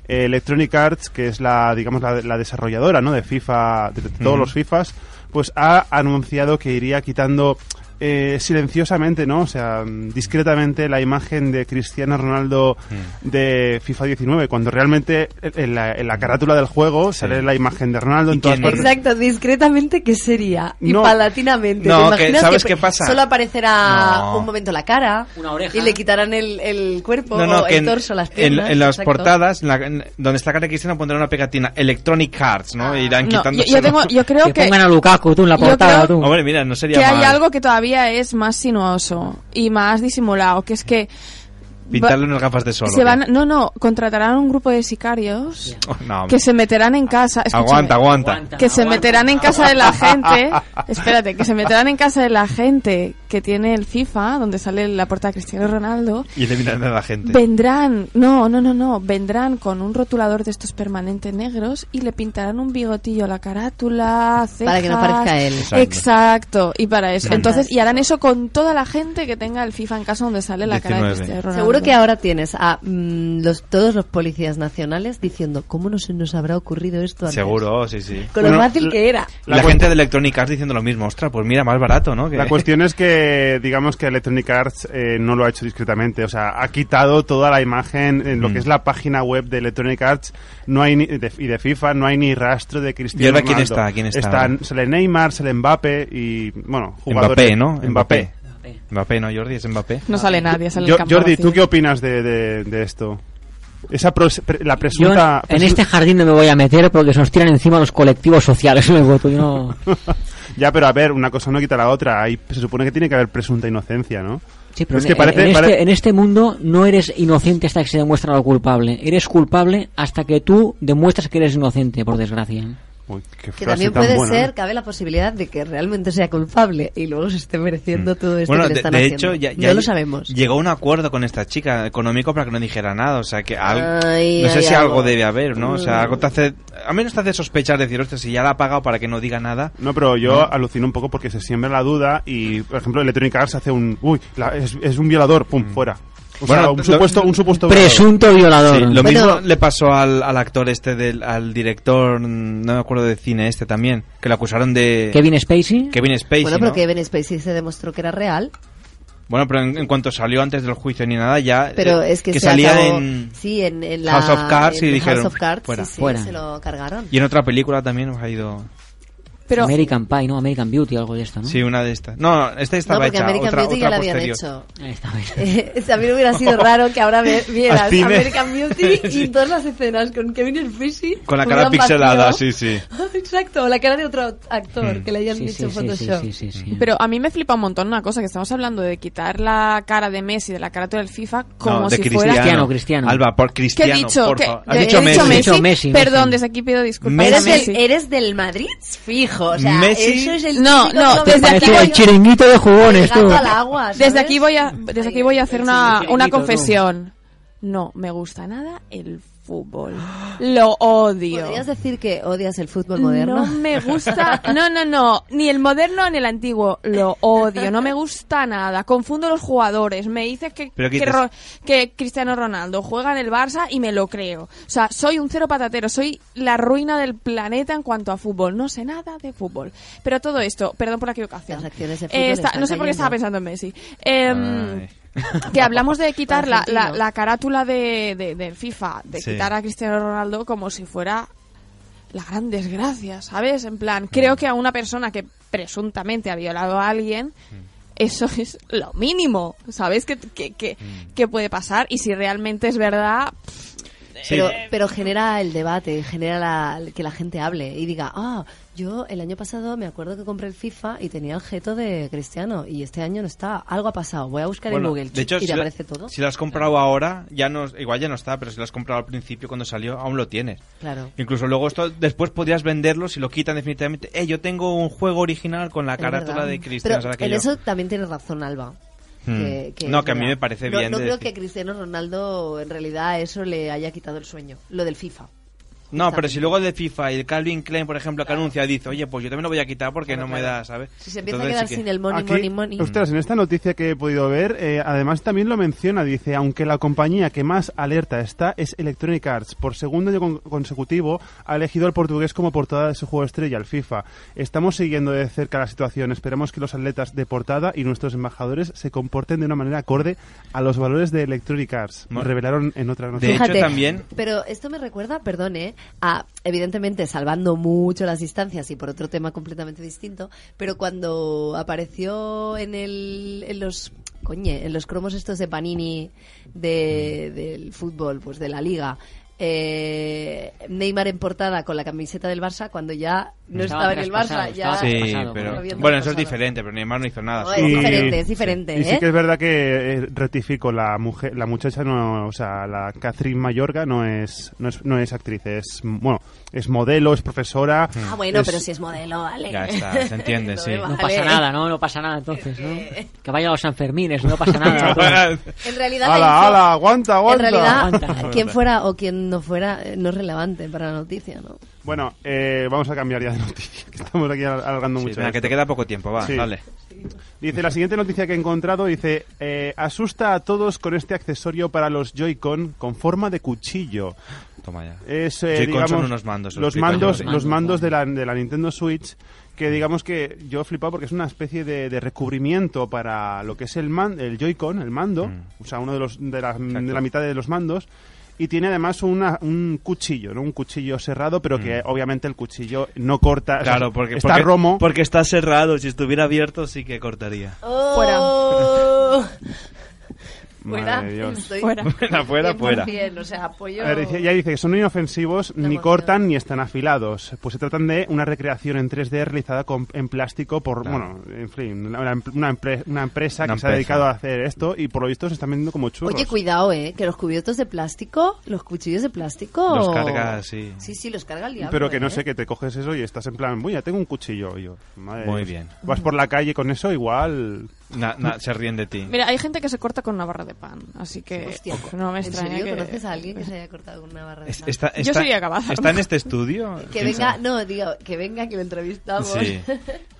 Speaker 12: eh, Electronic Arts, que es la digamos la, la desarrolladora, ¿no? de FIFA, de, de todos
Speaker 5: Ujú.
Speaker 12: los FIFAs, pues ha anunciado que iría quitando eh, silenciosamente, ¿no? O sea, mm, discretamente la imagen de Cristiano Ronaldo de FIFA 19, cuando realmente en la, en la carátula del juego sale la imagen de Ronaldo en todas partes.
Speaker 6: Exacto, discretamente, ¿qué sería? Y
Speaker 12: No.
Speaker 6: palatinamente.
Speaker 12: No,
Speaker 6: ¿te
Speaker 12: que-
Speaker 6: imaginas
Speaker 12: ¿sabes
Speaker 6: que
Speaker 12: qué pasa?
Speaker 6: Solo aparecerá
Speaker 5: No.
Speaker 6: un momento la cara y le quitarán el, el cuerpo,
Speaker 5: No, no,
Speaker 6: o
Speaker 5: que
Speaker 6: el
Speaker 5: en,
Speaker 6: torso, las
Speaker 5: en-
Speaker 6: piernas.
Speaker 5: en las
Speaker 6: exacto.
Speaker 5: portadas, en la- en- donde está la cara de Cristiano, pondrán una pegatina Electronic Arts, ¿no? Irán
Speaker 7: Ah. No,
Speaker 5: quitando
Speaker 7: yo, yo tengo- yo creo que,
Speaker 11: a Lukaku, tú, en la
Speaker 7: Yo
Speaker 11: portada, tú.
Speaker 5: Hombre, mira, no sería
Speaker 7: que hay
Speaker 5: mal
Speaker 7: algo que todavía es más sinuoso y más disimulado, que es que
Speaker 5: pintarle unas gafas de sol.
Speaker 7: se
Speaker 5: ¿o (laughs)
Speaker 7: van, no, no, contratarán un grupo de sicarios
Speaker 5: qué? No,
Speaker 7: que se meterán en casa. escúchame,
Speaker 5: aguanta, aguanta,
Speaker 7: Que se meterán en casa
Speaker 5: (laughs)
Speaker 7: de la gente. Espérate, que se meterán en casa de la gente que tiene el FIFA, donde sale la portada de Cristiano Ronaldo.
Speaker 5: Y eliminarle a la gente.
Speaker 7: Vendrán, no, no, no, no, vendrán con un rotulador de estos permanentes negros y le pintarán un bigotillo a la carátula,
Speaker 6: Para que no
Speaker 7: cejas.
Speaker 6: parezca él.
Speaker 7: Exacto. y para eso.
Speaker 6: Fantástico.
Speaker 7: Entonces, y harán eso con toda la gente que tenga el FIFA en casa donde sale la cara de
Speaker 5: 19.
Speaker 7: Cristiano Ronaldo.
Speaker 6: Seguro que ahora tienes a mm, los, todos los policías nacionales diciendo cómo no se nos habrá ocurrido esto antes.
Speaker 5: Seguro, sí, sí.
Speaker 6: Con lo fácil que era.
Speaker 5: La, gente de Electronic Arts diciendo lo mismo. Ostras, pues mira, más barato, ¿no? Que-
Speaker 12: La cuestión es que, digamos que Electronic Arts eh, no lo ha hecho discretamente, o sea, ha quitado toda la imagen en lo
Speaker 5: Mm.
Speaker 12: que es la página web de Electronic Arts no hay ni, de- y de FIFA, no hay ni rastro de Cristiano
Speaker 5: ¿Y ahora quién
Speaker 12: Ronaldo.
Speaker 5: está? ¿Quién está?
Speaker 12: Están, sale Neymar, sale Mbappé y, bueno, jugadores.
Speaker 5: (laughs) Mbappé, ¿no?
Speaker 12: Mbappé.
Speaker 5: Mbappé, no, Jordi, es Mbappé.
Speaker 7: No sale nadie, sale el
Speaker 12: Jo-
Speaker 7: campo
Speaker 12: Jordi,
Speaker 7: vacío.
Speaker 12: ¿tú qué opinas de, de- de esto? Esa pros- pre- la
Speaker 11: Yo en,
Speaker 12: presunta...
Speaker 11: en
Speaker 12: presun-
Speaker 11: este jardín no me voy a meter porque se nos tiran encima los colectivos sociales (laughs) luego, tú, yo no...
Speaker 12: Ya, pero a ver, una cosa no quita la otra. Ahí se supone que tiene que haber presunta inocencia, ¿no?
Speaker 11: Sí, pero
Speaker 12: es
Speaker 11: en-
Speaker 12: que parece...
Speaker 11: en, este,
Speaker 12: pare-
Speaker 11: en este mundo no eres inocente hasta que se demuestra lo culpable. Eres culpable hasta que tú demuestras que eres inocente, por desgracia.
Speaker 12: Uy, qué
Speaker 6: Que
Speaker 12: frase
Speaker 6: también
Speaker 12: tan
Speaker 6: puede
Speaker 12: buena, ¿no?
Speaker 6: ser, cabe la posibilidad de que realmente sea culpable y luego se esté mereciendo todo esto
Speaker 5: Mm. Bueno,
Speaker 6: que le
Speaker 5: de,
Speaker 6: están
Speaker 5: de
Speaker 6: haciendo.
Speaker 5: hecho, ya,
Speaker 6: no
Speaker 5: ya
Speaker 6: lo
Speaker 5: lle-
Speaker 6: sabemos.
Speaker 5: Llegó un acuerdo con esta chica económico para que no dijera nada. O sea, que al-
Speaker 6: Ay,
Speaker 5: no sé
Speaker 6: hay
Speaker 5: si algo.
Speaker 6: algo.
Speaker 5: debe haber, ¿no? O sea, algo te hace. A menos te hace sospechar, decir, hostia, si ya la ha pagado para que no diga nada.
Speaker 12: No, pero yo
Speaker 5: No.
Speaker 12: alucino un poco porque se siembra la duda y, por ejemplo, Electronic Arts hace un... Uy, la- es, es un violador, pum, fuera. O
Speaker 5: Mm. Bueno,
Speaker 12: sea, un
Speaker 5: lo-
Speaker 12: supuesto, un supuesto
Speaker 11: Presunto violador.
Speaker 5: Sí, lo
Speaker 11: Bueno.
Speaker 5: mismo le pasó al, al actor este, del, al director, mm, no me acuerdo de cine este también, que lo acusaron de.
Speaker 11: Kevin Spacey.
Speaker 5: Kevin Spacey.
Speaker 6: bueno, pero
Speaker 5: ¿no?
Speaker 6: que Ben Spacey se demostró que era real. (laughs)
Speaker 5: Bueno, pero en, en cuanto salió antes del juicio ni nada, ya.
Speaker 6: Pero
Speaker 5: eh,
Speaker 6: es que, se
Speaker 5: salía
Speaker 6: acabó-
Speaker 5: en.
Speaker 6: sí, en, en la,
Speaker 5: House of Cards
Speaker 6: en
Speaker 5: y dijeron,
Speaker 6: House of Cards, sí,
Speaker 5: fuera.
Speaker 6: sí,
Speaker 5: Fuera.
Speaker 6: se lo cargaron.
Speaker 5: Y en otra película también nos ha ido.
Speaker 7: Pero-
Speaker 11: American Pie, ¿no? American Beauty, algo de esto, ¿no?
Speaker 5: Sí, una de estas. No, no, esta
Speaker 6: No,
Speaker 5: estaba
Speaker 6: porque
Speaker 5: hecha.
Speaker 6: American
Speaker 5: otra,
Speaker 6: Beauty
Speaker 5: otra
Speaker 6: ya la habían
Speaker 5: posterior.
Speaker 6: hecho. Eh, También hubiera
Speaker 5: (laughs)
Speaker 6: sido raro que ahora ve- vieras
Speaker 5: Al cine.
Speaker 6: American
Speaker 5: (laughs)
Speaker 6: Beauty y
Speaker 5: Sí.
Speaker 6: todas las escenas con Kevin Spacey.
Speaker 5: Con la
Speaker 6: un
Speaker 5: cara
Speaker 6: gran
Speaker 5: pixelada,
Speaker 6: vacío.
Speaker 5: sí, sí.
Speaker 6: (laughs) Exacto, la cara de otro actor
Speaker 5: Mm.
Speaker 6: que le hayan
Speaker 11: Sí,
Speaker 6: dicho
Speaker 11: sí, sí, sí,
Speaker 6: Photoshop.
Speaker 11: sí, sí, sí.
Speaker 7: Pero a mí me flipa un montón una cosa, que estamos hablando de quitar la cara de Messi de la carátula del FIFA como
Speaker 5: No, de
Speaker 7: si
Speaker 5: Cristiano.
Speaker 7: fuera...
Speaker 11: Cristiano.
Speaker 5: Alba, por
Speaker 7: ¿Qué
Speaker 5: Cristiano,
Speaker 7: he dicho?
Speaker 5: por
Speaker 7: ¿Qué-
Speaker 5: favor.
Speaker 7: he
Speaker 5: Has dicho Messi.
Speaker 7: Perdón, desde aquí pido disculpas.
Speaker 6: ¿Eres,
Speaker 7: a Messi.
Speaker 6: del, eres del Madrid fijo, o sea,
Speaker 5: Messi-
Speaker 6: eso es el
Speaker 7: No,
Speaker 6: típico
Speaker 7: no,
Speaker 6: que
Speaker 7: desde
Speaker 6: ves
Speaker 7: aquí
Speaker 11: Parece
Speaker 7: voy-
Speaker 11: el chiringuito de jugones, tú.
Speaker 6: al agua, ¿sabes?
Speaker 7: Desde aquí voy a, desde aquí voy a hacer una,
Speaker 6: chiringuito,
Speaker 7: una
Speaker 6: tú.
Speaker 7: confesión. No me gusta nada el fútbol. Lo odio.
Speaker 6: ¿Podrías decir que odias el fútbol moderno?
Speaker 7: No me
Speaker 6: (laughs)
Speaker 7: gusta, no, no, no, ni el moderno ni el antiguo, lo odio, no me gusta nada, confundo los jugadores, me dices que,
Speaker 5: Pero
Speaker 7: que,
Speaker 5: quitas-
Speaker 7: Ro- que Cristiano Ronaldo juega en el Barça y me lo creo. O sea, soy un cero patatero, soy la ruina del planeta en cuanto a fútbol, no sé nada de fútbol. Pero todo esto, perdón por la equivocación.
Speaker 6: Las acciones de
Speaker 7: Eh,
Speaker 6: fútbol
Speaker 7: está-
Speaker 6: están
Speaker 7: no sé por qué
Speaker 6: cayendo.
Speaker 7: estaba pensando en Messi. Em, que hablamos de
Speaker 6: (laughs)
Speaker 7: quitar la, la- la carátula de, de- del FIFA, de
Speaker 5: Sí.
Speaker 7: quitar a Cristiano Ronaldo como si fuera la gran desgracia, ¿sabes? En plan, creo que a una persona que presuntamente ha violado a alguien, eso es lo mínimo, ¿sabes? Que, que, que- que puede pasar y si realmente es verdad...
Speaker 6: Pero,
Speaker 5: Eh,
Speaker 6: pero genera el debate, genera la- que la gente hable y diga, ah, yo el año pasado me acuerdo que compré el FIFA y tenía el jeto de Cristiano y este año no está, algo ha pasado, voy a buscar
Speaker 5: Bueno,
Speaker 6: en Google
Speaker 5: de hecho,
Speaker 6: y
Speaker 5: si,
Speaker 6: te
Speaker 5: lo-
Speaker 6: aparece todo.
Speaker 5: si lo has comprado ahora, ya no, igual ya no está, pero si lo has comprado al principio cuando salió, aún lo tienes.
Speaker 6: Claro.
Speaker 5: Incluso luego esto después podrías venderlo si lo quitan definitivamente. Eh, yo tengo un juego original con la
Speaker 6: Es
Speaker 5: carátula
Speaker 6: verdad.
Speaker 5: de Cristiano.
Speaker 6: Pero
Speaker 5: ¿sabes
Speaker 6: en
Speaker 5: aquello?
Speaker 6: eso también tienes razón, Alba.
Speaker 5: Hmm.
Speaker 6: es
Speaker 5: No, que a mí
Speaker 6: verdad.
Speaker 5: me parece
Speaker 6: No-
Speaker 5: bien
Speaker 6: No
Speaker 5: de
Speaker 6: creo
Speaker 5: decir.
Speaker 6: que Cristiano Ronaldo en realidad eso le haya quitado el sueño, lo del FIFA.
Speaker 5: No, pero si luego el de FIFA y el Calvin Klein, por ejemplo, que anuncia, dice, oye, pues yo también lo voy a quitar porque no me da, ¿sabes?
Speaker 6: Si se empieza a quedar sin el money,
Speaker 5: Aquí-
Speaker 6: money, money.
Speaker 12: Ostras, en esta noticia que he podido ver, eh, además también lo menciona, dice, aunque la compañía que más alerta está es Electronic Arts, por segundo año con- consecutivo ha elegido al portugués como portada de su juego estrella, el FIFA. Estamos siguiendo de cerca la situación, esperamos que los atletas de portada y nuestros embajadores se comporten de una manera acorde a los valores de Electronic Arts,
Speaker 5: Bueno,
Speaker 12: revelaron en otra noticia.
Speaker 6: Fíjate, Pero esto me recuerda, perdón, ¿eh? a, evidentemente, salvando mucho las distancias y por otro tema completamente distinto, pero cuando apareció en, el, en los. Coñe, en los cromos estos de Panini de-
Speaker 5: Mm.
Speaker 6: del fútbol, pues de la liga. eh, Neymar en portada con la camiseta del Barça cuando ya no
Speaker 11: Estaba
Speaker 6: estaba, en el
Speaker 11: traspasado,
Speaker 6: Barça, ya
Speaker 5: Sí,
Speaker 11: traspasado,
Speaker 5: pero...
Speaker 6: había
Speaker 5: Bueno, eso es diferente, pero Neymar no hizo nada.
Speaker 6: No,
Speaker 5: solo.
Speaker 6: es diferente, es diferente,
Speaker 12: Y
Speaker 6: ¿eh?
Speaker 12: sí que es verdad que eh, rectifico, la mujer, la muchacha no, o sea, la Catherine Mayorga no es, no es, no es actriz, es bueno, es modelo, es profesora.
Speaker 6: Ah, bueno, pero si es modelo, vale.
Speaker 12: Ya está,
Speaker 6: (laughs)
Speaker 12: se entiende, sí.
Speaker 11: No
Speaker 6: vale.
Speaker 11: pasa nada, ¿no? No pasa nada entonces,
Speaker 6: (laughs)
Speaker 11: ¿no? Que vayan los Sanfermines, no pasa
Speaker 5: (laughs)
Speaker 11: nada.
Speaker 6: En realidad la
Speaker 12: ¡Hala,
Speaker 6: hizo-
Speaker 12: hala! ¡Aguanta, aguanta!
Speaker 6: En realidad,
Speaker 12: Aguanta.
Speaker 6: quien fuera o quien no fuera, eh, no es relevante para la noticia, ¿no?
Speaker 12: Bueno, eh, vamos a cambiar ya de (laughs) noticia, que estamos aquí alargando
Speaker 5: Sí,
Speaker 12: mucho.
Speaker 5: venga, que te queda poco tiempo, va,
Speaker 12: Sí.
Speaker 5: dale.
Speaker 12: Dice, la siguiente noticia que he encontrado dice, eh, asusta a todos con este accesorio para los Joy-Con con forma de cuchillo.
Speaker 5: Toma ya.
Speaker 12: Es, eh,
Speaker 5: Joy-Con
Speaker 12: digamos,
Speaker 5: son unos mandos, lo
Speaker 12: Los
Speaker 5: explico yo. Mm.
Speaker 12: mandos,
Speaker 5: Los
Speaker 12: los
Speaker 5: mandos,
Speaker 12: mandos de la, de la Nintendo Switch, que digamos que yo he flipado porque es una especie de, de recubrimiento para lo que es el, man, el Joy-Con, el mando,
Speaker 5: Mm.
Speaker 12: o sea, uno de, los, de, la, de la mitad de los mandos. Y tiene además una- un cuchillo, ¿no? Un cuchillo cerrado, pero que obviamente el cuchillo no corta. o sea,
Speaker 5: Mm. Claro, porque,
Speaker 12: está
Speaker 5: porque-
Speaker 12: romo.
Speaker 5: porque está cerrado. Si estuviera abierto, sí que cortaría.
Speaker 6: Oh. Fuera. fuera.
Speaker 12: Madre de Dios.
Speaker 6: Estoy (laughs)
Speaker 12: Fuera. Fuera, fuera, fuera.
Speaker 6: 100%, O sea, apoyo.
Speaker 12: A ver, dice- ya dice que son inofensivos, ni cortan ni están afilados. Pues se tratan de una recreación en 3D realizada con- en plástico por,
Speaker 5: Claro.
Speaker 12: bueno, en fin, una, una empre- una empresa
Speaker 5: Una
Speaker 12: que se ha
Speaker 5: empresa.
Speaker 12: dedicado a hacer esto y por lo visto se están vendiendo como churros.
Speaker 6: Oye, cuidado, ¿eh? Que los cubiertos de plástico, los cuchillos de plástico.
Speaker 12: Los carga, sí.
Speaker 6: Oh. Sí, sí, los carga el diablo.
Speaker 12: pero que no
Speaker 6: ¿eh?
Speaker 12: sé, que te coges eso y estás en plan, voy, ya tengo un cuchillo. Y yo, madre
Speaker 5: Muy
Speaker 12: Dios.
Speaker 5: bien.
Speaker 12: Vas por la calle con eso, igual...
Speaker 5: se ríen de
Speaker 12: Mm.
Speaker 5: ti.
Speaker 7: Mira, hay gente que se corta con una barra de pan, así que
Speaker 6: eh, Hostia,
Speaker 7: no me
Speaker 6: ¿en
Speaker 7: extraña
Speaker 6: serio
Speaker 7: que...
Speaker 6: conoces a alguien que Pues se haya cortado con una barra de pan?
Speaker 5: Está-
Speaker 7: Yo
Speaker 5: está-
Speaker 7: sería capaz.
Speaker 5: ¿Está en este estudio?
Speaker 6: Que venga, no, digo, que venga, que lo entrevistamos. (laughs)
Speaker 5: Sí.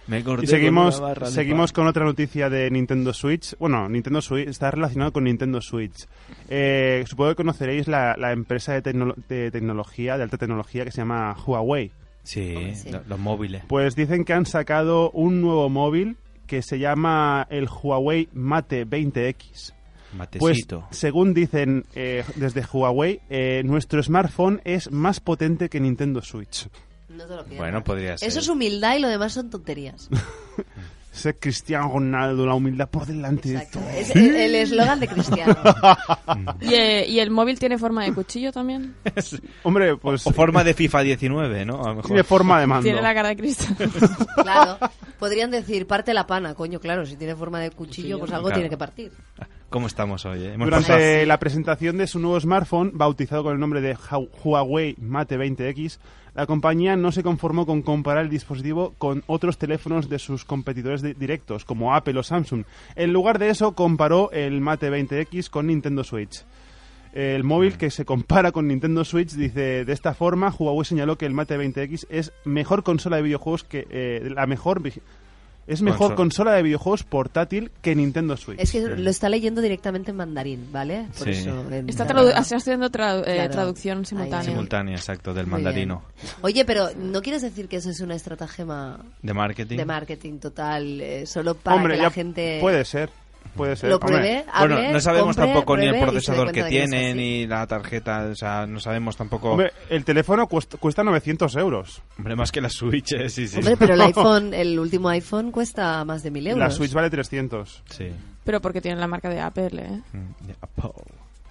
Speaker 5: Me corté
Speaker 12: Y seguimos,
Speaker 5: con una barra de
Speaker 12: seguimos
Speaker 5: pan.
Speaker 12: con otra noticia de Nintendo Switch. Bueno, Nintendo Switch está relacionado con Nintendo Switch. Eh, supongo que conoceréis la, la empresa de, tecno- de tecnología, de alta tecnología, que se llama Huawei.
Speaker 5: Sí, lo- los móviles.
Speaker 12: Pues dicen que han sacado un nuevo móvil que se llama el Huawei Mate 20X. Pues,
Speaker 5: Matecito.
Speaker 12: según dicen eh, desde Huawei, eh, nuestro smartphone es más potente que Nintendo Switch.
Speaker 6: No te lo pierdas.
Speaker 5: bueno, podría ser.
Speaker 6: Eso es humildad y lo demás son tonterías.
Speaker 12: Ser Cristiano Ronaldo, la humildad por delante de todo.
Speaker 6: Es el el eslogan de
Speaker 12: (laughs)
Speaker 6: Cristiano.
Speaker 7: ¿Y, eh, ¿Y el móvil tiene forma de cuchillo también?
Speaker 5: (laughs)
Speaker 12: Hombre, pues...
Speaker 5: O forma de FIFA 19, ¿no? A lo mejor.
Speaker 12: Tiene forma de mando.
Speaker 7: Tiene la cara de Cristo.
Speaker 6: Claro. Podrían decir, parte la pana, coño, claro, si tiene forma de cuchillo, pues algo
Speaker 5: Claro.
Speaker 6: tiene que partir.
Speaker 5: ¿Cómo estamos hoy? eh? Hemos pasado-
Speaker 12: Durante la presentación de su nuevo smartphone, bautizado con el nombre de Hau- Huawei Mate 20X, la compañía no se conformó con comparar el dispositivo con otros teléfonos de sus competidores di- directos, como Apple o Samsung. En lugar de eso, comparó el Mate 20X con Nintendo Switch. El móvil que se compara con Nintendo Switch dice, de esta forma, Huawei señaló que el Mate 20X es mejor consola de videojuegos que eh, la mejor... vi- Es mejor
Speaker 5: Consola.
Speaker 12: consola de videojuegos portátil que Nintendo Switch.
Speaker 6: Es que lo está leyendo directamente en mandarín, ¿vale? Por
Speaker 12: Sí.
Speaker 6: eso. en-
Speaker 7: Está tradu- está haciendo tra- eh,
Speaker 6: Claro.
Speaker 7: traducción simultánea.
Speaker 5: Simultánea, exacto, del
Speaker 6: Muy
Speaker 5: mandarino.
Speaker 6: Oye, pero ¿no quieres decir que eso es una estratagema
Speaker 5: De marketing.
Speaker 6: de marketing total eh, solo para
Speaker 12: Hombre,
Speaker 6: que la
Speaker 12: ya
Speaker 6: gente.
Speaker 12: puede ser. Puede ser.
Speaker 6: Lo
Speaker 12: hombre.
Speaker 6: pruebe,
Speaker 5: Bueno,
Speaker 6: hable,
Speaker 5: no sabemos
Speaker 6: compre,
Speaker 5: tampoco ni el
Speaker 6: pruebe y se dé
Speaker 5: procesador que
Speaker 6: cuenta de no es
Speaker 5: tiene,
Speaker 6: así.
Speaker 5: ni la tarjeta, o sea, no sabemos tampoco...
Speaker 12: Hombre, el teléfono cuesta, cuesta 900 euros.
Speaker 5: Hombre, más que (laughs) la Switch, eh, sí, sí.
Speaker 6: Hombre,
Speaker 12: (laughs)
Speaker 6: pero el iPhone, el último iPhone cuesta más de mil euros.
Speaker 12: La Switch vale 300.
Speaker 5: Sí.
Speaker 12: Mm.
Speaker 7: Pero porque tiene la marca de Apple, ¿eh?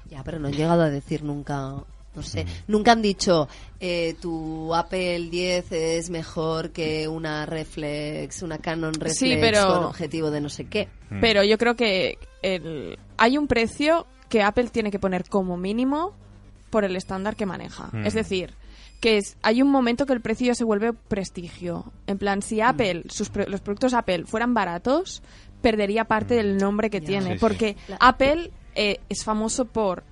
Speaker 6: Ya, pero no he llegado a decir nunca No
Speaker 12: Mm.
Speaker 6: sé. Nunca han dicho eh, tu Apple 10 es mejor que una reflex, una Canon reflex
Speaker 7: Sí, pero-
Speaker 6: con objetivo de no sé qué.
Speaker 18: Mm.
Speaker 12: Mm.
Speaker 7: Pero yo creo que el- hay un precio que Apple tiene que poner como mínimo por el estándar que maneja.
Speaker 18: Mm.
Speaker 7: Es decir, que es, hay un momento que el precio ya se vuelve prestigio. En plan, si Apple, sus pro- los productos Apple fueran baratos, perdería parte del nombre que tiene.
Speaker 18: Mm. Sí, sí.
Speaker 7: porque Apple eh, es famoso por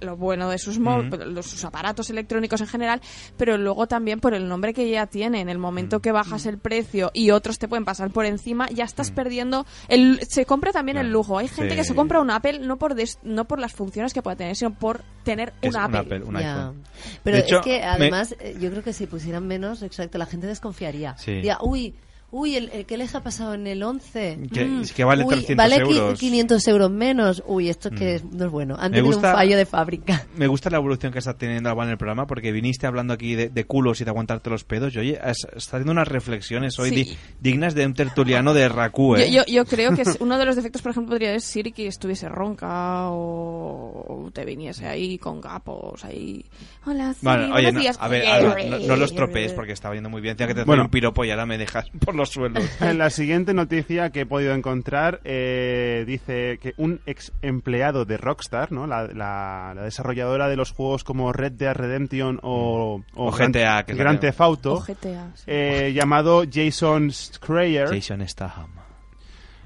Speaker 7: lo bueno de sus, mo-
Speaker 18: Mm.
Speaker 7: los- sus aparatos electrónicos en general, pero luego también por el nombre que ya tiene. En el momento que bajas el precio y otros te pueden pasar por encima, ya estás perdiendo. El, se compra también el lujo. Hay gente
Speaker 18: Sí.
Speaker 7: que se compra un Apple no por des- no por las funciones que pueda tener, sino por tener
Speaker 5: Es
Speaker 7: una
Speaker 5: un
Speaker 7: Apple.
Speaker 5: Apple, un
Speaker 6: Ya.
Speaker 5: iPhone.
Speaker 6: Pero
Speaker 5: De hecho,
Speaker 6: es que
Speaker 5: me-
Speaker 6: además eh, yo creo que si pusieran menos, exacto, la gente desconfiaría.
Speaker 5: Sí.
Speaker 6: Diría, uy, uy, el, el que les ha pasado en el 11.
Speaker 5: Que-
Speaker 6: mm,
Speaker 5: es que vale
Speaker 6: uy,
Speaker 5: 300
Speaker 6: vale qui-
Speaker 5: euros". Mm.
Speaker 6: 500 euros menos. Uy, esto es que es- no es bueno. Han
Speaker 5: Me
Speaker 6: tenido
Speaker 5: gusta-
Speaker 6: un fallo de fábrica.
Speaker 5: Me gusta la evolución que está teniendo Alba en el programa porque viniste hablando aquí de, de culos y de aguantarte los pedos. Y oye, has- está haciendo unas reflexiones hoy
Speaker 7: Sí.
Speaker 5: di- dignas de un tertuliano de Rakú, ¿eh?
Speaker 7: Yo, yo- yo creo
Speaker 5: (laughs)
Speaker 7: que es- uno de los defectos, por ejemplo, podría ser Siri que estuviese ronca o te viniese ahí con gapos, ahí. Hola, Siri,
Speaker 5: Bueno, oye,
Speaker 7: buenos
Speaker 5: no,
Speaker 7: días.
Speaker 5: a ver, Alba, no, no los tropees porque estaba yendo muy bien. Tía, que te bueno.
Speaker 12: Bueno.
Speaker 5: un piropo y ahora me dejas (laughs) por los suelos.
Speaker 12: En la siguiente noticia que he podido encontrar eh, dice que un ex empleado de Rockstar, ¿no? la, la- la desarrolladora de los juegos como Red Dead Redemption o,
Speaker 5: O GTA, que es la
Speaker 12: Grand
Speaker 5: que-
Speaker 12: Theft Auto,
Speaker 7: O GTA, sí.
Speaker 12: eh, llamado Jason Schreier,
Speaker 5: Jason Statham.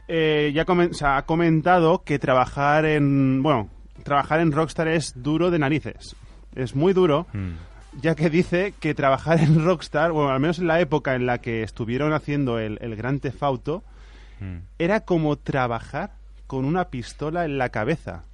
Speaker 12: eh, ya comen- o sea, ha comentado que trabajar en bueno trabajar en Rockstar es duro de narices es muy duro
Speaker 5: Mm.
Speaker 12: ya que dice que trabajar en Rockstar bueno al menos en la época en la que estuvieron haciendo el, el Gran Theft Auto
Speaker 5: Mm.
Speaker 12: era como trabajar con una pistola en la cabeza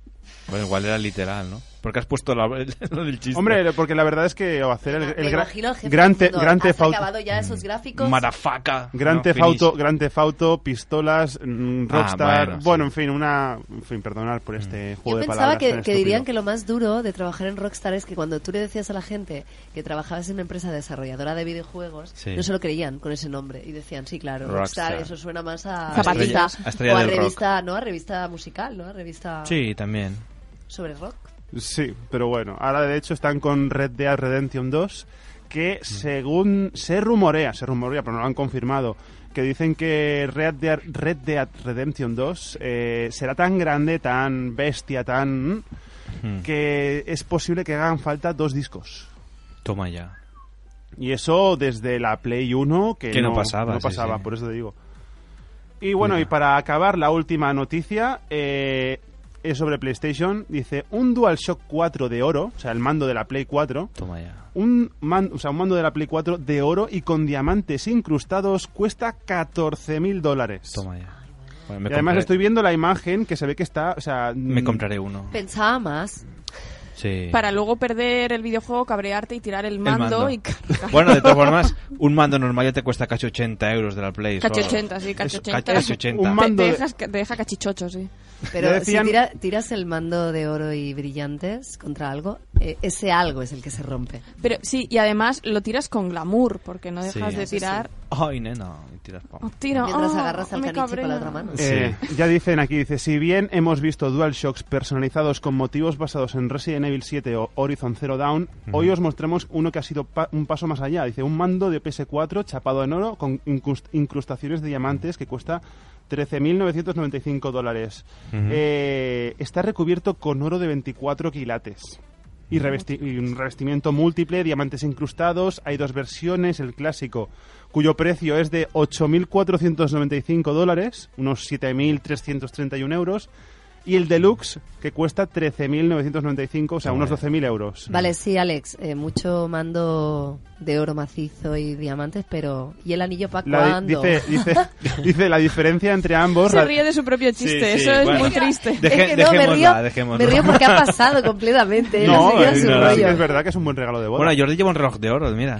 Speaker 5: Bueno, igual era literal, ¿no? Porque has puesto la, (laughs) lo del chiste.
Speaker 12: hombre porque la verdad es que o hacer el, el
Speaker 6: Me
Speaker 12: gra-
Speaker 6: imagino al jefe
Speaker 12: Gran, Te-
Speaker 6: diciendo,
Speaker 12: Gran
Speaker 6: "Has
Speaker 12: Theft Auto
Speaker 6: acabado ya esos gráficos.
Speaker 5: Marafaca.
Speaker 12: Gran
Speaker 5: No,
Speaker 12: Theft
Speaker 5: finish.
Speaker 12: Auto, Gran Theft Auto, pistolas, mm,
Speaker 5: Ah,
Speaker 12: Rockstar,
Speaker 5: bueno,
Speaker 12: bueno,
Speaker 5: sí.
Speaker 12: en fin, una, en fin, perdonar por este
Speaker 6: Mm. Yo
Speaker 12: juego de palabras.
Speaker 6: pensaba que,
Speaker 12: tan
Speaker 6: que
Speaker 12: estúpido.
Speaker 6: dirían que lo más duro de trabajar en Rockstar es que cuando tú le decías a la gente que trabajabas en una empresa desarrolladora de videojuegos,
Speaker 5: Sí.
Speaker 6: no se lo creían con ese nombre y decían, sí, claro, Rockstar,
Speaker 5: Rockstar.
Speaker 6: eso suena más a
Speaker 5: Zapatilla.
Speaker 6: revista-
Speaker 5: A estrella
Speaker 6: o a
Speaker 5: del rock.
Speaker 6: revista, no, a revista musical, ¿no? A revista
Speaker 5: Sí, también.
Speaker 6: sobre rock.
Speaker 12: Sí, pero bueno, ahora de hecho están con Red Dead Redemption 2,
Speaker 5: Mm.
Speaker 12: que según se rumorea, se rumorea, pero no lo han confirmado, que dicen que Red Dead, Red Dead Redemption 2 eh, será tan grande, tan bestia, tan...
Speaker 5: Hmm.
Speaker 12: que es posible que hagan falta dos discos.
Speaker 5: Toma ya.
Speaker 12: Y eso desde la Play 1, que,
Speaker 5: Que no pasaba, sí,
Speaker 12: pasaba,
Speaker 5: sí.
Speaker 12: por eso te digo. Y bueno, y para acabar, la última noticia eh, es sobre PlayStation. Dice, un DualShock 4 de oro, o sea, el mando de la Play 4.
Speaker 5: Toma ya.
Speaker 12: Un, man- o sea, un mando de la Play 4 de oro y con diamantes incrustados cuesta 14 mil dólares.
Speaker 5: Toma ya. Bueno,
Speaker 12: Y
Speaker 5: me,
Speaker 12: además
Speaker 5: compraré,
Speaker 12: estoy viendo la imagen que se ve que está, o sea...
Speaker 5: me compraré uno.
Speaker 6: Pensaba más.
Speaker 5: Sí.
Speaker 7: Para luego perder el videojuego, cabrearte y tirar el
Speaker 5: El
Speaker 7: mando, (laughs)
Speaker 5: mando.
Speaker 7: y cargar.
Speaker 5: (laughs) Bueno, de
Speaker 7: (laughs)
Speaker 5: todas formas, un mando normal ya te cuesta casi 80 euros de la Play. solo.
Speaker 7: Cacho 80, sí, cacho
Speaker 5: Eso,
Speaker 7: 80.
Speaker 5: casi 80.
Speaker 7: Te- te, dejas- te deja cachichocho, sí.
Speaker 6: Pero
Speaker 5: Ya decían-
Speaker 6: si tira- tiras el mando de oro y brillantes contra algo, eh, ese algo es el que se rompe.
Speaker 7: Pero sí, y además lo tiras con glamour, porque no dejas
Speaker 5: Sí.
Speaker 7: de
Speaker 5: Eso sí. Oh,
Speaker 7: tirar.
Speaker 5: Ay, nena. y tiras pa-
Speaker 7: Tiro,
Speaker 6: Mientras
Speaker 7: ah,
Speaker 6: agarras al
Speaker 7: me
Speaker 6: caniche con
Speaker 7: cabreo.
Speaker 6: la otra mano.
Speaker 12: Eh, ya dicen aquí, dice, si bien hemos visto DualShocks personalizados con motivos basados en Resident Evil 7 o Horizon Zero Dawn, hoy os mostramos uno que ha sido pa- un paso más allá. Dice, un mando de PS4 chapado en oro con incrust- incrustaciones de diamantes que cuesta 13.995 dólares.
Speaker 5: Ujú.
Speaker 12: Eh, está recubierto con oro de 24 quilates. Y, revesti- y un revestimiento múltiple, diamantes incrustados. Hay dos versiones, el clásico, cuyo precio es de 8.495 dólares, unos 7.331 euros. Y el deluxe, que cuesta 13.995, o sea, unos 12.000 euros.
Speaker 6: Vale, sí, Alex, eh, mucho mando de oro macizo y diamantes, pero ¿y el anillo para
Speaker 12: La, di-
Speaker 6: cuándo?
Speaker 12: dice,
Speaker 6: (laughs)
Speaker 12: dice, dice la diferencia entre ambos.
Speaker 7: Se
Speaker 12: ra-
Speaker 7: ríe de su propio chiste, eso es muy triste.
Speaker 12: Deje-
Speaker 6: es que no, me
Speaker 12: dejémosla,
Speaker 6: río,
Speaker 5: dejémosla.
Speaker 6: me río porque ha
Speaker 5: (laughs)
Speaker 6: pasado completamente. ¿eh? él
Speaker 5: No,
Speaker 6: ha seguido
Speaker 5: es
Speaker 6: su
Speaker 5: verdad,
Speaker 6: rollo.
Speaker 5: es
Speaker 12: verdad que es un buen regalo de boda.
Speaker 5: Bueno, Jordi lleva un reloj de oro, mira.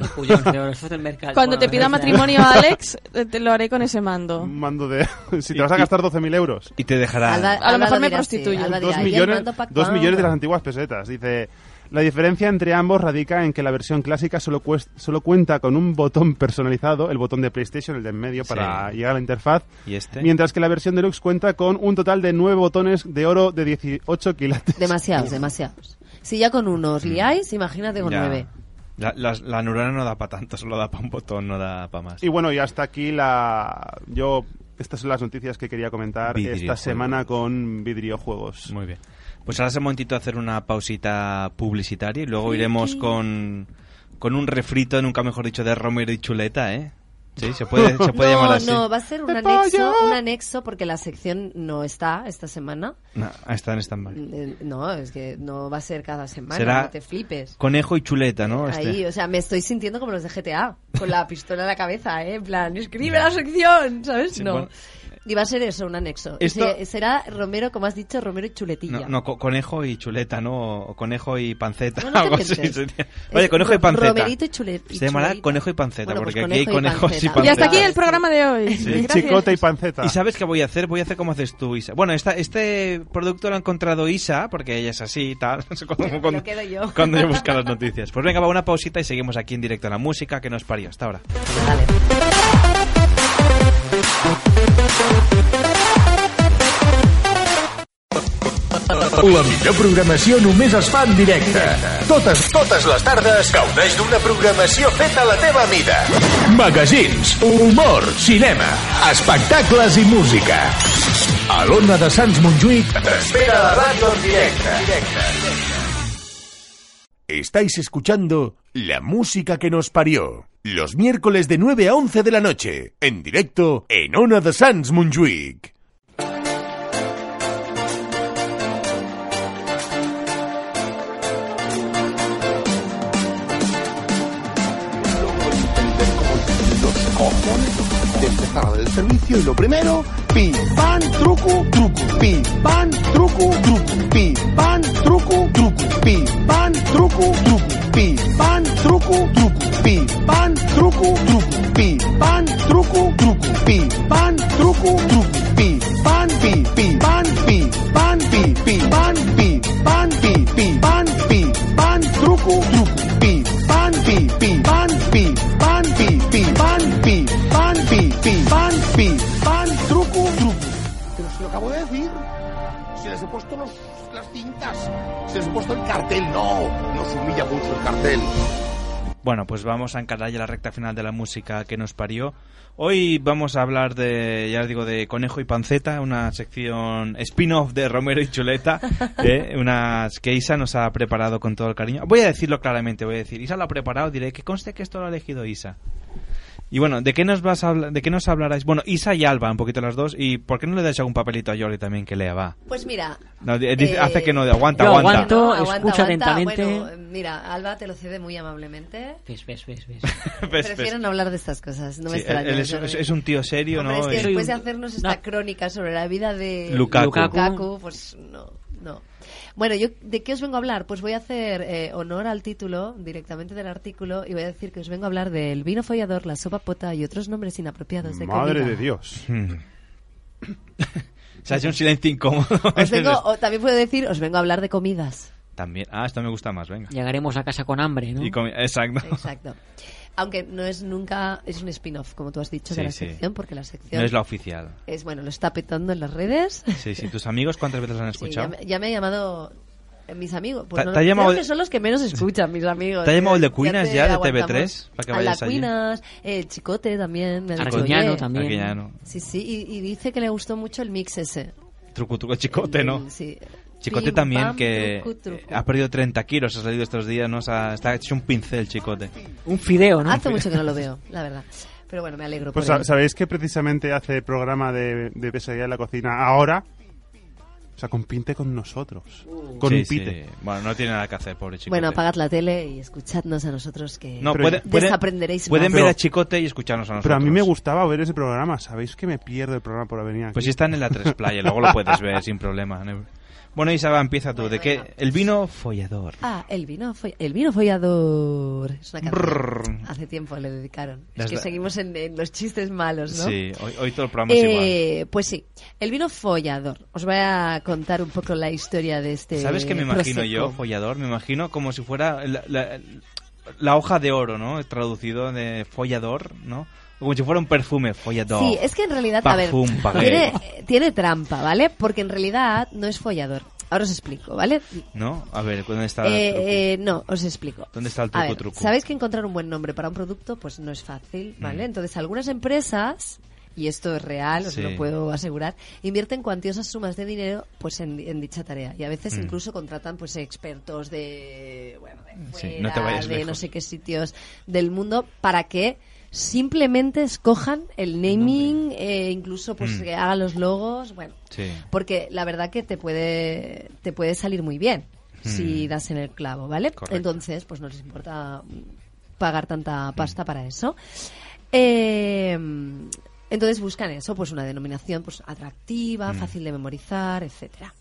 Speaker 7: Cuando te pida (laughs)
Speaker 5: (laughs)
Speaker 7: matrimonio Alex, eh, te lo haré con ese mando.
Speaker 12: mando de... (laughs) si te vas a gastar 12.000 euros.
Speaker 5: Y te dejará...
Speaker 7: Alba- A lo mejor me prostituyo. Alba
Speaker 12: Dos
Speaker 7: dirá, "¿Y el
Speaker 12: millones,
Speaker 7: mando pa'
Speaker 12: dos millones de
Speaker 7: cuándo?".
Speaker 12: las antiguas pesetas. Dice, la diferencia entre ambos radica en que la versión clásica solo, cuest- solo cuenta con un botón personalizado, el botón de PlayStation, el de en medio, para
Speaker 5: Sí.
Speaker 12: llegar a la interfaz.
Speaker 5: (laughs) ¿Y este?
Speaker 12: Mientras que la versión deluxe cuenta con un total de nueve botones de oro de 18 quilates.
Speaker 6: Demasiados, demasiados. Si ya con uno os liáis, imagínate con
Speaker 5: Ya.
Speaker 6: nueve.
Speaker 5: La, las- la neurona no da para tanto, solo da para un botón, no da para más.
Speaker 12: Y bueno, y hasta aquí la. Yo. Estas son las noticias que quería comentar esta
Speaker 5: Vidriojuegos.
Speaker 12: semana con vidriojuegos.
Speaker 5: Muy bien. Pues ahora es el momentito de hacer una pausita publicitaria y luego
Speaker 12: Sí,
Speaker 5: iremos
Speaker 12: sí.
Speaker 5: con, con un refrito, nunca mejor dicho, de Romero y Chuleta, ¿eh? Sí, se puede, se puede
Speaker 6: no,
Speaker 5: llamar así.
Speaker 6: no, va a ser un anexo, un anexo porque la sección no está esta semana.
Speaker 5: No, está en stand
Speaker 6: Eh, No, es que no va a ser cada semana,
Speaker 5: Será
Speaker 6: no te flipes.
Speaker 5: Conejo y Chuleta, ¿no? Este.
Speaker 6: Ahí, o sea, me estoy sintiendo como los de GTA, con
Speaker 5: (laughs)
Speaker 6: la pistola en la cabeza, ¿eh? En plan, escribe la sección, ¿sabes?
Speaker 5: Sí,
Speaker 6: no.
Speaker 5: bueno.
Speaker 6: Y va a ser eso, un anexo. Y
Speaker 5: Esto-
Speaker 6: se- será Romero, como has dicho, Romero y Chuletilla.
Speaker 5: No, no, co- conejo y chuleta, ¿no? O conejo y panceta,
Speaker 6: No, no te
Speaker 5: (laughs) algo así.
Speaker 6: inventes.
Speaker 5: sería. Oye,
Speaker 6: Es
Speaker 5: conejo y
Speaker 6: ro-
Speaker 5: panceta.
Speaker 6: romerito y chule- y
Speaker 5: Se llamará
Speaker 6: chuleta.
Speaker 5: conejo y panceta,
Speaker 6: Bueno, pues
Speaker 5: porque aquí hay
Speaker 6: conejo y
Speaker 5: conejos y
Speaker 6: panceta.
Speaker 5: pancetas.
Speaker 7: Y hasta aquí el programa de hoy. Gracias.
Speaker 12: panceta.
Speaker 5: ¿Y sabes qué voy a hacer? Voy a hacer como haces tú, Isa. Bueno, esta, este producto lo ha encontrado Isa, porque ella es así y tal. (laughs) No sé cómo-
Speaker 6: Me lo
Speaker 5: cuando-
Speaker 6: quedo yo. (laughs)
Speaker 5: cuando yo busco las noticias. Pues venga, va una pausita y seguimos aquí en directo en la música que nos parió. Hasta ahora.
Speaker 2: La millor programació només es fa en directe. Totes, totes les tardes gaudeix d'una programació feta a la teva mida. Magazins, humor, cinema, espectacles i música. A l'Ona de Sants Montjuïc t'espera la ràdio en directe. Estáis escuchando La música que nos parió. Los miércoles de 9 a 11 de la noche, en directo en Ona de Sants Montjuïc.
Speaker 1: De empezar el servicio y lo primero, pi, pan, truco, truco, pi, pan, truco, truco, pi, pan, truco, truco, pi, pan, truco, truco, pi, pan, truco, truco, pi, pan, truco, truco, pi, pan, truco, truco, pi, pan, truco, truco, pi, pan, pi, pi, pan, pi, pan, pi, pi, pan, pi, pan, pi, pi, pan, pi, pan, truco, truco, pi, pan, pi, pi, pan, pi, pan, pi, pi, pan, pi, pan, pi, pi, pan, pi, pan, truco, truco. Pero se lo acabo de decir. Se les he puesto los, las tintas. Se les he puesto el cartel. No, nos humilla mucho el cartel.
Speaker 5: Bueno, pues vamos a encarar ya la recta final de la música que nos parió. Hoy vamos a hablar de, ya os digo, de Conejo y Panceta, una sección spin-off de Romero y Chuleta, ¿eh? unas que Isa nos ha preparado con todo el cariño. Voy a decirlo claramente, voy a decir, Isa lo ha preparado, diré que conste que esto lo ha elegido Isa. Y bueno, ¿de qué nos vas a hablar, de qué nos hablaráis? Bueno, Isa y Alba, un poquito las dos, y ¿por qué no le dais algún papelito a Jordi también que lea, va?
Speaker 6: Pues mira,
Speaker 5: No, di- dice-
Speaker 6: Eh,
Speaker 5: hace que no, aguanta,
Speaker 11: yo
Speaker 5: aguanta.
Speaker 11: aguanto.
Speaker 6: no,
Speaker 11: escucha atentamente.
Speaker 6: Bueno, mira, Alba te lo cede muy amablemente.
Speaker 11: Ves, ves, ves, ves.
Speaker 5: (laughs) Ves,
Speaker 6: Prefiero
Speaker 5: ves.
Speaker 6: no hablar de estas cosas, no me
Speaker 5: Sí,
Speaker 6: extraña,
Speaker 5: él es,
Speaker 6: Jordi.
Speaker 5: es- es un tío serio,
Speaker 6: Hombre,
Speaker 5: ¿no?
Speaker 6: es que
Speaker 5: Y-
Speaker 6: después de hacernos esta crónica sobre la vida de
Speaker 5: Lukaku.
Speaker 6: Lukaku, pues no, no. Bueno, yo ¿de qué os vengo a hablar? Pues voy a hacer eh, honor al título directamente del artículo y voy a decir que os vengo a hablar del vino follador, la sopa pota y otros nombres inapropiados de
Speaker 12: Madre
Speaker 6: comida.
Speaker 12: de Dios.
Speaker 5: Hmm. (laughs) Se hace un silencio incómodo.
Speaker 6: Os vengo, o también puedo decir, os vengo a hablar de comidas.
Speaker 5: También. Ah, esto me gusta más, venga.
Speaker 11: Llegaremos a casa con hambre, ¿no?
Speaker 5: Y comi- Exacto.
Speaker 6: Exacto. Aunque no es nunca, es un spin-off, como tú has dicho, de
Speaker 5: Sí,
Speaker 6: la
Speaker 5: sí.
Speaker 6: sección, porque la sección
Speaker 5: No es la oficial.
Speaker 6: es, bueno, lo está petando en las redes.
Speaker 5: Sí, sí. ¿Tus amigos cuántas veces lo
Speaker 6: (laughs)
Speaker 5: han
Speaker 6: Sí,
Speaker 5: escuchado?
Speaker 6: ya, me- ya me ha llamado eh, mis amigos. Pues
Speaker 5: ¿Te-
Speaker 6: no-
Speaker 5: te ha llamado
Speaker 6: creo
Speaker 5: el-
Speaker 6: que son los que menos escuchan, mis amigos.
Speaker 5: (laughs) ¿Te ha llamado el de Cuinas
Speaker 6: Cuinas
Speaker 5: ya, de TV3? Para que
Speaker 6: el
Speaker 5: vayas
Speaker 6: de
Speaker 5: allí.
Speaker 6: Cuinas, el Chicote también. Me ha dicho,
Speaker 5: Arguiñano
Speaker 6: oye.
Speaker 5: también. Arguiñano.
Speaker 6: Sí, sí, y, y dice que le gustó mucho el mix ese.
Speaker 5: Truco, truco, chicote, ¿no?
Speaker 6: Sí.
Speaker 5: Chicote
Speaker 6: Pim,
Speaker 5: también,
Speaker 6: pam,
Speaker 5: que eh, ah,
Speaker 6: truco, truco.
Speaker 5: ha perdido 30 kilos, ha salido estos días, ¿no? O sea, está hecho un pincel, chicote.
Speaker 11: Un fideo,
Speaker 6: Hace mucho que
Speaker 5: (laughs)
Speaker 6: no lo veo, la verdad. Pero bueno, me alegro.
Speaker 12: Pues
Speaker 6: por
Speaker 12: sa-
Speaker 6: él.
Speaker 12: sabéis que precisamente hace programa de, de pesadilla en la cocina ahora. O sea, compite con nosotros.
Speaker 5: Uh. Sí,
Speaker 12: Compite.
Speaker 5: sí. Bueno, no tiene nada que hacer, pobre chicote.
Speaker 6: Bueno, apagad la tele y escuchadnos a nosotros que
Speaker 5: No, puede- puede-
Speaker 6: desaprenderéis
Speaker 5: pueden
Speaker 6: más.
Speaker 5: ver a Chicote y escucharnos a nosotros.
Speaker 12: Pero a mí me gustaba ver ese programa. ¿Sabéis que me pierdo el programa por venir aquí?
Speaker 5: Pues si están en la 3 Playa, luego lo puedes ver sin problema. Bueno, Isaba, empieza tú. ¿De qué? El vino follador.
Speaker 6: Ah, el vino, foll- el vino follador. Es una canción.
Speaker 5: Brrr.
Speaker 6: Hace tiempo le dedicaron. Es
Speaker 5: Las
Speaker 6: que
Speaker 5: da-
Speaker 6: seguimos en, en los chistes malos, ¿no?
Speaker 5: Sí, hoy, hoy todo el programa es igual.
Speaker 6: Eh, Pues sí, el vino follador. Os voy a contar un poco la historia de este.
Speaker 5: ¿Sabes qué me imagino yo,
Speaker 6: prosecco.
Speaker 5: follador? Me imagino como si fuera la, la- la hoja de oro, ¿no? Traducido de follador, ¿no? Como si fuera un perfume, follador.
Speaker 6: Sí, es que en realidad, a ver,
Speaker 5: Parfum, pagué.
Speaker 6: tiene, tiene trampa, ¿vale? Porque en realidad no es follador. Ahora os explico, ¿vale?
Speaker 5: ¿No? A ver, ¿dónde está
Speaker 6: Eh,
Speaker 5: el truco?
Speaker 6: eh, no, os explico.
Speaker 5: ¿Dónde está el
Speaker 6: A
Speaker 5: truco,
Speaker 6: ver,
Speaker 5: truco?
Speaker 6: Sabéis que encontrar un buen nombre para un producto pues no es fácil, ¿vale?
Speaker 5: Mm.
Speaker 6: Entonces algunas empresas y esto es real, os
Speaker 5: Sí.
Speaker 6: lo puedo asegurar, invierten cuantiosas sumas de dinero pues en, en dicha tarea y a veces
Speaker 5: Mm.
Speaker 6: incluso contratan pues expertos de bueno, de
Speaker 5: Sí,
Speaker 6: fuera,
Speaker 5: no te vayas
Speaker 6: de no
Speaker 5: lejos.
Speaker 6: sé qué sitios del mundo para que simplemente escojan el naming, eh, incluso pues
Speaker 5: Mm.
Speaker 6: que haga los logos, bueno,
Speaker 5: Sí.
Speaker 6: porque la verdad que te puede te puede salir muy bien
Speaker 5: Hmm.
Speaker 6: si das en el clavo, ¿vale?
Speaker 5: Correcto. Hmm.
Speaker 6: Entonces, pues no les importa mm, pagar tanta pasta para eso. Eh, entonces buscan eso, pues una denominación pues atractiva,
Speaker 18: Hmm.
Speaker 6: fácil de memorizar, etcétera.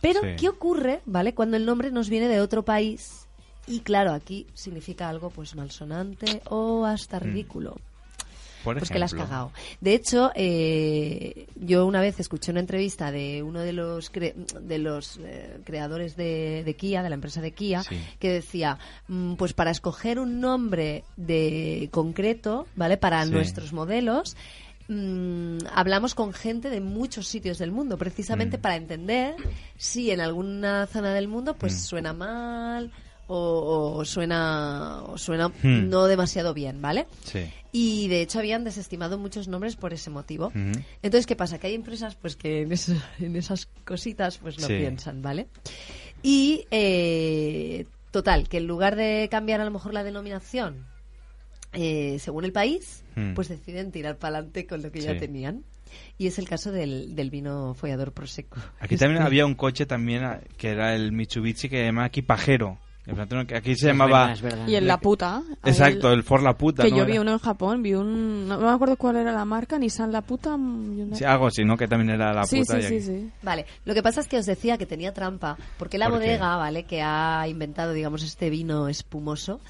Speaker 6: Pero
Speaker 18: Sí.
Speaker 6: ¿qué ocurre, vale, cuando el nombre nos viene de otro país y claro, aquí significa algo pues malsonante o hasta
Speaker 5: Hmm.
Speaker 6: ridículo?
Speaker 5: Por
Speaker 6: Pues que la has
Speaker 5: ejemplo.
Speaker 6: cagado. De hecho, eh, yo una vez escuché una entrevista de uno de los cre- de los eh, creadores de, de Kia, de la empresa de Kia,
Speaker 18: Sí.
Speaker 6: que decía, mm, pues para escoger un nombre de concreto, ¿vale? Para
Speaker 18: Sí.
Speaker 6: nuestros modelos, mm, hablamos con gente de muchos sitios del mundo,
Speaker 18: Mm.
Speaker 6: precisamente para entender si en alguna zona del mundo
Speaker 18: Mm.
Speaker 6: pues suena mal o, o suena o suena
Speaker 18: Hmm.
Speaker 6: no demasiado bien, ¿vale?
Speaker 5: Sí.
Speaker 6: Y de hecho habían desestimado muchos nombres por ese motivo.
Speaker 5: Ujú.
Speaker 6: Entonces, ¿qué pasa? Que hay empresas pues que en, eso- (laughs) en esas cositas pues no
Speaker 5: Sí.
Speaker 6: piensan, ¿vale? Y eh, total, que en lugar de cambiar a lo mejor la denominación eh, según el país,
Speaker 18: Hmm.
Speaker 6: pues deciden tirar para adelante con lo que
Speaker 5: Sí.
Speaker 6: ya tenían. Y es el caso del, del vino follador prosecco.
Speaker 5: Aquí
Speaker 6: Este-
Speaker 5: también había un coche también ah, que era el Mitsubishi que llamaba aquí Pajero. En plan, que Aquí se llamaba...
Speaker 7: Y en la puta.
Speaker 5: Exacto, el For la puta.
Speaker 7: Que
Speaker 5: ¿no?
Speaker 7: yo vi
Speaker 5: Era-
Speaker 7: uno en Japón, vi un. No, no me acuerdo cuál era la marca, Nissan la puta. mm, Hyundai.
Speaker 5: Sí, algo así, ¿no? Que también era la
Speaker 7: Sí,
Speaker 5: puta.
Speaker 7: sí,
Speaker 5: y
Speaker 7: sí,
Speaker 5: aquí-
Speaker 7: sí.
Speaker 6: Vale, lo que pasa es que os decía que tenía trampa, porque la
Speaker 5: ¿Por qué?
Speaker 6: bodega, ¿vale? Que ha inventado, digamos, este vino espumoso,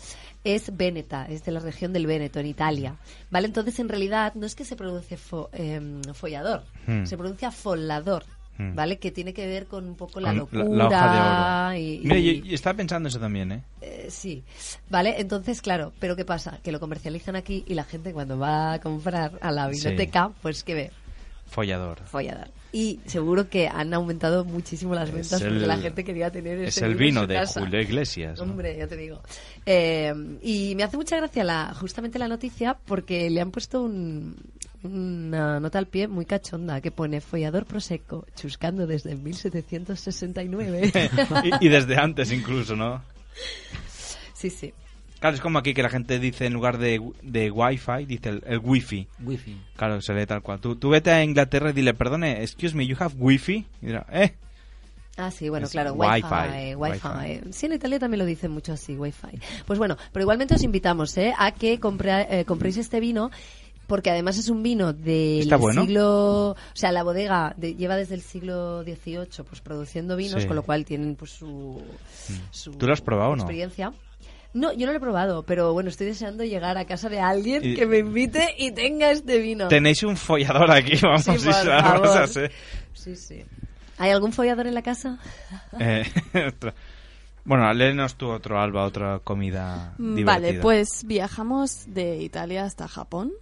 Speaker 6: es Véneta, es de la región del Véneto, en Italia. ¿Vale? Entonces, en realidad, no es que se pronuncie fo- em, follador,
Speaker 5: Hmm.
Speaker 6: se pronuncia follador,
Speaker 5: Hmm.
Speaker 6: ¿vale? Que tiene que ver con un poco la
Speaker 5: Con
Speaker 6: locura
Speaker 5: la hoja de oro.
Speaker 6: y-
Speaker 5: Mira,
Speaker 6: y-
Speaker 5: yo, yo estaba pensando eso también, ¿eh?
Speaker 6: eh, sí, vale, entonces claro, pero ¿qué pasa? Que lo comercializan aquí y la gente cuando va a comprar a la
Speaker 5: Sí.
Speaker 6: biblioteca, pues que ve
Speaker 7: (laughs)
Speaker 5: Follador.
Speaker 6: follador. Y seguro que han aumentado muchísimo las ventas
Speaker 5: el-
Speaker 6: porque la gente quería tener
Speaker 5: es
Speaker 6: ese
Speaker 5: el
Speaker 6: en
Speaker 5: vino
Speaker 6: su
Speaker 5: de
Speaker 6: casa.
Speaker 5: Julio Iglesias, ¿no?
Speaker 6: Hombre, ya te digo. Eh, y me hace mucha gracia la, justamente la noticia porque le han puesto un- una nota al pie muy cachonda que pone follador prosecco chuscando desde 1769.
Speaker 5: (laughs) y, y desde antes incluso, ¿no?
Speaker 6: sí, sí.
Speaker 5: Claro, es como aquí que la gente dice en lugar de, de wifi, dice el, el wifi.
Speaker 11: Wifi.
Speaker 5: Claro, se lee tal cual. Tú, tú vete a Inglaterra y dile, perdone, excuse me, you have wifi. Y dirá, eh,
Speaker 6: Ah, sí, bueno,
Speaker 5: Es
Speaker 6: claro,
Speaker 5: Wi-Fi,
Speaker 6: Wi-Fi, Wi-Fi. Sí, en Italia también lo dicen mucho así, Wi-Fi. Pues bueno, pero igualmente os invitamos ¿eh? a que compra- eh, compréis este vino. Porque además es un vino del
Speaker 5: ¿Está bueno?
Speaker 6: siglo... O sea, la bodega de- lleva desde el siglo XVIII pues, produciendo vinos,
Speaker 5: Sí. Mm.
Speaker 6: con lo cual tienen pues su,
Speaker 7: Mm.
Speaker 6: su
Speaker 5: ¿Tú lo has probado o no?
Speaker 6: experiencia. No, yo no lo he probado, pero bueno, estoy deseando llegar a casa de alguien
Speaker 5: Y-
Speaker 6: que me invite y tenga este vino.
Speaker 5: tenéis un follador aquí, vamos,
Speaker 6: Sí, por
Speaker 5: Isa,
Speaker 6: favor.
Speaker 5: vamos a hacer-
Speaker 6: Sí, sí. ¿Hay algún follador en la casa?
Speaker 5: Eh, (laughs) otra. bueno, léenos tú otro, Alba, otra comida
Speaker 7: Mm,
Speaker 5: divertida.
Speaker 7: Vale, pues viajamos de Italia hasta Japón.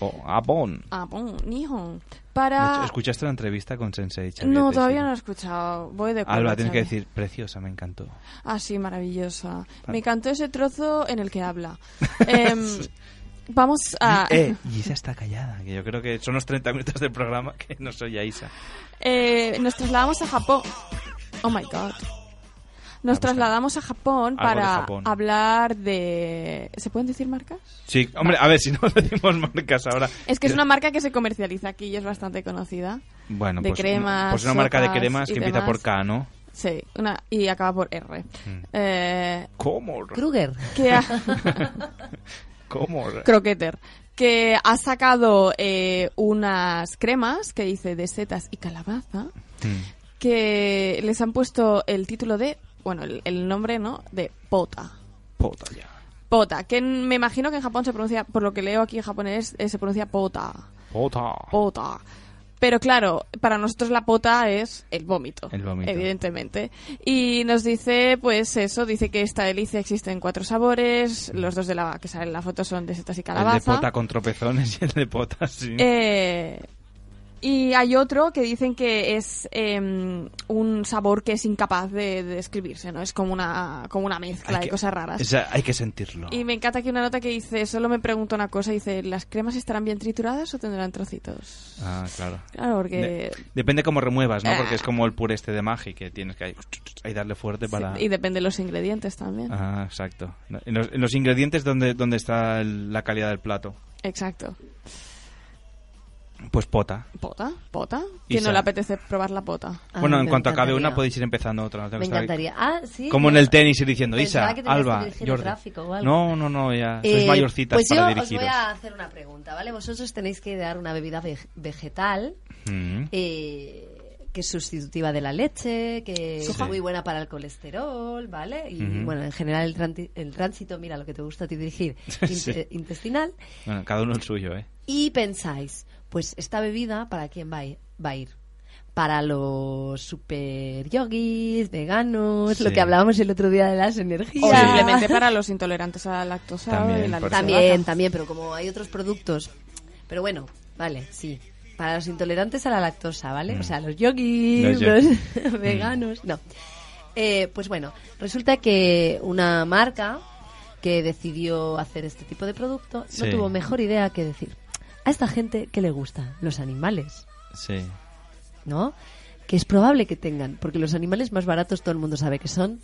Speaker 5: O Japón.
Speaker 7: Ah, bon, Nihon.
Speaker 5: De hecho,
Speaker 7: Para.
Speaker 5: ¿Escuchaste la entrevista con Sensei
Speaker 7: Ah.
Speaker 5: Xavier
Speaker 7: No,
Speaker 5: Teixeira?
Speaker 7: todavía no lo he escuchado. Voy de
Speaker 5: Alba,
Speaker 7: culo,
Speaker 5: tienes que
Speaker 7: Xavi.
Speaker 5: decir, preciosa, me encantó.
Speaker 7: Ah, sí, maravillosa.
Speaker 5: Vale.
Speaker 7: Me encantó ese trozo en el que
Speaker 5: (laughs)
Speaker 7: habla. Em, vamos a...
Speaker 5: Eh, y Isa está callada, que yo creo que son los 30 minutos del programa que no soy a Isa.
Speaker 7: Eh, nos trasladamos a Japón. Oh my god. Nos trasladamos a Japón
Speaker 5: Algo de
Speaker 7: para
Speaker 5: Japón.
Speaker 7: hablar de. ¿Se pueden decir marcas?
Speaker 5: Sí, hombre, a ver si no (laughs) decimos marcas ahora.
Speaker 7: Es que es una marca que se comercializa aquí y es bastante conocida.
Speaker 5: Bueno,
Speaker 7: de
Speaker 5: pues,
Speaker 7: cremas,
Speaker 5: pues una marca de
Speaker 7: sopas
Speaker 5: cremas
Speaker 7: y
Speaker 5: que empieza
Speaker 7: demás.
Speaker 5: por K, ¿no?
Speaker 7: Sí, una, y acaba por R.
Speaker 5: Mm.
Speaker 7: Eh,
Speaker 5: ¿Cómo?
Speaker 6: Kruger.
Speaker 7: que ha-
Speaker 5: (laughs) ¿Cómo?
Speaker 7: Croqueter. Que ha sacado eh, unas cremas que dice de setas y calabaza.
Speaker 5: Mm.
Speaker 7: Que les han puesto el título de. Bueno, el, el nombre, ¿no? De Pota.
Speaker 5: Pota ya.
Speaker 7: Pota, que en- me imagino que en Japón se pronuncia, por lo que leo aquí en japonés, eh, se pronuncia pota.
Speaker 5: Pota.
Speaker 7: Pota. Pero claro, para nosotros la pota es el vómito.
Speaker 5: El vómito.
Speaker 7: Evidentemente. Y nos dice, pues eso, dice que esta delicia existe en cuatro sabores. Los dos de la que salen en la foto son de setas y
Speaker 5: El de
Speaker 7: calabaza.
Speaker 5: pota con tropezones y el de pota sin...
Speaker 7: Eh, Y hay otro que dicen que es eh, un sabor que es incapaz de, de describirse, ¿no? Es como una, como una mezcla de cosas raras.
Speaker 5: O sea, hay que sentirlo.
Speaker 7: Y me encanta aquí una nota que dice, solo me pregunto una cosa, dice, ¿las cremas estarán bien trituradas o tendrán trocitos?
Speaker 5: Ah, claro.
Speaker 7: Claro, porque-
Speaker 5: De- depende cómo remuevas, ¿no?
Speaker 7: Ah.
Speaker 5: Porque es como el puré este de Magi, que tienes que ahí, ahí darle fuerte para...
Speaker 7: Y depende de los ingredientes también.
Speaker 5: Ah, exacto. En los, en los ingredientes donde, donde está el- la calidad del plato.
Speaker 7: Exacto.
Speaker 5: Pues pota.
Speaker 7: ¿Pota? ¿Pota?
Speaker 5: Y
Speaker 7: ¿Quién no
Speaker 5: sal.
Speaker 7: le apetece probar la pota?
Speaker 5: bueno, en
Speaker 6: Ah, me
Speaker 5: cuanto acabe
Speaker 6: encantaría.
Speaker 5: una podéis ir empezando otra. no tengo
Speaker 6: Me
Speaker 5: que estar-
Speaker 6: encantaría. Ah, sí,
Speaker 5: Como en
Speaker 6: yo
Speaker 5: el tenis ir diciendo,
Speaker 6: pensaba
Speaker 5: Isa,
Speaker 6: que tenías que
Speaker 5: Alba,
Speaker 6: dirigir el
Speaker 5: Jordi.
Speaker 6: tráfico o algo.
Speaker 5: No, no, no, ya. Sois
Speaker 6: Eh,
Speaker 5: mayorcitas
Speaker 6: pues
Speaker 5: para
Speaker 6: yo
Speaker 5: dirigiros.
Speaker 6: os voy a hacer una pregunta, ¿vale? Vosotros tenéis que dar una bebida veg- vegetal
Speaker 5: Mm.
Speaker 6: eh, que es sustitutiva de la leche, que es
Speaker 10: Sí.
Speaker 6: muy buena para el colesterol, ¿vale? Y
Speaker 5: Ujú.
Speaker 6: bueno, en general el, tranti- el tránsito, mira lo que te gusta a ti dirigir, int-
Speaker 5: (laughs) Sí.
Speaker 6: eh, intestinal.
Speaker 5: Bueno, cada uno el suyo, ¿eh?
Speaker 6: Y pensáis, pues esta bebida, ¿para quién va a ir? Va a ir? Para los super yogis, veganos, lo
Speaker 7: Sí.
Speaker 6: que hablábamos el otro día de las
Speaker 7: O
Speaker 6: energías.
Speaker 7: simplemente
Speaker 6: (laughs)
Speaker 7: para los intolerantes a la lactosa y la leche de
Speaker 6: también,
Speaker 7: vaca.
Speaker 6: también, pero como hay otros productos. Pero bueno, vale, sí. Para los intolerantes a la lactosa, ¿vale? O sea, los yogis,
Speaker 10: Los yogis.
Speaker 6: (laughs) los veganos, no. Eh, pues bueno, resulta que una marca que decidió hacer este tipo de producto
Speaker 5: Sí.
Speaker 6: no tuvo mejor idea que decir a esta gente que le gustan los animales,
Speaker 5: Sí.
Speaker 6: ¿no? Que es probable que tengan, porque los animales más baratos todo el mundo sabe que son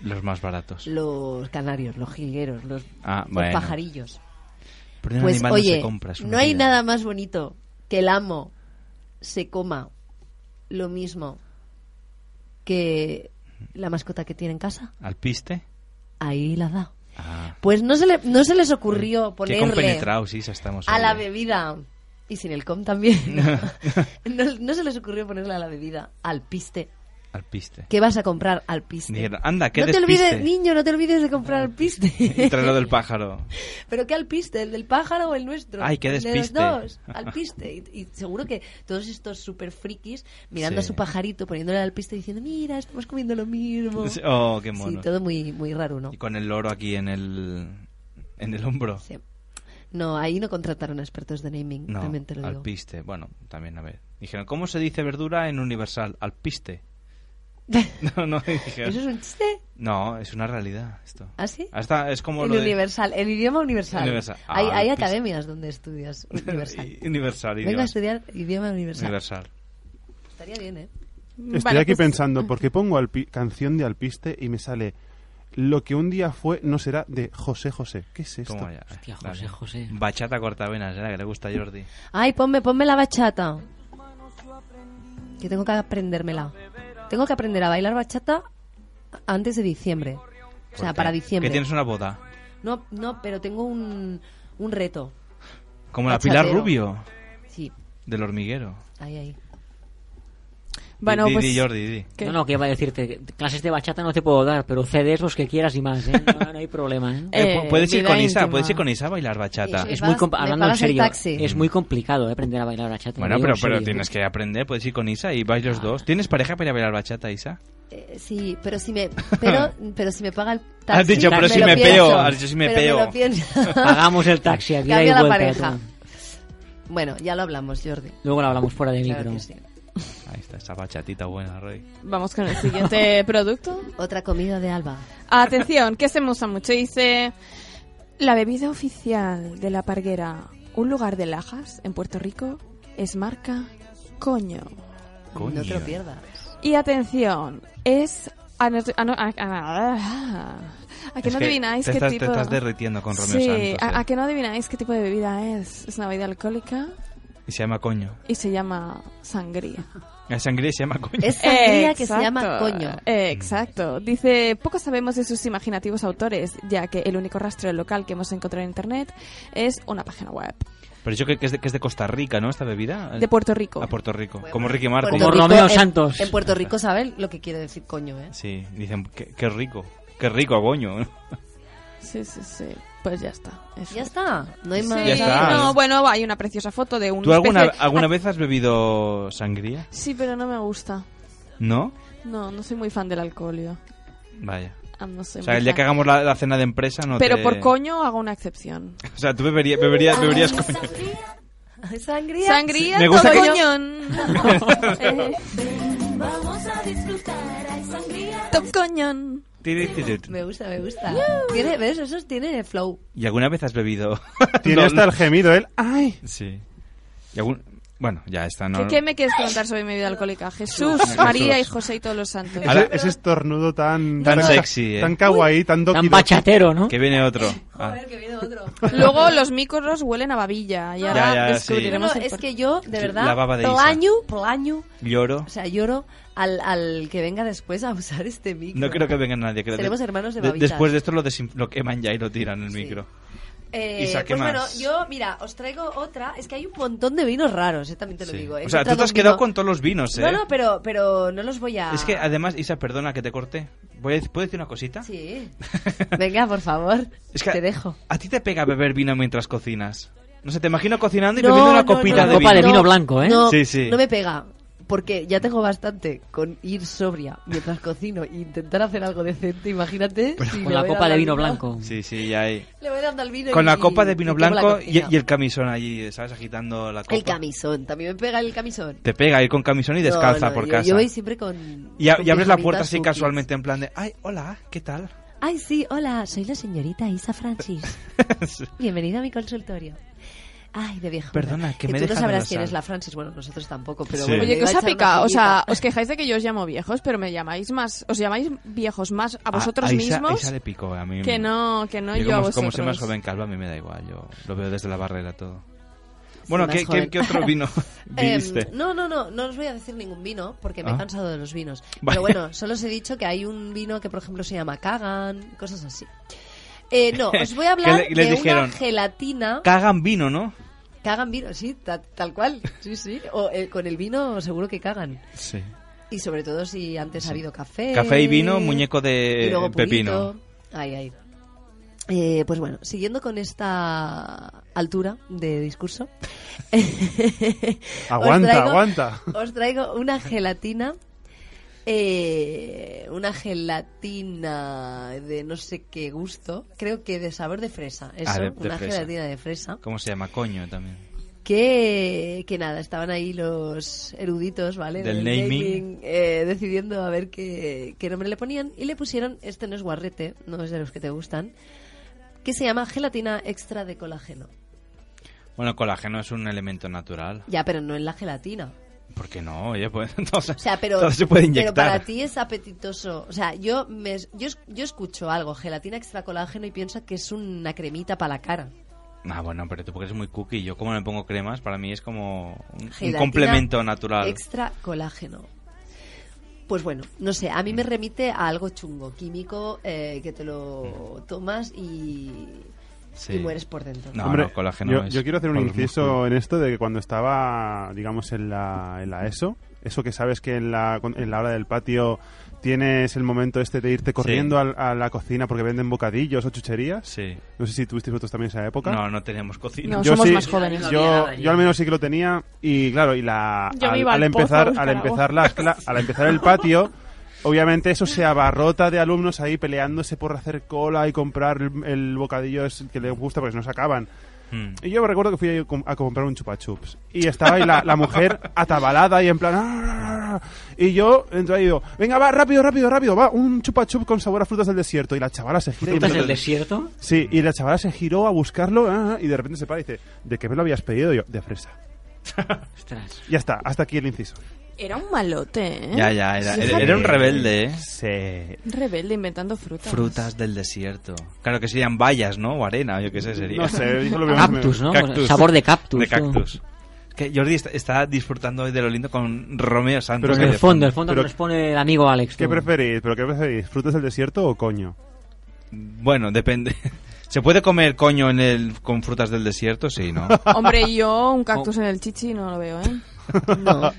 Speaker 5: Los más baratos.
Speaker 6: los canarios, los jilgueros, los,
Speaker 5: Ah,
Speaker 6: los
Speaker 5: bueno.
Speaker 6: pajarillos.
Speaker 5: Pero un
Speaker 6: pues
Speaker 5: animal no
Speaker 6: oye,
Speaker 5: se compra, es una
Speaker 6: no hay
Speaker 5: vida.
Speaker 6: nada más bonito que el amo se coma lo mismo que la mascota que tiene en casa.
Speaker 5: ¿Al piste?
Speaker 6: Ahí la da.
Speaker 5: Ah.
Speaker 6: Pues no se, le- no se les ocurrió
Speaker 5: Qué
Speaker 6: ponerle
Speaker 5: compenetrados, Isa, estamos.
Speaker 6: a
Speaker 5: hoy,
Speaker 6: la
Speaker 5: ¿eh?
Speaker 6: bebida y sin el com
Speaker 5: (laughs)
Speaker 6: también. no, no se les ocurrió ponerle a la bebida al piste.
Speaker 5: Al piste.
Speaker 6: ¿Qué vas a comprar al piste?
Speaker 5: Dijeron, anda, que
Speaker 6: no te
Speaker 5: despiste.
Speaker 6: olvides, niño, no te olvides de comprar al
Speaker 5: (laughs)
Speaker 6: piste.
Speaker 5: Tras lo del pájaro.
Speaker 6: ¿Pero qué alpiste? ¿El del pájaro o el nuestro?
Speaker 5: Ay, qué despiste.
Speaker 6: De los dos,
Speaker 5: (laughs)
Speaker 6: alpiste. Y, y seguro que todos estos super frikis mirando
Speaker 5: Sí.
Speaker 6: a su pajarito, poniéndole al piste diciendo, mira, estamos comiendo lo mismo.
Speaker 5: Sí, Oh, qué mono.
Speaker 6: Sí, todo muy, muy raro, ¿no?
Speaker 5: Y con el loro aquí en el, en el hombro.
Speaker 6: Sí. No, ahí no contrataron expertos de naming,
Speaker 5: No,
Speaker 6: también te lo
Speaker 5: al
Speaker 6: digo.
Speaker 5: piste. Bueno, también a ver. Dijeron, ¿cómo se dice verdura en universal?
Speaker 6: (laughs)
Speaker 5: Al piste. no, no, dijeron.
Speaker 6: ¿Eso es un chiste?
Speaker 5: No, es una realidad esto.
Speaker 6: ¿Ah, sí?
Speaker 5: Hasta es como
Speaker 6: el
Speaker 5: lo de-
Speaker 6: universal, el idioma universal.
Speaker 5: Universal. Ah,
Speaker 6: hay
Speaker 5: al
Speaker 6: hay
Speaker 5: piste.
Speaker 6: academias donde
Speaker 5: (laughs)
Speaker 6: estudias universal.
Speaker 5: Universal,
Speaker 6: Venga a
Speaker 5: idiomas.
Speaker 6: estudiar idioma universal.
Speaker 5: Universal.
Speaker 6: Estaría bien, ¿eh?
Speaker 12: Estoy aquí
Speaker 11: pues
Speaker 12: pensando, ¿por qué pongo alpi- canción de Alpiste y me sale Lo que un día fue no será de José José? ¿Qué es esto?
Speaker 5: Toma ya. eh,
Speaker 11: Hostia, José, José.
Speaker 5: Bachata cortavenas, era que le gusta a Jordi.
Speaker 6: Ay, ponme, ponme la bachata. Que tengo que aprendérmela. Tengo que aprender a bailar bachata antes de diciembre. O sea,
Speaker 5: ¿Por qué?
Speaker 6: para diciembre.
Speaker 5: Que tienes una boda.
Speaker 6: No, no, pero tengo un, un reto.
Speaker 5: Como la
Speaker 6: Bachatero.
Speaker 5: Pilar Rubio.
Speaker 6: Sí.
Speaker 5: Del hormiguero.
Speaker 6: Ahí, ahí.
Speaker 7: Bueno,
Speaker 5: Di- di-
Speaker 7: pues...
Speaker 5: di, Jordi, di.
Speaker 7: ¿Qué?
Speaker 11: No, no, que iba a decirte, que clases de bachata no te puedo dar, pero CDs los que quieras y más, ¿eh? No, no hay problema, ¿eh?
Speaker 5: (laughs) Eh, pu- puedes ir
Speaker 7: vida
Speaker 5: con Isa,
Speaker 7: íntima.
Speaker 5: puedes ir con Isa a bailar bachata.
Speaker 11: Es muy com-
Speaker 6: me
Speaker 11: hablando en
Speaker 6: pagas el
Speaker 11: serio,
Speaker 6: taxi.
Speaker 11: es muy complicado ¿eh? aprender a bailar bachata.
Speaker 5: Bueno,
Speaker 11: lo digo
Speaker 5: pero,
Speaker 11: en
Speaker 5: pero
Speaker 11: serio.
Speaker 5: tienes que aprender, puedes ir con Isa y vais los dos. ¿Tienes pareja para ir a bailar bachata, Isa?
Speaker 6: Eh, sí, pero si (laughs) me, pero, pero si me paga el taxi.
Speaker 5: Has dicho, pero si
Speaker 6: lo
Speaker 5: me
Speaker 6: pienso.
Speaker 5: peo, has dicho, si me
Speaker 6: Pero
Speaker 5: peo.
Speaker 6: lo pienso.
Speaker 5: (laughs)
Speaker 11: Pagamos el taxi aquí
Speaker 6: Cambia
Speaker 11: y
Speaker 6: la
Speaker 11: vuelta.
Speaker 6: pareja.
Speaker 11: tú.
Speaker 6: Bueno, ya lo hablamos, Jordi.
Speaker 11: Luego lo hablamos fuera de micro.
Speaker 6: Claro que sí.
Speaker 5: Ahí está, esa bachatita buena, Roy.
Speaker 7: Vamos con el
Speaker 6: (laughs)
Speaker 7: siguiente producto.
Speaker 6: Otra comida de Alba.
Speaker 7: Atención, que se me usa mucho. Dice, la bebida oficial de la parguera, un lugar de lajas en Puerto Rico, es marca coño.
Speaker 6: No te lo pierdas.
Speaker 7: Y atención, es... A, no- a no- a- a- a que
Speaker 5: Es
Speaker 7: no
Speaker 5: que
Speaker 7: adivináis
Speaker 5: te
Speaker 7: qué
Speaker 5: estás- te
Speaker 7: tipo...
Speaker 5: estás derritiendo con Romeo
Speaker 7: Sí,
Speaker 5: Santos,
Speaker 7: a-
Speaker 5: eh.
Speaker 7: a que no adivináis qué tipo de bebida es. Es una bebida alcohólica
Speaker 5: Y se llama coño.
Speaker 7: y se llama sangría.
Speaker 5: La sangría se llama
Speaker 7: Eh.
Speaker 5: coño.
Speaker 6: (laughs) Es sangría que se llama
Speaker 7: Exacto,
Speaker 6: coño.
Speaker 7: eh, exacto. Dice, poco sabemos de sus imaginativos autores, ya que el único rastro local que hemos encontrado en Internet es una página web.
Speaker 5: Pero yo creo que es, de, que es de Costa Rica, ¿no? Esta bebida.
Speaker 7: De Puerto Rico.
Speaker 5: A Puerto Rico. Como Ricky Martin.
Speaker 6: Puerto Rico, en- En Puerto Rico saben lo que quiere decir coño, ¿eh?
Speaker 5: Sí, dicen, qué, qué rico. Qué rico, coño.
Speaker 7: Sí, sí, sí. Pues ya está.
Speaker 6: Ya está. No hay más.
Speaker 5: Ya está.
Speaker 7: No, bueno, hay una preciosa foto de un...
Speaker 5: ¿Tú alguna,
Speaker 7: especie-
Speaker 5: alguna
Speaker 7: Ah,
Speaker 5: vez has bebido sangría?
Speaker 7: Sí, pero no me gusta.
Speaker 5: ¿No?
Speaker 7: No, no soy muy fan del alcohol, yo.
Speaker 5: Vaya.
Speaker 7: Ah, no soy
Speaker 5: O sea,
Speaker 7: muy
Speaker 5: el día
Speaker 7: fan.
Speaker 5: que hagamos la, la cena de empresa no
Speaker 7: pero Ah,
Speaker 5: te-
Speaker 7: por coño hago una excepción.
Speaker 5: O sea, tú bebería- bebería- beberías coño.
Speaker 6: Sangría.
Speaker 7: Sangría,
Speaker 6: Me gusta
Speaker 7: todo
Speaker 6: que-
Speaker 7: coñón.
Speaker 6: Eh,
Speaker 13: Vamos a disfrutar, hay sangría.
Speaker 7: Top coñón.
Speaker 5: Tiri, tiri, tiri.
Speaker 6: Me gusta, me gusta. Tiene, ¿Ves? Esos tiene flow.
Speaker 5: ¿Y alguna vez has bebido? (laughs)
Speaker 12: Tiene
Speaker 5: No,
Speaker 12: hasta
Speaker 5: no.
Speaker 12: el gemido él. ¡Ay!
Speaker 5: Sí. Y algún- Bueno, ya está. No...
Speaker 7: ¿Qué, qué me quieres preguntar sobre mi vida
Speaker 5: (laughs)
Speaker 7: alcohólica? Jesús,
Speaker 5: Jesús.
Speaker 7: María y José y todos los santos.
Speaker 12: Ese, ese estornudo tan...
Speaker 5: Tan sexy, eh.
Speaker 12: Tan kawaii, tan doquido.
Speaker 11: ¿no?
Speaker 5: Que
Speaker 6: (laughs)
Speaker 5: viene otro. Ah.
Speaker 7: Luego los micros huelen a babilla. Y
Speaker 5: Ya,
Speaker 7: ahora
Speaker 5: ya,
Speaker 7: descubriremos
Speaker 5: Ah, sí.
Speaker 7: el
Speaker 6: Es
Speaker 7: por-
Speaker 6: que yo, de verdad,
Speaker 5: La baba de Isa.
Speaker 6: plaño, plaño,
Speaker 5: Lloro.
Speaker 6: o sea, lloro al, al que venga después a usar este micro.
Speaker 5: No creo que venga nadie. creo que-
Speaker 6: Seremos hermanos de babitas.
Speaker 5: Después de esto lo, desin- lo queman ya y lo tiran el micro.
Speaker 6: Eh,
Speaker 5: Isa, ¿qué
Speaker 6: pues bueno,
Speaker 5: más?
Speaker 6: yo, mira, os traigo otra. Es que hay un montón de vinos raros, eh, también te lo
Speaker 5: Sí.
Speaker 6: digo. He
Speaker 5: O sea, tú
Speaker 6: encontrado
Speaker 5: te has
Speaker 6: un
Speaker 5: quedado
Speaker 6: vino-
Speaker 5: con todos los vinos, ¿eh?
Speaker 6: No, no, pero, pero no los voy a...
Speaker 5: Es que además, Isa, perdona que te corte. Voy a dec- ¿Puedo decir una cosita?
Speaker 6: Sí. Venga, por favor.
Speaker 5: (laughs) Es que
Speaker 6: te dejo.
Speaker 5: ¿A ti te pega beber vino mientras cocinas? No sé, te imagino cocinando y
Speaker 6: No,
Speaker 5: bebiendo una
Speaker 6: no,
Speaker 5: copita
Speaker 6: no,
Speaker 5: de
Speaker 6: no,
Speaker 5: vino. ¿eh?
Speaker 6: no,
Speaker 11: ¿eh?
Speaker 6: No,
Speaker 5: Sí, sí.
Speaker 6: no me pega. Porque ya tengo bastante con ir sobria mientras cocino e intentar hacer algo decente. Imagínate. si le
Speaker 11: Con la
Speaker 6: voy
Speaker 11: copa de
Speaker 6: dando
Speaker 11: vino
Speaker 6: al
Speaker 11: blanco.
Speaker 5: Sí, sí, ya hay.
Speaker 6: Le voy dando al vino.
Speaker 5: Con
Speaker 6: y-
Speaker 5: la copa de vino
Speaker 6: y quemo la
Speaker 5: blanco y,
Speaker 6: cocina.
Speaker 5: y el camisón allí, ¿sabes? Agitando la copa.
Speaker 6: El camisón. También me pega el camisón.
Speaker 5: Te pega ir con camisón y
Speaker 6: No,
Speaker 5: descalza
Speaker 6: no,
Speaker 5: por
Speaker 6: yo-
Speaker 5: casa.
Speaker 6: Yo voy siempre con.
Speaker 5: y, a-
Speaker 6: con
Speaker 5: y abres la
Speaker 6: pijamitas
Speaker 5: puerta así
Speaker 6: sucias.
Speaker 5: casualmente en plan de... "Ah, Ay, hola, ¿qué tal?
Speaker 6: Ay, sí, hola, soy la señorita Isa
Speaker 5: (laughs)
Speaker 6: Francis. Bienvenida a mi consultorio. Ay, de viejo.
Speaker 5: Perdona, que me he
Speaker 6: tú no
Speaker 5: dejado
Speaker 6: sabrás
Speaker 5: la
Speaker 6: quién
Speaker 5: sal.
Speaker 6: es la Francis. Bueno, nosotros tampoco, pero
Speaker 5: Sí.
Speaker 6: bueno.
Speaker 7: Oye,
Speaker 6: le
Speaker 7: ¿qué
Speaker 6: iba
Speaker 7: os
Speaker 6: a
Speaker 7: ha
Speaker 6: echar una
Speaker 7: picado? O sea,
Speaker 6: pullita.
Speaker 7: os quejáis de que yo os llamo viejos, pero me llamáis más, os llamáis viejos más a vosotros
Speaker 5: a Isa-
Speaker 7: mismos.
Speaker 5: a Isa Ah, le picó, a mí-
Speaker 7: Que no, que no
Speaker 5: Yo
Speaker 7: yo, a
Speaker 5: como,
Speaker 7: vosotros.
Speaker 5: como soy más joven que Alba, a mí me da igual. Yo lo veo desde la barrera todo. Bueno,
Speaker 6: más
Speaker 5: ¿qué, qué,
Speaker 6: joven.
Speaker 5: qué otro vino
Speaker 6: (laughs)
Speaker 5: (laughs)
Speaker 6: Em,
Speaker 5: viviste?
Speaker 6: no, no, no, no os voy a decir ningún vino porque me
Speaker 5: Ah.
Speaker 6: he cansado de los vinos.
Speaker 5: Vale.
Speaker 6: Pero bueno, solo os he dicho que hay un vino que, por ejemplo, se llama Kagan, cosas así. Eh,
Speaker 5: (laughs)
Speaker 6: no, os voy a hablar
Speaker 5: Que le- les
Speaker 6: de
Speaker 5: dijeron,
Speaker 6: una gelatina
Speaker 5: Cagan vino, ¿no?
Speaker 6: Cagan vino, sí, ta- tal cual. Sí, sí. O, eh, con el vino seguro que cagan.
Speaker 5: Sí.
Speaker 6: Y sobre todo si antes ha habido café.
Speaker 5: Café y vino, muñeco de
Speaker 6: y luego
Speaker 5: pepino.
Speaker 6: purito. Ay, ay. Eh, pues bueno, siguiendo con esta altura de discurso. os
Speaker 12: (laughs) Aguanta,
Speaker 6: traigo-
Speaker 12: aguanta.
Speaker 6: Os traigo una gelatina. eh, una gelatina de no sé qué gusto. Creo que de sabor de fresa. Eso,
Speaker 5: Ah, de- de
Speaker 6: una
Speaker 5: fresa.
Speaker 6: gelatina de fresa
Speaker 5: ¿Cómo se llama? Coño también.
Speaker 6: que, que nada, estaban ahí los eruditos, ¿vale?
Speaker 5: Del
Speaker 6: Del
Speaker 5: naming.
Speaker 6: eh, decidiendo a ver qué, qué nombre le ponían y le pusieron, este no es guarrete, no es de los que te gustan, que se llama gelatina extra de colágeno.
Speaker 5: Bueno, colágeno es un elemento natural.
Speaker 6: Ya, pero no en la gelatina.
Speaker 5: ¿Por qué no? Oye, pues, (laughs) entonces,
Speaker 6: O sea, pero,
Speaker 5: todo se puede
Speaker 6: pero
Speaker 5: inyectar.
Speaker 6: para ti es apetitoso. O sea, yo, me, yo, es- yo escucho algo, gelatina extra colágeno, y pienso que es una cremita para la cara.
Speaker 5: Ah, bueno, pero tú porque eres muy cookie. Yo como no le pongo cremas, para mí es como un- un,
Speaker 6: Gelatina
Speaker 5: complemento natural.
Speaker 6: Extra colágeno. Pues bueno, no sé, a mí me remite a algo chungo, químico, eh, que te lo tomas y,
Speaker 5: Sí.
Speaker 6: y mueres por dentro.
Speaker 5: No,
Speaker 12: Hombre,
Speaker 5: no, colágeno
Speaker 12: yo,
Speaker 5: es
Speaker 12: yo quiero hacer un
Speaker 5: por los
Speaker 12: inciso en esto de que cuando estaba, digamos, en la, en la ESO, eso que sabes que en la, en la hora del patio tienes el momento este de irte corriendo al- a, la cocina porque venden bocadillos o chucherías.
Speaker 5: Sí.
Speaker 12: No sé si tuvisteis vosotros también esa época.
Speaker 5: No, no teníamos cocina.
Speaker 12: Yo sí, Yo, yo al menos sí que lo tenía y claro, y la
Speaker 5: Yo me
Speaker 12: al,
Speaker 5: iba
Speaker 12: al
Speaker 5: al pozo a
Speaker 12: empezar
Speaker 5: buscar
Speaker 12: al
Speaker 5: agua.
Speaker 12: empezar las cla- al empezar el patio Obviamente eso se abarrota de alumnos ahí peleándose por hacer cola y comprar el, el bocadillo es- que les gusta porque no se acaban.
Speaker 11: Hmm.
Speaker 12: Y yo recuerdo que fui a, com- a comprar un chupa chups. Y estaba ahí la, la mujer atabalada y en plan. "Ah". Y yo entro ahí y digo: Venga, va, rápido, rápido, rápido, va, un chupa chup con sabor a frutas del desierto. Y la chavala se gira. y
Speaker 11: ¿Frutas
Speaker 12: me-
Speaker 11: del desierto?
Speaker 12: Sí, y la chavala se giró a buscarlo ah, y de repente se para y dice: ¿De qué me lo habías pedido? Y yo: De fresa. Ya está, hasta aquí el inciso.
Speaker 7: Era un malote, ¿eh?
Speaker 5: Ya, ya, era, era-
Speaker 7: Fíjate.
Speaker 5: era un rebelde, ¿eh? Sí.
Speaker 7: Un Rebelde inventando frutas.
Speaker 5: Frutas del desierto. Claro que serían bayas, ¿no? O arena, yo qué sé, sería.
Speaker 12: No sé, yo lo veo más Cactus,
Speaker 11: o menos. ¿no? Sabor de cactus,
Speaker 5: De
Speaker 11: ¿no?
Speaker 5: cactus. Es que Jordi está, está disfrutando hoy de lo lindo con Romeo Santos.
Speaker 11: Pero
Speaker 5: ahí
Speaker 11: en
Speaker 5: de
Speaker 11: el fondo, el
Speaker 5: fondo.
Speaker 11: fondo nos pone el amigo Alex.
Speaker 12: ¿Qué
Speaker 11: tú.
Speaker 12: preferís? ¿Pero qué preferís? ¿Frutas del desierto o coño?
Speaker 5: Bueno, depende. (laughs) ¿Se puede comer coño en el, con frutas del desierto? Sí, ¿no?
Speaker 7: Hombre, yo
Speaker 5: (laughs)
Speaker 7: un cactus en el chichi no lo veo, ¿eh?
Speaker 6: (laughs) No, no,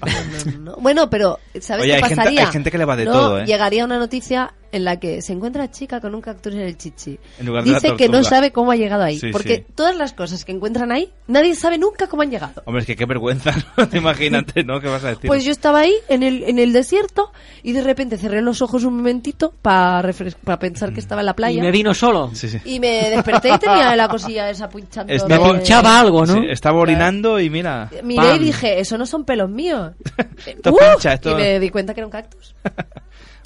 Speaker 6: no. Bueno, pero ¿sabes
Speaker 5: Oye,
Speaker 6: qué
Speaker 5: hay gente-
Speaker 6: pasaría?
Speaker 5: hay gente que le va de
Speaker 6: No,
Speaker 5: todo, ¿eh?
Speaker 6: Llegaría una noticia en la que se encuentra chica con un cactus en el chichi.
Speaker 5: En lugar de la
Speaker 6: Dice que no
Speaker 5: tortuga.
Speaker 6: sabe cómo ha llegado ahí.
Speaker 5: Sí,
Speaker 6: porque
Speaker 5: sí.
Speaker 6: todas las cosas que encuentran ahí, nadie sabe nunca cómo han llegado.
Speaker 5: Hombre, es que qué vergüenza, (laughs) ¿no? Imagínate, ¿no? ¿Qué vas a decir?
Speaker 6: Pues yo estaba ahí en el, en el desierto y de repente cerré los ojos un momentito para pensar
Speaker 5: Mm.
Speaker 6: que estaba en la playa.
Speaker 11: Y me vino solo.
Speaker 6: Y me desperté y tenía la cosilla esa pinchando.
Speaker 5: Estaba-
Speaker 6: de-
Speaker 5: Sí, estaba orinando y mira.
Speaker 6: Miré
Speaker 5: ¡pam!
Speaker 6: y dije, eso no son pelos
Speaker 5: (laughs)
Speaker 6: míos.
Speaker 5: Esto
Speaker 6: ¡Uh!
Speaker 5: pincha, esto-
Speaker 6: Y me di cuenta que era un cactus.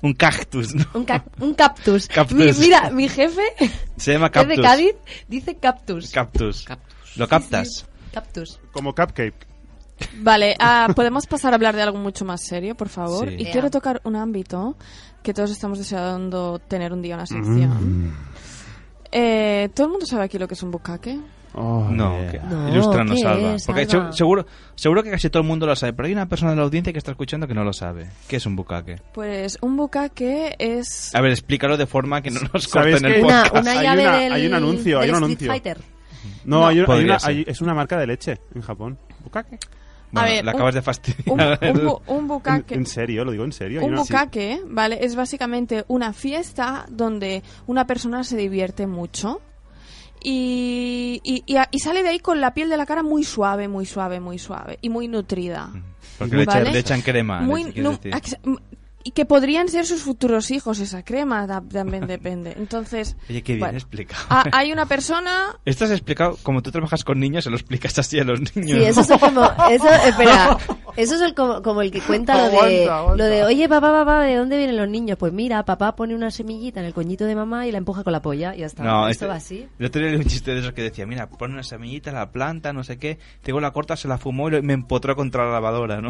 Speaker 5: Un cactus, ¿no?
Speaker 6: Un, cac- un cactus.
Speaker 5: Cactus.
Speaker 6: Mi- mira, mi
Speaker 5: (laughs)
Speaker 6: jefe, que
Speaker 5: Se llama
Speaker 6: es
Speaker 5: cactus.
Speaker 6: de Cádiz, dice cactus.
Speaker 5: Cactus. Lo captas.
Speaker 6: Cactus.
Speaker 12: Como cupcake.
Speaker 7: Vale, ah, podemos pasar a hablar de algo mucho más serio, por favor.
Speaker 12: Sí.
Speaker 7: Y
Speaker 12: Ea.
Speaker 7: quiero tocar un ámbito que todos estamos deseando tener un día una sección.
Speaker 12: Mm.
Speaker 7: Eh, ¿Todo el mundo sabe aquí lo que es un bucaque?
Speaker 12: Oh,
Speaker 5: No,
Speaker 12: yeah.
Speaker 5: que-
Speaker 12: No,
Speaker 5: ilústranos,
Speaker 12: ¿qué
Speaker 5: Alba.
Speaker 12: es,
Speaker 5: Porque
Speaker 12: Alba?
Speaker 5: se- seguro, seguro que casi todo el mundo lo sabe, pero hay una persona de la audiencia que está escuchando que no lo sabe. ¿Qué es un bucaque?
Speaker 7: Pues un bucaque es...
Speaker 5: A ver, explícalo de forma que no nos
Speaker 12: ¿Sabéis
Speaker 5: corten el
Speaker 12: que- Una-
Speaker 5: podcast.
Speaker 12: una Hay llave una- del- hay un anuncio, hay del un Street anuncio. Fighter. No, hay, una- hay
Speaker 5: Podría
Speaker 12: una-
Speaker 5: ser.
Speaker 12: hay- es una marca de leche en Japón. Bukake.
Speaker 7: Bueno, ver, la un- acabas de
Speaker 5: fastidiar.
Speaker 7: un- un bu- un bukake-
Speaker 12: En, en serio, lo digo en serio. hay
Speaker 7: Un
Speaker 12: una- sí.
Speaker 7: bucaque, ¿vale? Es básicamente una fiesta donde una persona se divierte mucho y, y- y a- y sale de ahí con la piel de la cara muy suave, muy suave, muy suave y muy nutrida.
Speaker 5: Porque le, echan,
Speaker 7: ¿Vale?
Speaker 5: le echan crema.
Speaker 7: Muy-
Speaker 5: le- quiero
Speaker 7: no,
Speaker 5: decir.
Speaker 7: ah, que se- mm, y que podrían ser sus futuros hijos esa crema, da-
Speaker 5: (laughs)
Speaker 7: también depende. Entonces,
Speaker 5: Oye, qué bien
Speaker 7: bueno.
Speaker 5: explicado.
Speaker 7: Ah, hay una persona
Speaker 5: (laughs) Esto has explicado, como tú trabajas con niños, se lo explicas así a los niños.
Speaker 6: Sí, eso es el (laughs) como, eso, espera,
Speaker 7: (laughs)
Speaker 6: eso es el como, como el que cuenta lo de,
Speaker 5: Aguanta, aguanta.
Speaker 6: lo de, oye papá, papá, ¿de dónde vienen los niños? Pues mira, papá pone una semillita en el coñito de mamá y la empuja con la polla y ya está.
Speaker 5: (laughs) No,
Speaker 6: Esto
Speaker 5: este-
Speaker 6: va así.
Speaker 5: El otro día leí un chiste de esos que decía, mira, pone una semillita, la planta, no sé qué, tengo la corta, se la fumó y lo- me empotró contra la lavadora, ¿no?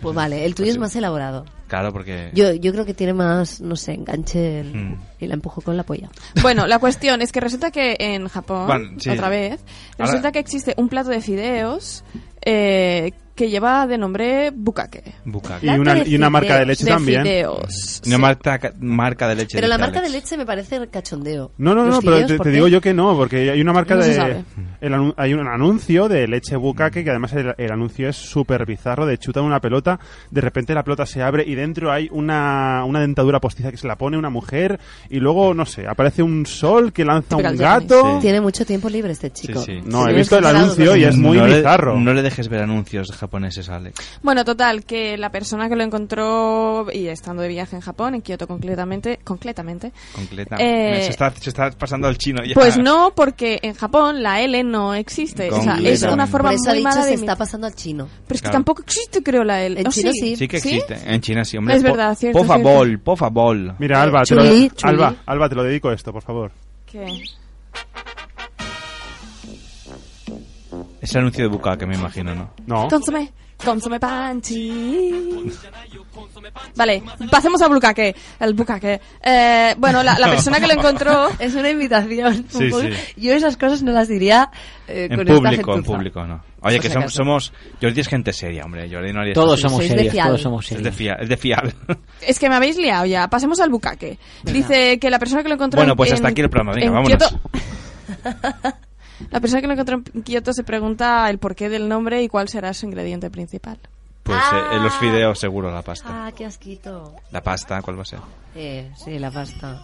Speaker 6: Pues vale, el tuyo es más elaborado.
Speaker 5: (laughs) Claro, porque...
Speaker 6: Yo, yo creo que tiene más, no sé, enganche el-
Speaker 5: Mm.
Speaker 6: y la empujo con la polla.
Speaker 7: Bueno, la cuestión es que resulta que en Japón,
Speaker 6: Bueno, sí.
Speaker 7: otra vez,
Speaker 6: Ahora-
Speaker 7: resulta que existe un plato de fideos eh, que lleva de nombre bukake.
Speaker 5: Bucaque.
Speaker 12: Y una- y una marca de leche
Speaker 7: De
Speaker 12: también.
Speaker 7: fideos,
Speaker 5: Una marca, marca de leche.
Speaker 6: Pero la
Speaker 5: dice
Speaker 6: marca de
Speaker 5: Alex.
Speaker 6: leche me parece cachondeo.
Speaker 12: No, no,
Speaker 6: Los
Speaker 12: no, pero
Speaker 6: fideos,
Speaker 12: te,
Speaker 6: ¿por
Speaker 12: te
Speaker 6: qué?
Speaker 12: digo yo que no, porque hay una marca
Speaker 6: No se
Speaker 12: de...
Speaker 6: sabe.
Speaker 12: el anu- hay un anuncio de leche bucaque que además el, el anuncio es súper bizarro, de chutan una pelota, de repente la pelota se abre y dentro hay una, una dentadura postiza que se la pone una mujer y luego, no sé, aparece un sol que lanza un gato.
Speaker 6: Tiene mucho tiempo libre este chico.
Speaker 5: Sí, sí.
Speaker 12: No, he visto el anuncio y es muy
Speaker 5: no le-
Speaker 12: bizarro.
Speaker 5: no le dejes ver anuncios japoneses, Alex.
Speaker 7: Bueno, total, que la persona que lo encontró, y estando de viaje en Japón, en Kioto concretamente, concretamente
Speaker 5: Completa.
Speaker 7: Eh,
Speaker 5: se, está, se está pasando al chino ya.
Speaker 7: pues no, porque en Japón la L no existe. O sea, es
Speaker 5: Completamente.
Speaker 7: una forma
Speaker 6: Por eso ha
Speaker 7: muy
Speaker 6: dicho
Speaker 7: mala
Speaker 6: se
Speaker 7: de...
Speaker 6: está pasando al chino.
Speaker 7: Pero es que
Speaker 5: Claro.
Speaker 7: tampoco existe, creo, la L.
Speaker 6: En
Speaker 7: ¿O
Speaker 6: chino sí.
Speaker 5: Sí que existe. En China sí, hombre.
Speaker 7: Es
Speaker 5: Po-
Speaker 7: verdad, cierto,
Speaker 5: Pofa
Speaker 7: cierto.
Speaker 5: bol, pofa bol.
Speaker 12: Mira, Alba, te
Speaker 7: Chuli,
Speaker 12: lo,
Speaker 7: chuli.
Speaker 12: Alba, Alba, te lo dedico esto, por favor.
Speaker 7: ¿Qué?
Speaker 5: Es el anuncio de Bukake, me imagino, ¿no?
Speaker 12: No.
Speaker 7: Consume, consume panchi. Vale, pasemos al bucaque. El bucaque. Eh, bueno, la, la persona que lo encontró.
Speaker 6: (laughs) Es una invitación.
Speaker 5: Sí,
Speaker 6: Un poco-
Speaker 5: sí.
Speaker 6: Yo esas cosas no las diría eh,
Speaker 5: En
Speaker 6: con esta
Speaker 5: público,
Speaker 6: gentuza.
Speaker 5: en público, no. Oye,
Speaker 6: Por
Speaker 5: que
Speaker 6: si
Speaker 5: som-
Speaker 6: acaso.
Speaker 5: somos... Jordi es gente seria, hombre. Jordi no haría
Speaker 11: Todos
Speaker 5: estas
Speaker 11: somos
Speaker 5: cosas.
Speaker 11: Sois de serios, fiar. todos somos
Speaker 5: Es de fiar. Es de fiar.
Speaker 7: Es que me habéis liado ya. Pasemos al bucaque. Dice que la persona que lo encontró.
Speaker 5: Bueno,
Speaker 7: en-
Speaker 5: pues hasta
Speaker 7: en-
Speaker 5: aquí el programa. Venga,
Speaker 7: en
Speaker 5: vámonos.
Speaker 7: Kioto- (laughs) La persona que lo encontró en Kioto se pregunta el porqué del nombre y cuál será su ingrediente principal.
Speaker 5: (laughs) Pues eh, los fideos, seguro, la pasta.
Speaker 6: Ah, qué asquito.
Speaker 5: La pasta, ¿cuál va a ser?
Speaker 6: Eh, sí, la pasta.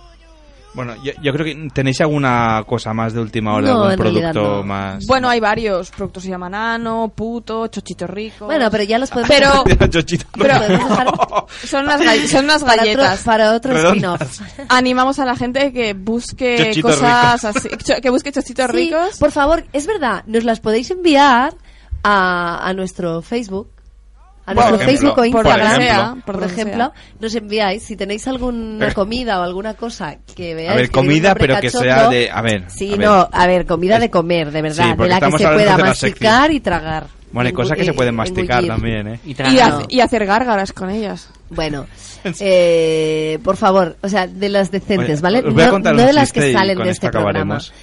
Speaker 5: Bueno, yo, yo creo que tenéis alguna cosa más de última hora,
Speaker 6: No,
Speaker 5: algún
Speaker 6: en realidad
Speaker 5: producto
Speaker 6: no.
Speaker 5: más.
Speaker 7: Bueno, hay varios productos: se llaman ano, puto, chochito rico.
Speaker 6: Bueno, pero ya los podemos-
Speaker 14: (laughs)
Speaker 6: (laughs)
Speaker 7: Pero
Speaker 5: Chochito.
Speaker 7: son unas, gall- son unas
Speaker 6: Para otro-
Speaker 7: galletas.
Speaker 6: para otro
Speaker 5: Redondas.
Speaker 7: Animamos a la gente que busque
Speaker 5: Chochitos
Speaker 7: Eh, (laughs) cosas
Speaker 5: ricos.
Speaker 7: así, cho- que busque chochitos
Speaker 6: Sí,
Speaker 7: ricos.
Speaker 6: Por favor, es verdad, nos las podéis enviar a, a nuestro Facebook. A
Speaker 7: Por
Speaker 6: nuestro
Speaker 7: ejemplo,
Speaker 6: Facebook o
Speaker 7: por
Speaker 6: Instagram,
Speaker 7: donde sea, por
Speaker 6: por
Speaker 7: donde
Speaker 6: ejemplo, nos enviáis si tenéis alguna
Speaker 5: Pero-
Speaker 6: comida o alguna cosa que veáis.
Speaker 5: Eh. A ver,
Speaker 6: que tiene un
Speaker 5: comida,
Speaker 6: nombre
Speaker 5: pero que
Speaker 6: cachondo.
Speaker 5: sea de- a ver,
Speaker 6: Sí,
Speaker 5: a ver.
Speaker 6: no, a ver, comida de comer, de verdad,
Speaker 5: Sí, porque
Speaker 6: de la que
Speaker 5: estamos
Speaker 6: se
Speaker 5: hablando
Speaker 6: pueda
Speaker 5: de la
Speaker 6: masticar y tragar.
Speaker 5: Bueno, hay
Speaker 6: Engu-
Speaker 5: cosas que
Speaker 6: eh,
Speaker 5: se pueden masticar
Speaker 6: engullir.
Speaker 5: también, ¿eh?
Speaker 7: Y, hace- y hacer gárgaras con ellas.
Speaker 5: (laughs)
Speaker 6: Bueno, eh, por favor, o sea, de las decentes,
Speaker 5: Oye,
Speaker 6: ¿vale?
Speaker 5: os voy a
Speaker 6: No,
Speaker 5: contar
Speaker 6: no
Speaker 5: un
Speaker 6: de las
Speaker 5: chiste
Speaker 6: que
Speaker 5: y
Speaker 6: salen
Speaker 5: con
Speaker 6: de
Speaker 5: esto
Speaker 6: este programa.
Speaker 5: acabaremos.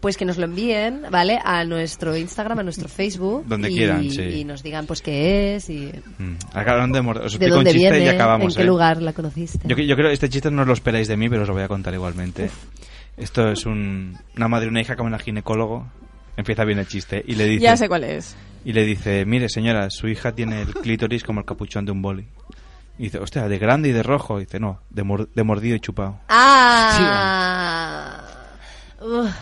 Speaker 6: Pues que nos lo envíen, ¿vale? A nuestro Instagram, a nuestro Facebook.
Speaker 5: Donde
Speaker 6: y,
Speaker 5: quieran, sí.
Speaker 6: Y nos digan, pues, qué es y
Speaker 5: Mm, acabaron de mor- Os
Speaker 6: de
Speaker 5: explico un
Speaker 6: dónde
Speaker 5: chiste
Speaker 6: viene,
Speaker 5: y acabamos.
Speaker 6: en qué
Speaker 5: ¿eh?
Speaker 6: lugar la conociste.
Speaker 5: Yo, yo creo que este chiste no lo esperáis de mí, pero os lo voy a contar igualmente. Esto es un- una madre y una hija que van al ginecólogo. Empieza bien el chiste y le dice...
Speaker 7: Ya sé cuál es.
Speaker 5: Y le dice, mire señora, su hija tiene el clítoris como el capuchón de un boli. Y dice, hostia, de grande y de rojo. Y dice, no, de, mor- de mordido y chupado.
Speaker 6: Ah. Uf.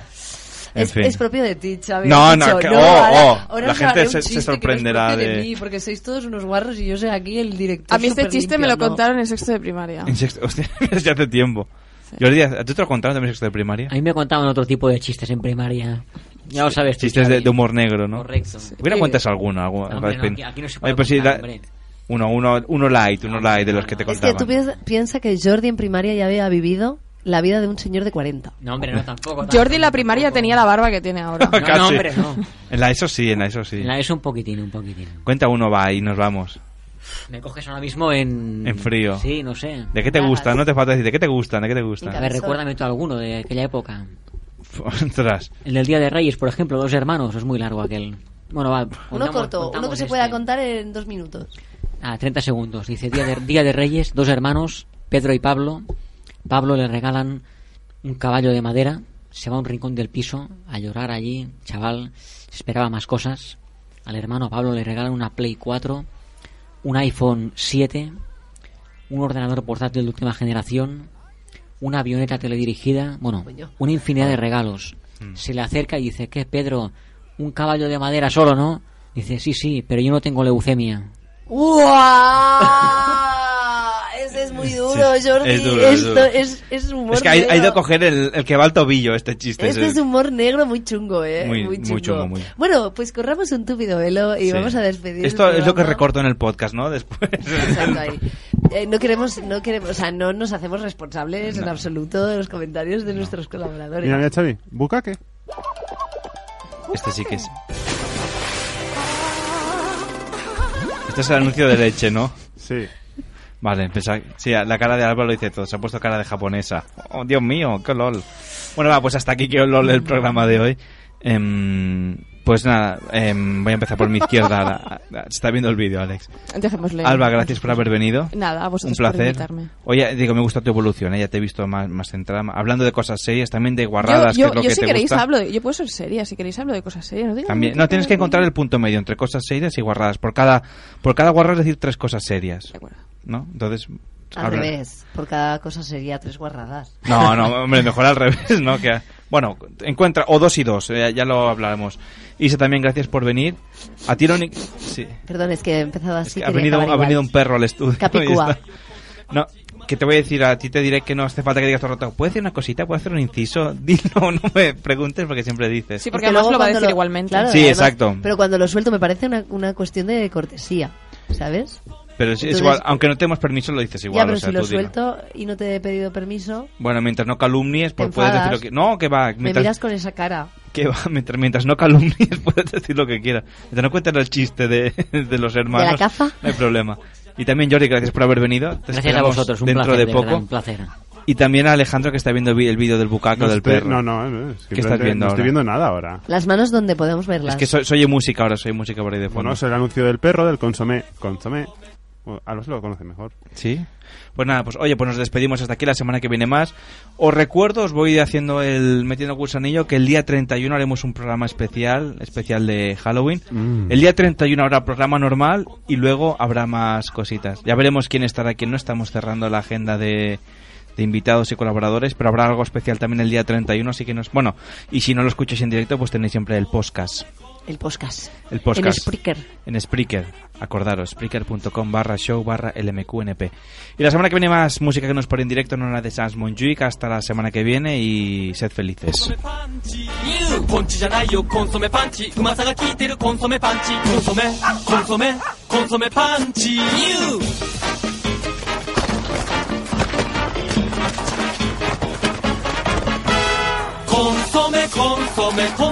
Speaker 5: En
Speaker 6: es,
Speaker 5: fin.
Speaker 6: es propio de ti, Xavi.
Speaker 5: No,
Speaker 6: has
Speaker 5: no,
Speaker 6: dicho,
Speaker 5: que- oh,
Speaker 6: ahora-
Speaker 5: oh,
Speaker 6: ahora
Speaker 5: la
Speaker 6: os
Speaker 5: gente
Speaker 6: haré un
Speaker 5: se- se
Speaker 6: chiste que no es
Speaker 5: sorprenderá
Speaker 6: propio
Speaker 5: de-
Speaker 6: mí, porque sois todos unos guarros y yo soy aquí el director.
Speaker 7: A mí este chiste me lo
Speaker 6: superlimpio, ¿no?
Speaker 7: contaron en sexto de
Speaker 6: Ah.
Speaker 7: primaria.
Speaker 5: En sexto- (laughs) hostia, desde hace tiempo. Jordi, ¿a tú te lo contaron también en sexto de primaria?
Speaker 11: A mí me contaban otro tipo de chistes en primaria. Ya lo sabes. tú,
Speaker 5: Chistes de,
Speaker 11: Xavi.
Speaker 5: de humor negro, ¿no?
Speaker 11: Correcto.
Speaker 5: Hubiera
Speaker 11: Sí.
Speaker 5: cuentas alguno. algún-
Speaker 11: Hombre,
Speaker 5: algún-
Speaker 11: no, aquí- aquí no se puede
Speaker 5: Oye, pero sí,
Speaker 11: contar,
Speaker 5: da-
Speaker 11: hombre.
Speaker 5: uno, uno, uno light, uno light de los que te
Speaker 6: Es que
Speaker 5: contaban.
Speaker 6: tú piensas piensa que Jordi en primaria ya había vivido la vida de un señor de 40.
Speaker 11: No, hombre, no, tampoco.
Speaker 7: Jordi en la primaria tenía la barba que tiene ahora.
Speaker 5: Casi.
Speaker 11: hombre, no.
Speaker 5: En la eso sí, en la eso sí.
Speaker 11: La es un poquitín, un poquitín.
Speaker 5: Cuenta uno, va, y nos vamos.
Speaker 11: Me coges ahora mismo en...
Speaker 5: En frío.
Speaker 11: Mm, Sí, no sé.
Speaker 5: ¿De qué te gusta? No te falta decir, ¿de qué te gustan? ¿De qué te gustan?
Speaker 11: A ver, recuérdame tú alguno de aquella época.
Speaker 5: (laughs) Ostras.
Speaker 11: El del Día de Reyes, por ejemplo, dos hermanos, es muy largo aquel. Bueno, va.
Speaker 6: (laughs) Uno
Speaker 11: contamos-
Speaker 6: corto, uno que
Speaker 11: contamos
Speaker 6: se pueda contar en dos minutos.
Speaker 11: Ah, 30 segundos. Dice, día de, día de Reyes, dos hermanos, Pedro y Pablo. Pablo le regalan un caballo de madera. Se va a un rincón del piso a llorar allí. Chaval, se esperaba más cosas. Al hermano Pablo le regalan una Play 4, un iPhone 7, un ordenador portátil de última generación, una avioneta teledirigida. Bueno, una infinidad de regalos. Se le acerca y dice, ¿qué, Pedro? ¿Un caballo de madera solo, no? Dice, sí, sí, pero yo no tengo leucemia.
Speaker 6: ¡Uah! Ese es muy duro,
Speaker 5: Sí,
Speaker 6: Jordi.
Speaker 5: es duro, es
Speaker 6: Esto
Speaker 5: duro.
Speaker 6: es, es humor
Speaker 5: Es que ha ha ido
Speaker 6: negro.
Speaker 5: a coger el, el que va al tobillo este chiste.
Speaker 6: Este es humor negro muy chungo, ¿eh?
Speaker 5: Muy- muy
Speaker 6: chungo.
Speaker 5: chungo, muy.
Speaker 6: Bueno, pues corramos un túpido velo y
Speaker 5: Sí.
Speaker 6: vamos a despedir. el
Speaker 5: Esto es lo que
Speaker 6: programa.
Speaker 5: recorto en el podcast, ¿no? Después.
Speaker 6: Exacto, ahí. Eh, no queremos, no queremos, o sea, no nos hacemos responsables en absoluto de los comentarios de nuestros colaboradores.
Speaker 12: Mira, mira, Xavi, bucaque.
Speaker 5: Este sí que es. Este es el anuncio de leche, ¿no?
Speaker 12: Sí.
Speaker 5: Vale, pensaba- sí, la cara de Álvaro lo dice todo. Se ha puesto cara de japonesa. Oh, Dios mío, qué lol. Bueno, va, pues hasta aquí que lol el programa de hoy. Em, pues nada, em, voy a empezar por mi izquierda.
Speaker 7: (laughs)
Speaker 5: ahora. Se está viendo el vídeo, Alex.
Speaker 7: Dejémosle.
Speaker 5: Alba, gracias por haber venido.
Speaker 7: Nada, a vosotros
Speaker 5: Un placer.
Speaker 7: por invitarme.
Speaker 5: Oye, digo, me gusta tu evolución, ¿eh? ya te he visto más, más centrada. Hablando de cosas serias, también de guarradas,
Speaker 7: yo,
Speaker 5: que es lo
Speaker 7: yo
Speaker 5: que
Speaker 7: si
Speaker 5: te
Speaker 7: queréis
Speaker 5: gusta.
Speaker 7: hablo de, yo puedo ser seria, si queréis hablo de cosas serias. No, tengo
Speaker 5: Mm, También,
Speaker 7: ningún
Speaker 5: no, tienes que encontrar el punto medio entre cosas serias y guarradas. Por cada, por cada guarrada es decir tres cosas serias. ¿No? Entonces.
Speaker 6: Al
Speaker 5: habla-
Speaker 6: revés, por cada cosa sería tres guarradas.
Speaker 5: No, no, hombre, mejor al (laughs) revés, ¿no? Que, bueno, encuentra, o dos y dos, eh, ya lo hablaremos. Isa, también gracias por venir. A ti, Roni- sí,
Speaker 6: (laughs) Perdón, es que he empezado así.
Speaker 5: ha
Speaker 6: quería
Speaker 5: venido,
Speaker 6: acabar
Speaker 5: ha
Speaker 6: igual.
Speaker 5: venido un perro al estudio. (laughs)
Speaker 6: Capicúa.
Speaker 5: y está. No, que te voy a decir, a ti te diré que no hace falta que digas todo el rato, ¿puedes decir una cosita? ¿Puedes hacer un inciso? (laughs) Dilo, no me preguntes porque siempre dices.
Speaker 7: Sí,
Speaker 6: Es
Speaker 7: porque
Speaker 6: que
Speaker 7: además
Speaker 6: luego
Speaker 7: lo va a
Speaker 6: cuando
Speaker 7: decir igualmente.
Speaker 6: claro,
Speaker 5: Sí,
Speaker 6: además-
Speaker 5: exacto.
Speaker 6: Pero cuando lo suelto me parece una, una cuestión de cortesía, ¿sabes?
Speaker 5: Pero es, es
Speaker 6: Entonces-
Speaker 5: igual, aunque no tenemos permiso, lo dices igual.
Speaker 6: ya, pero
Speaker 5: o sea,
Speaker 6: si lo
Speaker 5: tú dilo.
Speaker 6: suelto y no te he pedido permiso,
Speaker 5: Bueno, mientras no calumnies, pues
Speaker 6: Te
Speaker 5: puedes decir
Speaker 6: enfadas.
Speaker 5: lo que... No, que va,
Speaker 6: me
Speaker 5: mientras,
Speaker 6: miras con esa cara.
Speaker 5: que va, (laughs) mientras, mientras no calumnies, (laughs) puedes decir lo que quieras. Mientras no cuentes el chiste de, (laughs) de los hermanos.
Speaker 6: ¿De la caza?
Speaker 5: No hay problema. Y también, Jordi, gracias por haber venido. Te
Speaker 11: Gracias a
Speaker 5: esperamos
Speaker 11: vosotros, un
Speaker 5: dentro
Speaker 11: placer,
Speaker 5: de
Speaker 11: de
Speaker 5: poco.
Speaker 11: verdad, un placer.
Speaker 5: Y también a Alejandro, que está viendo vi- el vídeo del bucaco
Speaker 12: No
Speaker 5: del
Speaker 12: estoy-
Speaker 5: perro.
Speaker 12: no, no, no, es
Speaker 5: ¿Qué estás
Speaker 12: simplemente
Speaker 5: viendo
Speaker 12: no estoy
Speaker 5: ahora?
Speaker 12: viendo nada ahora.
Speaker 6: Las manos donde podemos verlas.
Speaker 5: Es que soy, soy música ahora, soy música por ahí de fondo.
Speaker 12: Bueno, es el anuncio del perro, del consomé. Consomé. Bueno, a los lo conoce mejor.
Speaker 5: Sí. Pues nada, pues oye, pues nos despedimos hasta aquí la semana que viene más. Os recuerdo, os voy haciendo el metiendo gusanillo que el día 31 haremos un programa especial, especial de Halloween.
Speaker 12: Mm.
Speaker 5: El día 31 habrá programa normal y luego habrá más cositas. Ya veremos quién estará, quién no. Estamos cerrando la agenda de, de invitados y colaboradores, pero habrá algo especial también el día 31, así que nos... Bueno, y si no lo escucháis en directo, pues tenéis siempre el podcast.
Speaker 6: El podcast.
Speaker 5: El podcast.
Speaker 6: En Spreaker.
Speaker 5: En Spreaker. Acordaros, spreaker.com barra show barra lmqnp. Y la semana que viene más música que nos pone en directo en una de Sans Monjuic. Hasta la semana que viene y sed felices.
Speaker 18: コンチじゃないよコンソメパンチうまさが効いてるコンソメパンチコンソメコンソメコンソメパンチコンソメコンソメコン